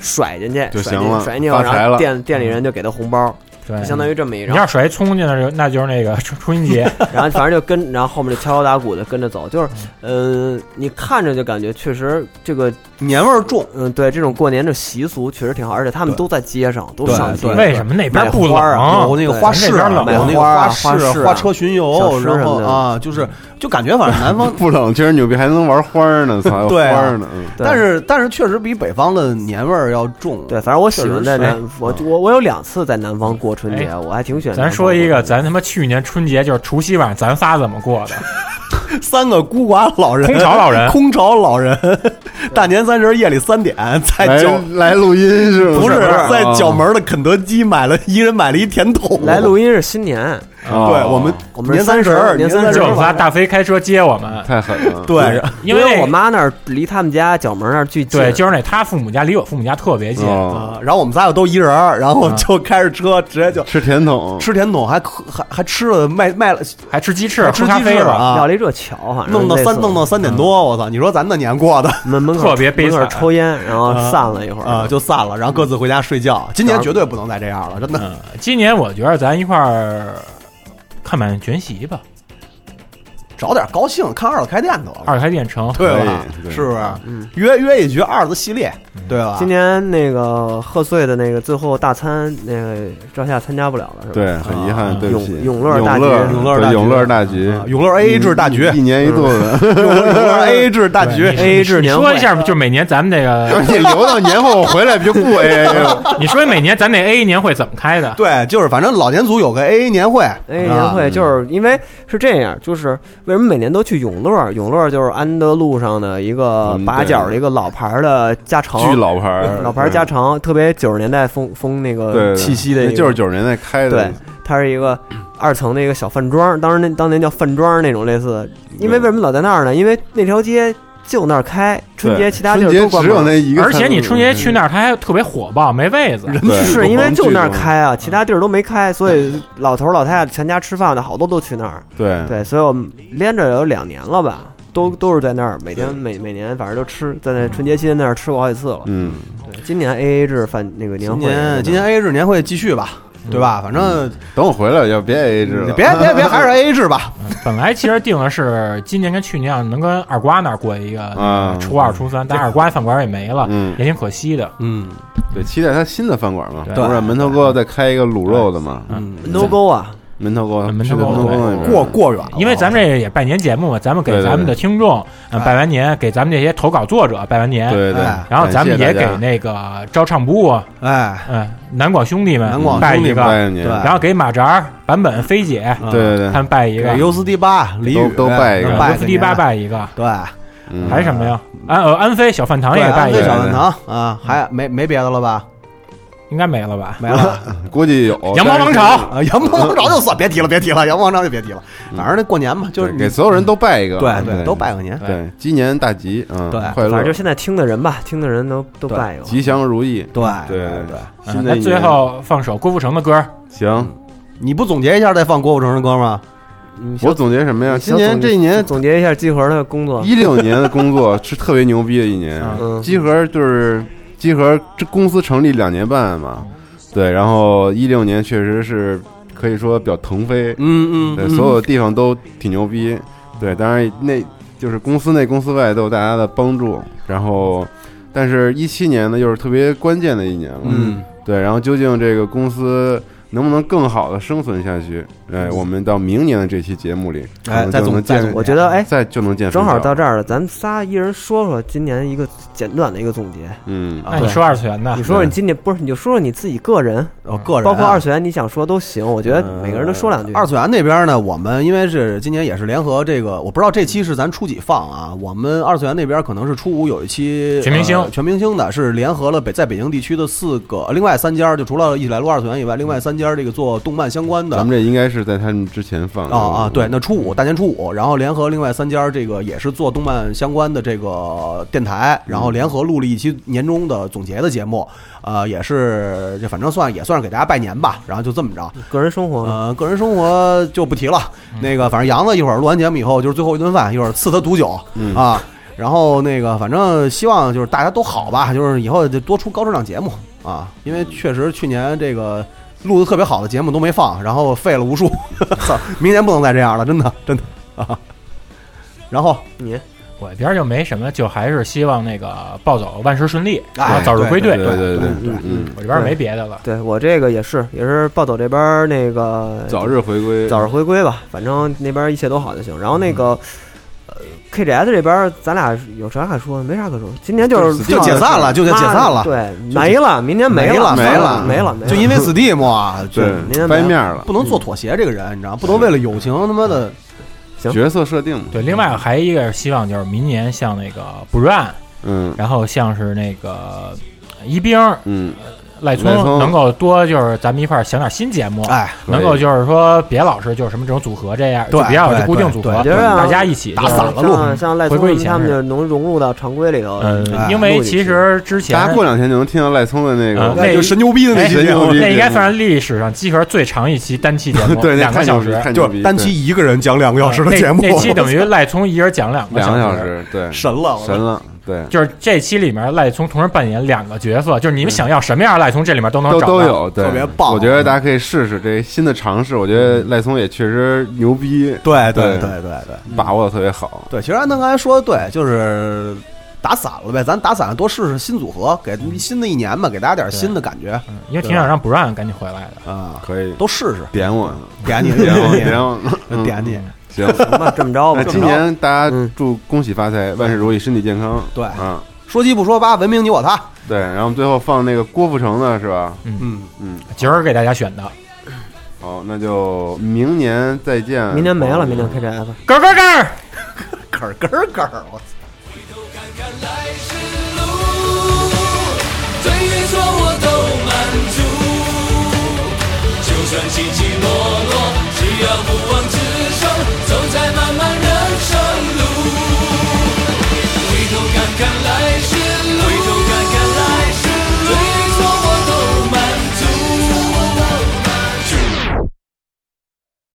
Speaker 6: 甩进去，
Speaker 4: 就
Speaker 6: 甩进
Speaker 4: 行了
Speaker 6: 甩进去，然
Speaker 4: 发财
Speaker 6: 后
Speaker 4: 了嗯
Speaker 6: 店店里人就给他红包，
Speaker 7: 对，
Speaker 6: 就相当于这么一
Speaker 7: 你
Speaker 6: 张。
Speaker 7: 要甩一葱进来，就那就是那个春春节。
Speaker 6: 然后反正就跟，然后后面就敲锣打鼓的跟着走，就是，呃，你看着就感觉确实这个，
Speaker 8: 年味儿重。
Speaker 6: 嗯，对，这种过年的习俗确实挺好，而且他们
Speaker 8: 对
Speaker 6: 都在街上，都
Speaker 8: 对
Speaker 6: 上街
Speaker 8: 对，
Speaker 7: 为什么那边不
Speaker 6: 买花儿啊
Speaker 8: 有
Speaker 7: 冷？
Speaker 8: 那个
Speaker 6: 对
Speaker 8: 花
Speaker 7: 哦咱这
Speaker 8: 市，有
Speaker 7: 边
Speaker 8: 那
Speaker 7: 冷
Speaker 8: 个
Speaker 6: 花啊
Speaker 8: 市
Speaker 6: 花市啊
Speaker 8: 花车巡游
Speaker 6: 小，吃
Speaker 8: 然
Speaker 6: 什
Speaker 8: 后
Speaker 6: 么的
Speaker 8: 啊，就是就感觉反正南方
Speaker 4: 不冷，今儿牛逼，还能玩花儿呢，操，还有
Speaker 8: 对啊
Speaker 4: 花儿呢，嗯，
Speaker 6: 对
Speaker 8: 但是但是确实比北方的年味儿要重。
Speaker 6: 对，反正我喜欢在
Speaker 8: 确实
Speaker 6: 南，我我我有两次在南方过春节，
Speaker 7: 哎
Speaker 6: 我还挺喜欢南
Speaker 7: 咱
Speaker 6: 方过春节。
Speaker 7: 说一个，咱他妈去年春节就是除夕晚上，咱仨怎么过的？
Speaker 8: 三个孤寡老人，
Speaker 7: 空巢老 人
Speaker 8: 空巢老人， 大年三十夜里三点在
Speaker 4: 来
Speaker 8: 角
Speaker 4: 来录音是吗？
Speaker 8: 哎不是
Speaker 4: 啊
Speaker 8: 在角门的肯德基买了一人买了一甜筒
Speaker 6: 来录音是新年，
Speaker 4: 哦
Speaker 8: 对我们
Speaker 6: 我们
Speaker 8: 年
Speaker 6: 是
Speaker 8: 三
Speaker 6: 三十
Speaker 8: 十
Speaker 6: 年
Speaker 8: 三
Speaker 6: 三
Speaker 7: 就
Speaker 6: 十
Speaker 8: 十
Speaker 7: 我们仨大飞开车接我们，
Speaker 4: 太狠了，
Speaker 8: 对，
Speaker 7: 因为那
Speaker 6: 我妈那儿离他们家角门那儿巨近，
Speaker 7: 对，就是那他父母家离我父母家特别近，
Speaker 4: 哦，
Speaker 8: 啊，然后我们仨又都一人儿，然后就开着车直接就
Speaker 4: 吃甜筒，
Speaker 8: 吃甜筒，还嗑还还吃了卖卖了
Speaker 7: 还吃鸡翅、
Speaker 8: 吃
Speaker 7: 喝咖
Speaker 8: 鸡
Speaker 7: 啡
Speaker 8: 翅
Speaker 7: 了。
Speaker 8: 啊
Speaker 6: 要，了一这桥，好像
Speaker 8: 弄到
Speaker 6: 类似
Speaker 8: 三弄到三点多，我操！你说咱那年过的
Speaker 6: 门门口
Speaker 7: 特别悲
Speaker 6: 门口
Speaker 7: 惨
Speaker 6: 抽烟，然后
Speaker 8: 啊
Speaker 6: 散了一会儿
Speaker 8: 啊，就散了，然后各自回家睡觉。今年绝对不能再这样了，真的。
Speaker 7: 嗯，今年我觉得咱一块儿看满全席吧，
Speaker 8: 找点高兴，看二子开店得了，
Speaker 7: 二开店城。
Speaker 8: 对吧
Speaker 4: 可以？对
Speaker 8: 是不是？
Speaker 6: 嗯
Speaker 8: 约约一局二子系列，对吧？
Speaker 6: 今年那个贺岁的那个最后大餐，那个赵夏参加不了了，是吧？
Speaker 4: 对，很遗憾，
Speaker 7: 啊
Speaker 4: 对不起，
Speaker 6: 永永乐大局
Speaker 8: 永乐
Speaker 4: 对
Speaker 8: 大局
Speaker 4: 永乐大局，
Speaker 8: 啊永乐 AA 制大局
Speaker 6: 嗯
Speaker 4: 一，年一度 的，
Speaker 8: 永乐 AA 制大局
Speaker 7: 对你
Speaker 6: AA 制
Speaker 7: 你
Speaker 6: 年
Speaker 7: 说
Speaker 6: 会
Speaker 7: 一下吧，就每年咱们这个，
Speaker 4: 你留到年后我回来就不 AA 了，
Speaker 7: 你说每年咱那 A 年会怎么开的？
Speaker 8: 对，就是反正老年组有个 AA 年会
Speaker 6: 哎，年会就是因为是这样，就是为什么每年都去永乐？永乐就是安德路上的一个
Speaker 4: 嗯
Speaker 6: 八
Speaker 4: 对
Speaker 6: 角的一个老牌儿的加长，
Speaker 4: 巨老牌儿，
Speaker 6: 老牌儿加长，特别九十年代风风那
Speaker 4: 对对对
Speaker 6: 个气息的一
Speaker 4: 那
Speaker 6: 个，
Speaker 4: 就是九十年代开的
Speaker 6: 对，，它是一个二层的一个小饭庄，当时那当年叫饭庄那种类似的。因为为什么老在那儿呢？因为那条街就那儿开，春节
Speaker 4: 对
Speaker 6: 其他地
Speaker 4: 春
Speaker 6: 儿
Speaker 4: 节
Speaker 6: 都关
Speaker 4: 只有
Speaker 6: 门。
Speaker 4: 那一个餐
Speaker 7: 而
Speaker 4: 馆，
Speaker 7: 且你春
Speaker 4: 嗯
Speaker 7: 节去那儿，他还特别火爆，没位子。
Speaker 4: 对，
Speaker 6: 是因为就那儿开啊，其他地儿都没开，所以老头儿老太太全家吃饭的好多都去那儿。
Speaker 4: 对，
Speaker 6: 对，所以我们连着有两年了吧，都都是在那儿，每天每每年反正都吃，在那春节期间那儿吃过好几次了。
Speaker 4: 嗯，
Speaker 6: 对，今年哎 A A 制饭那个年
Speaker 8: 今
Speaker 6: 会，
Speaker 8: 年今年 AA 制年会继续吧，
Speaker 7: 嗯
Speaker 8: 对吧？反正
Speaker 4: 等我回来要别 AA 制
Speaker 8: 别
Speaker 4: 了，
Speaker 8: 别别，还是 A A 制 吧。
Speaker 7: 本来其实定的是今年跟去年啊能跟二瓜那儿过一个
Speaker 4: 啊
Speaker 7: 初二、初三，但二瓜饭馆也没了，
Speaker 4: 嗯
Speaker 7: 也挺可惜的。
Speaker 8: 嗯
Speaker 4: 对，期待他新的饭馆嘛，
Speaker 7: 对
Speaker 4: 不是门头沟再开一个卤肉的嘛，
Speaker 8: 嗯，
Speaker 6: ，no go 啊，
Speaker 4: 门头沟，
Speaker 7: 嗯门
Speaker 4: 是
Speaker 7: 头
Speaker 4: 的
Speaker 7: 沟
Speaker 4: 门头沟那边
Speaker 8: 过过远了，
Speaker 7: 因为咱们这也拜年节目嘛，咱们给
Speaker 4: 对对
Speaker 7: 咱们的听众
Speaker 8: 哎
Speaker 7: 呃拜完年，给咱们这些投稿作者拜完年，
Speaker 4: 对对，
Speaker 8: 哎
Speaker 7: 然后咱们
Speaker 4: 感
Speaker 7: 也
Speaker 4: 谢大
Speaker 7: 给
Speaker 4: 家
Speaker 7: 那个招唱部，
Speaker 8: 哎，
Speaker 7: 嗯，南广兄弟们
Speaker 8: 南广
Speaker 7: 拜
Speaker 8: 兄弟
Speaker 7: 一
Speaker 4: 拜
Speaker 7: 个，
Speaker 4: 年，
Speaker 8: 对
Speaker 7: 然后给马扎、版本、菲姐
Speaker 8: 嗯
Speaker 4: 对对对
Speaker 7: 他，们拜一
Speaker 8: 给
Speaker 7: 个，
Speaker 8: U 四 D 八李宇
Speaker 4: 都都拜一个
Speaker 8: 嗯
Speaker 7: 对
Speaker 8: 拜
Speaker 7: F D 八
Speaker 8: 年
Speaker 7: 拜一个，
Speaker 8: 对，
Speaker 4: 嗯
Speaker 7: 还是什么呀？安呃安飞小饭堂
Speaker 8: 对，
Speaker 7: 也拜
Speaker 8: 安
Speaker 7: 一
Speaker 8: 徽小
Speaker 7: 个，
Speaker 8: 饭堂啊，还没没别的了吧？
Speaker 7: 应该没了吧？
Speaker 8: 没 了
Speaker 4: 估计有
Speaker 7: 羊毛王朝
Speaker 8: 啊，羊毛王朝就算别提了，别提了，羊毛王朝就别提了。反正那过年嘛，就
Speaker 4: 但是
Speaker 8: 是你
Speaker 4: 嗯对给所有人都拜一个，啊
Speaker 8: 对对，都拜个年。
Speaker 4: 对，鸡年大吉，嗯，
Speaker 8: 对
Speaker 4: 快
Speaker 6: 反正就
Speaker 4: 乐，
Speaker 6: 现在听的人吧，听的人都都
Speaker 8: 对
Speaker 6: 拜一个。
Speaker 4: 吉祥如意，
Speaker 8: 对
Speaker 4: 对
Speaker 8: 对对，
Speaker 7: 嗯
Speaker 4: 新的
Speaker 7: 那
Speaker 4: 一
Speaker 7: 最
Speaker 4: 年
Speaker 7: 后放首郭富城的歌，
Speaker 4: 行，
Speaker 8: 你不总结一下再放郭富城的歌吗？
Speaker 6: 嗯
Speaker 4: 我总结什么呀？今年这一年，
Speaker 6: 总结一下集合的工作，
Speaker 4: 一六年的工作是特别牛逼的一年，
Speaker 6: 嗯，
Speaker 4: 集合就是集合，这公司成立两年半嘛，对，然后一六年确实是可以说比较腾飞，
Speaker 8: 嗯
Speaker 4: 对，所有地方都挺牛逼，对，当然那就是公司内公司外都有大家的帮助，然后，但是一七年呢又是特别关键的一年了，
Speaker 8: 嗯，
Speaker 4: 对，然后究竟这个公司能不能更好的生存下去？哎，我们到明年的这期节目里，可
Speaker 8: 哎
Speaker 4: 能
Speaker 8: 再
Speaker 4: 就
Speaker 8: 总
Speaker 4: 能
Speaker 8: 再
Speaker 4: 见，
Speaker 8: 总
Speaker 6: 我觉得哎，
Speaker 4: 再就能见分
Speaker 6: 正好
Speaker 4: 晓
Speaker 6: 到这儿了，咱们仨一人说说今年一个简短的一个总结。
Speaker 8: 啊
Speaker 4: 嗯，
Speaker 7: 那你哎说二次元的
Speaker 6: 你，说说
Speaker 4: 对
Speaker 6: 你今年不是，你就说说你自己个人，
Speaker 8: 我个人啊
Speaker 6: 包括二
Speaker 8: 次
Speaker 6: 次元，你想说都行。我觉得每个人都说两句。
Speaker 8: 嗯二次元那边呢，我们因为是今年也是联合这个，我不知道这期是咱初几放啊？我们二次元那边可能是初五有一期
Speaker 7: 全明星
Speaker 8: 呃全明星的是联合了北在北京地区的四个，另外三家就除了一起来录二次元以外，另外三家这个做动漫相关的，
Speaker 4: 咱们这应该是在他们之前放的
Speaker 8: 啊啊，对，那初五大年初五，然后联合另外三家这个也是做动漫相关的这个电台，然后联合录了一期年终的总结的节目，呃，也是这反正算也算是给大家拜年吧，然后就这么着。
Speaker 6: 个人生活，
Speaker 8: 呃，个人生活就不提了，
Speaker 7: 嗯
Speaker 8: 那个反正杨子一会儿录完节目以后就是最后一顿饭，一会儿赐他毒酒啊。然后那个，反正希望就是大家都好吧，就是以后就多出高质量节目啊，因为确实去年这个录的特别好的节目都没放，然后废了无数， 操明年不能再这样了，真的真的啊。然后
Speaker 6: 你
Speaker 7: 我这边就没什么，就还是希望那个暴走万事顺利，
Speaker 8: 哎
Speaker 7: 啊早日归队。
Speaker 4: 对对对，
Speaker 6: 对
Speaker 4: 嗯，
Speaker 7: 我这边没别的了，
Speaker 6: 对我这个也是，也是暴走这边儿那个
Speaker 4: 早日回归，
Speaker 6: 早日回归吧，反正那边一切都好就行。然后那
Speaker 8: 嗯
Speaker 6: 个。呃 KGS 这边儿咱俩有啥可说？没啥可说。今年就是
Speaker 8: 就解散了，就解散
Speaker 6: 妈
Speaker 8: 了，
Speaker 6: 对，没了，明年
Speaker 8: 没
Speaker 6: 了，
Speaker 8: 没
Speaker 6: 没
Speaker 8: 了
Speaker 6: 没了，没了
Speaker 8: 就因为 Steam 啊，就
Speaker 4: 对
Speaker 6: 明天
Speaker 4: 掰面儿了，
Speaker 8: 不能做妥协这个人，你知道吗，不能为了友情他妈的
Speaker 4: 角色设定嘛，
Speaker 7: 对，另外还一个希望就是明年像那个 Brown，
Speaker 4: 嗯
Speaker 7: 然后像是那个一冰、
Speaker 4: 嗯，
Speaker 7: 赖
Speaker 4: 赖
Speaker 7: 聪
Speaker 4: 聪
Speaker 7: 能够多就是咱们一块儿想点新节目，
Speaker 8: 哎
Speaker 7: 能够就是说别老是就是什么这种组合这样，
Speaker 8: 对
Speaker 7: 就别老是
Speaker 8: 对
Speaker 7: 固定组合，
Speaker 8: 对
Speaker 6: 对对
Speaker 7: 大家一起
Speaker 8: 打散了
Speaker 6: 像
Speaker 8: 路
Speaker 6: 像赖
Speaker 7: 回
Speaker 6: 聪
Speaker 7: 归以前
Speaker 6: 他们
Speaker 7: 是
Speaker 6: 就能融入到常规里头。啊
Speaker 7: 呃
Speaker 8: 哎，
Speaker 7: 因为其实之前
Speaker 4: 大家过两天就能听到赖聪的那
Speaker 7: 呃
Speaker 4: 个，
Speaker 7: 那
Speaker 8: 就神牛逼的那
Speaker 7: 哎
Speaker 8: 期
Speaker 4: 神
Speaker 8: 节目
Speaker 4: 牛逼
Speaker 7: 那应该算是历史上集合最长一期单期节目，
Speaker 4: 对，那
Speaker 7: 两
Speaker 4: 太牛
Speaker 7: 个小
Speaker 4: 逼
Speaker 7: 时，呃
Speaker 4: 太牛
Speaker 8: 就
Speaker 4: 逼
Speaker 8: 是单
Speaker 4: 对
Speaker 8: 期一个人讲两个小时的节目，
Speaker 7: 哎那 那期 等于赖聪一人讲两个
Speaker 4: 两个小
Speaker 7: 时。
Speaker 4: 时，对，
Speaker 8: 神了，我
Speaker 4: 神了，对，
Speaker 7: 就是这期里面，赖聪同时扮演两个角色，就是你们想要什么样的赖聪，这里面都能
Speaker 4: 嗯都
Speaker 7: 找
Speaker 4: 都
Speaker 7: 到。
Speaker 4: 有，对，
Speaker 8: 特别棒
Speaker 4: 我觉得大家可以试试这新的尝试，我觉得赖松也确实牛逼，
Speaker 8: 对对
Speaker 4: 对
Speaker 8: 对对对
Speaker 4: 把握的特别好。
Speaker 8: 对，其实安藤刚才说的对，就是打散了呗，咱打散了多试试新组合，给新的一年嘛，给大家点新的感觉
Speaker 7: 嗯因为挺想让 Brown 赶紧回来的。
Speaker 8: 啊，
Speaker 4: 可以
Speaker 8: 都试试，
Speaker 4: 点我，
Speaker 8: 点你
Speaker 4: 点我，
Speaker 8: 点
Speaker 4: 点我，
Speaker 8: 你
Speaker 4: 嗯
Speaker 8: 点哦你，
Speaker 4: 行。
Speaker 6: 行吧，这么着吧
Speaker 4: 那，今年大
Speaker 6: 嗯
Speaker 4: 家祝恭喜发财，万事如意，身体健康。
Speaker 8: 对
Speaker 4: 啊，
Speaker 8: 说鸡不说八，文明你我他，
Speaker 4: 对。然后我们最后放那个郭富城的是吧？
Speaker 8: 嗯，
Speaker 4: 嗯，
Speaker 7: 今儿给大家选的，
Speaker 4: 好，那就明年再见。
Speaker 6: 明年没
Speaker 8: 哦
Speaker 6: 了，明年 KGS。
Speaker 7: 咯咯咯。
Speaker 8: 咯咯咯，我操。
Speaker 9: 看来时路，对与错我都满足。就算起起落落，只要不忘此生，走在漫漫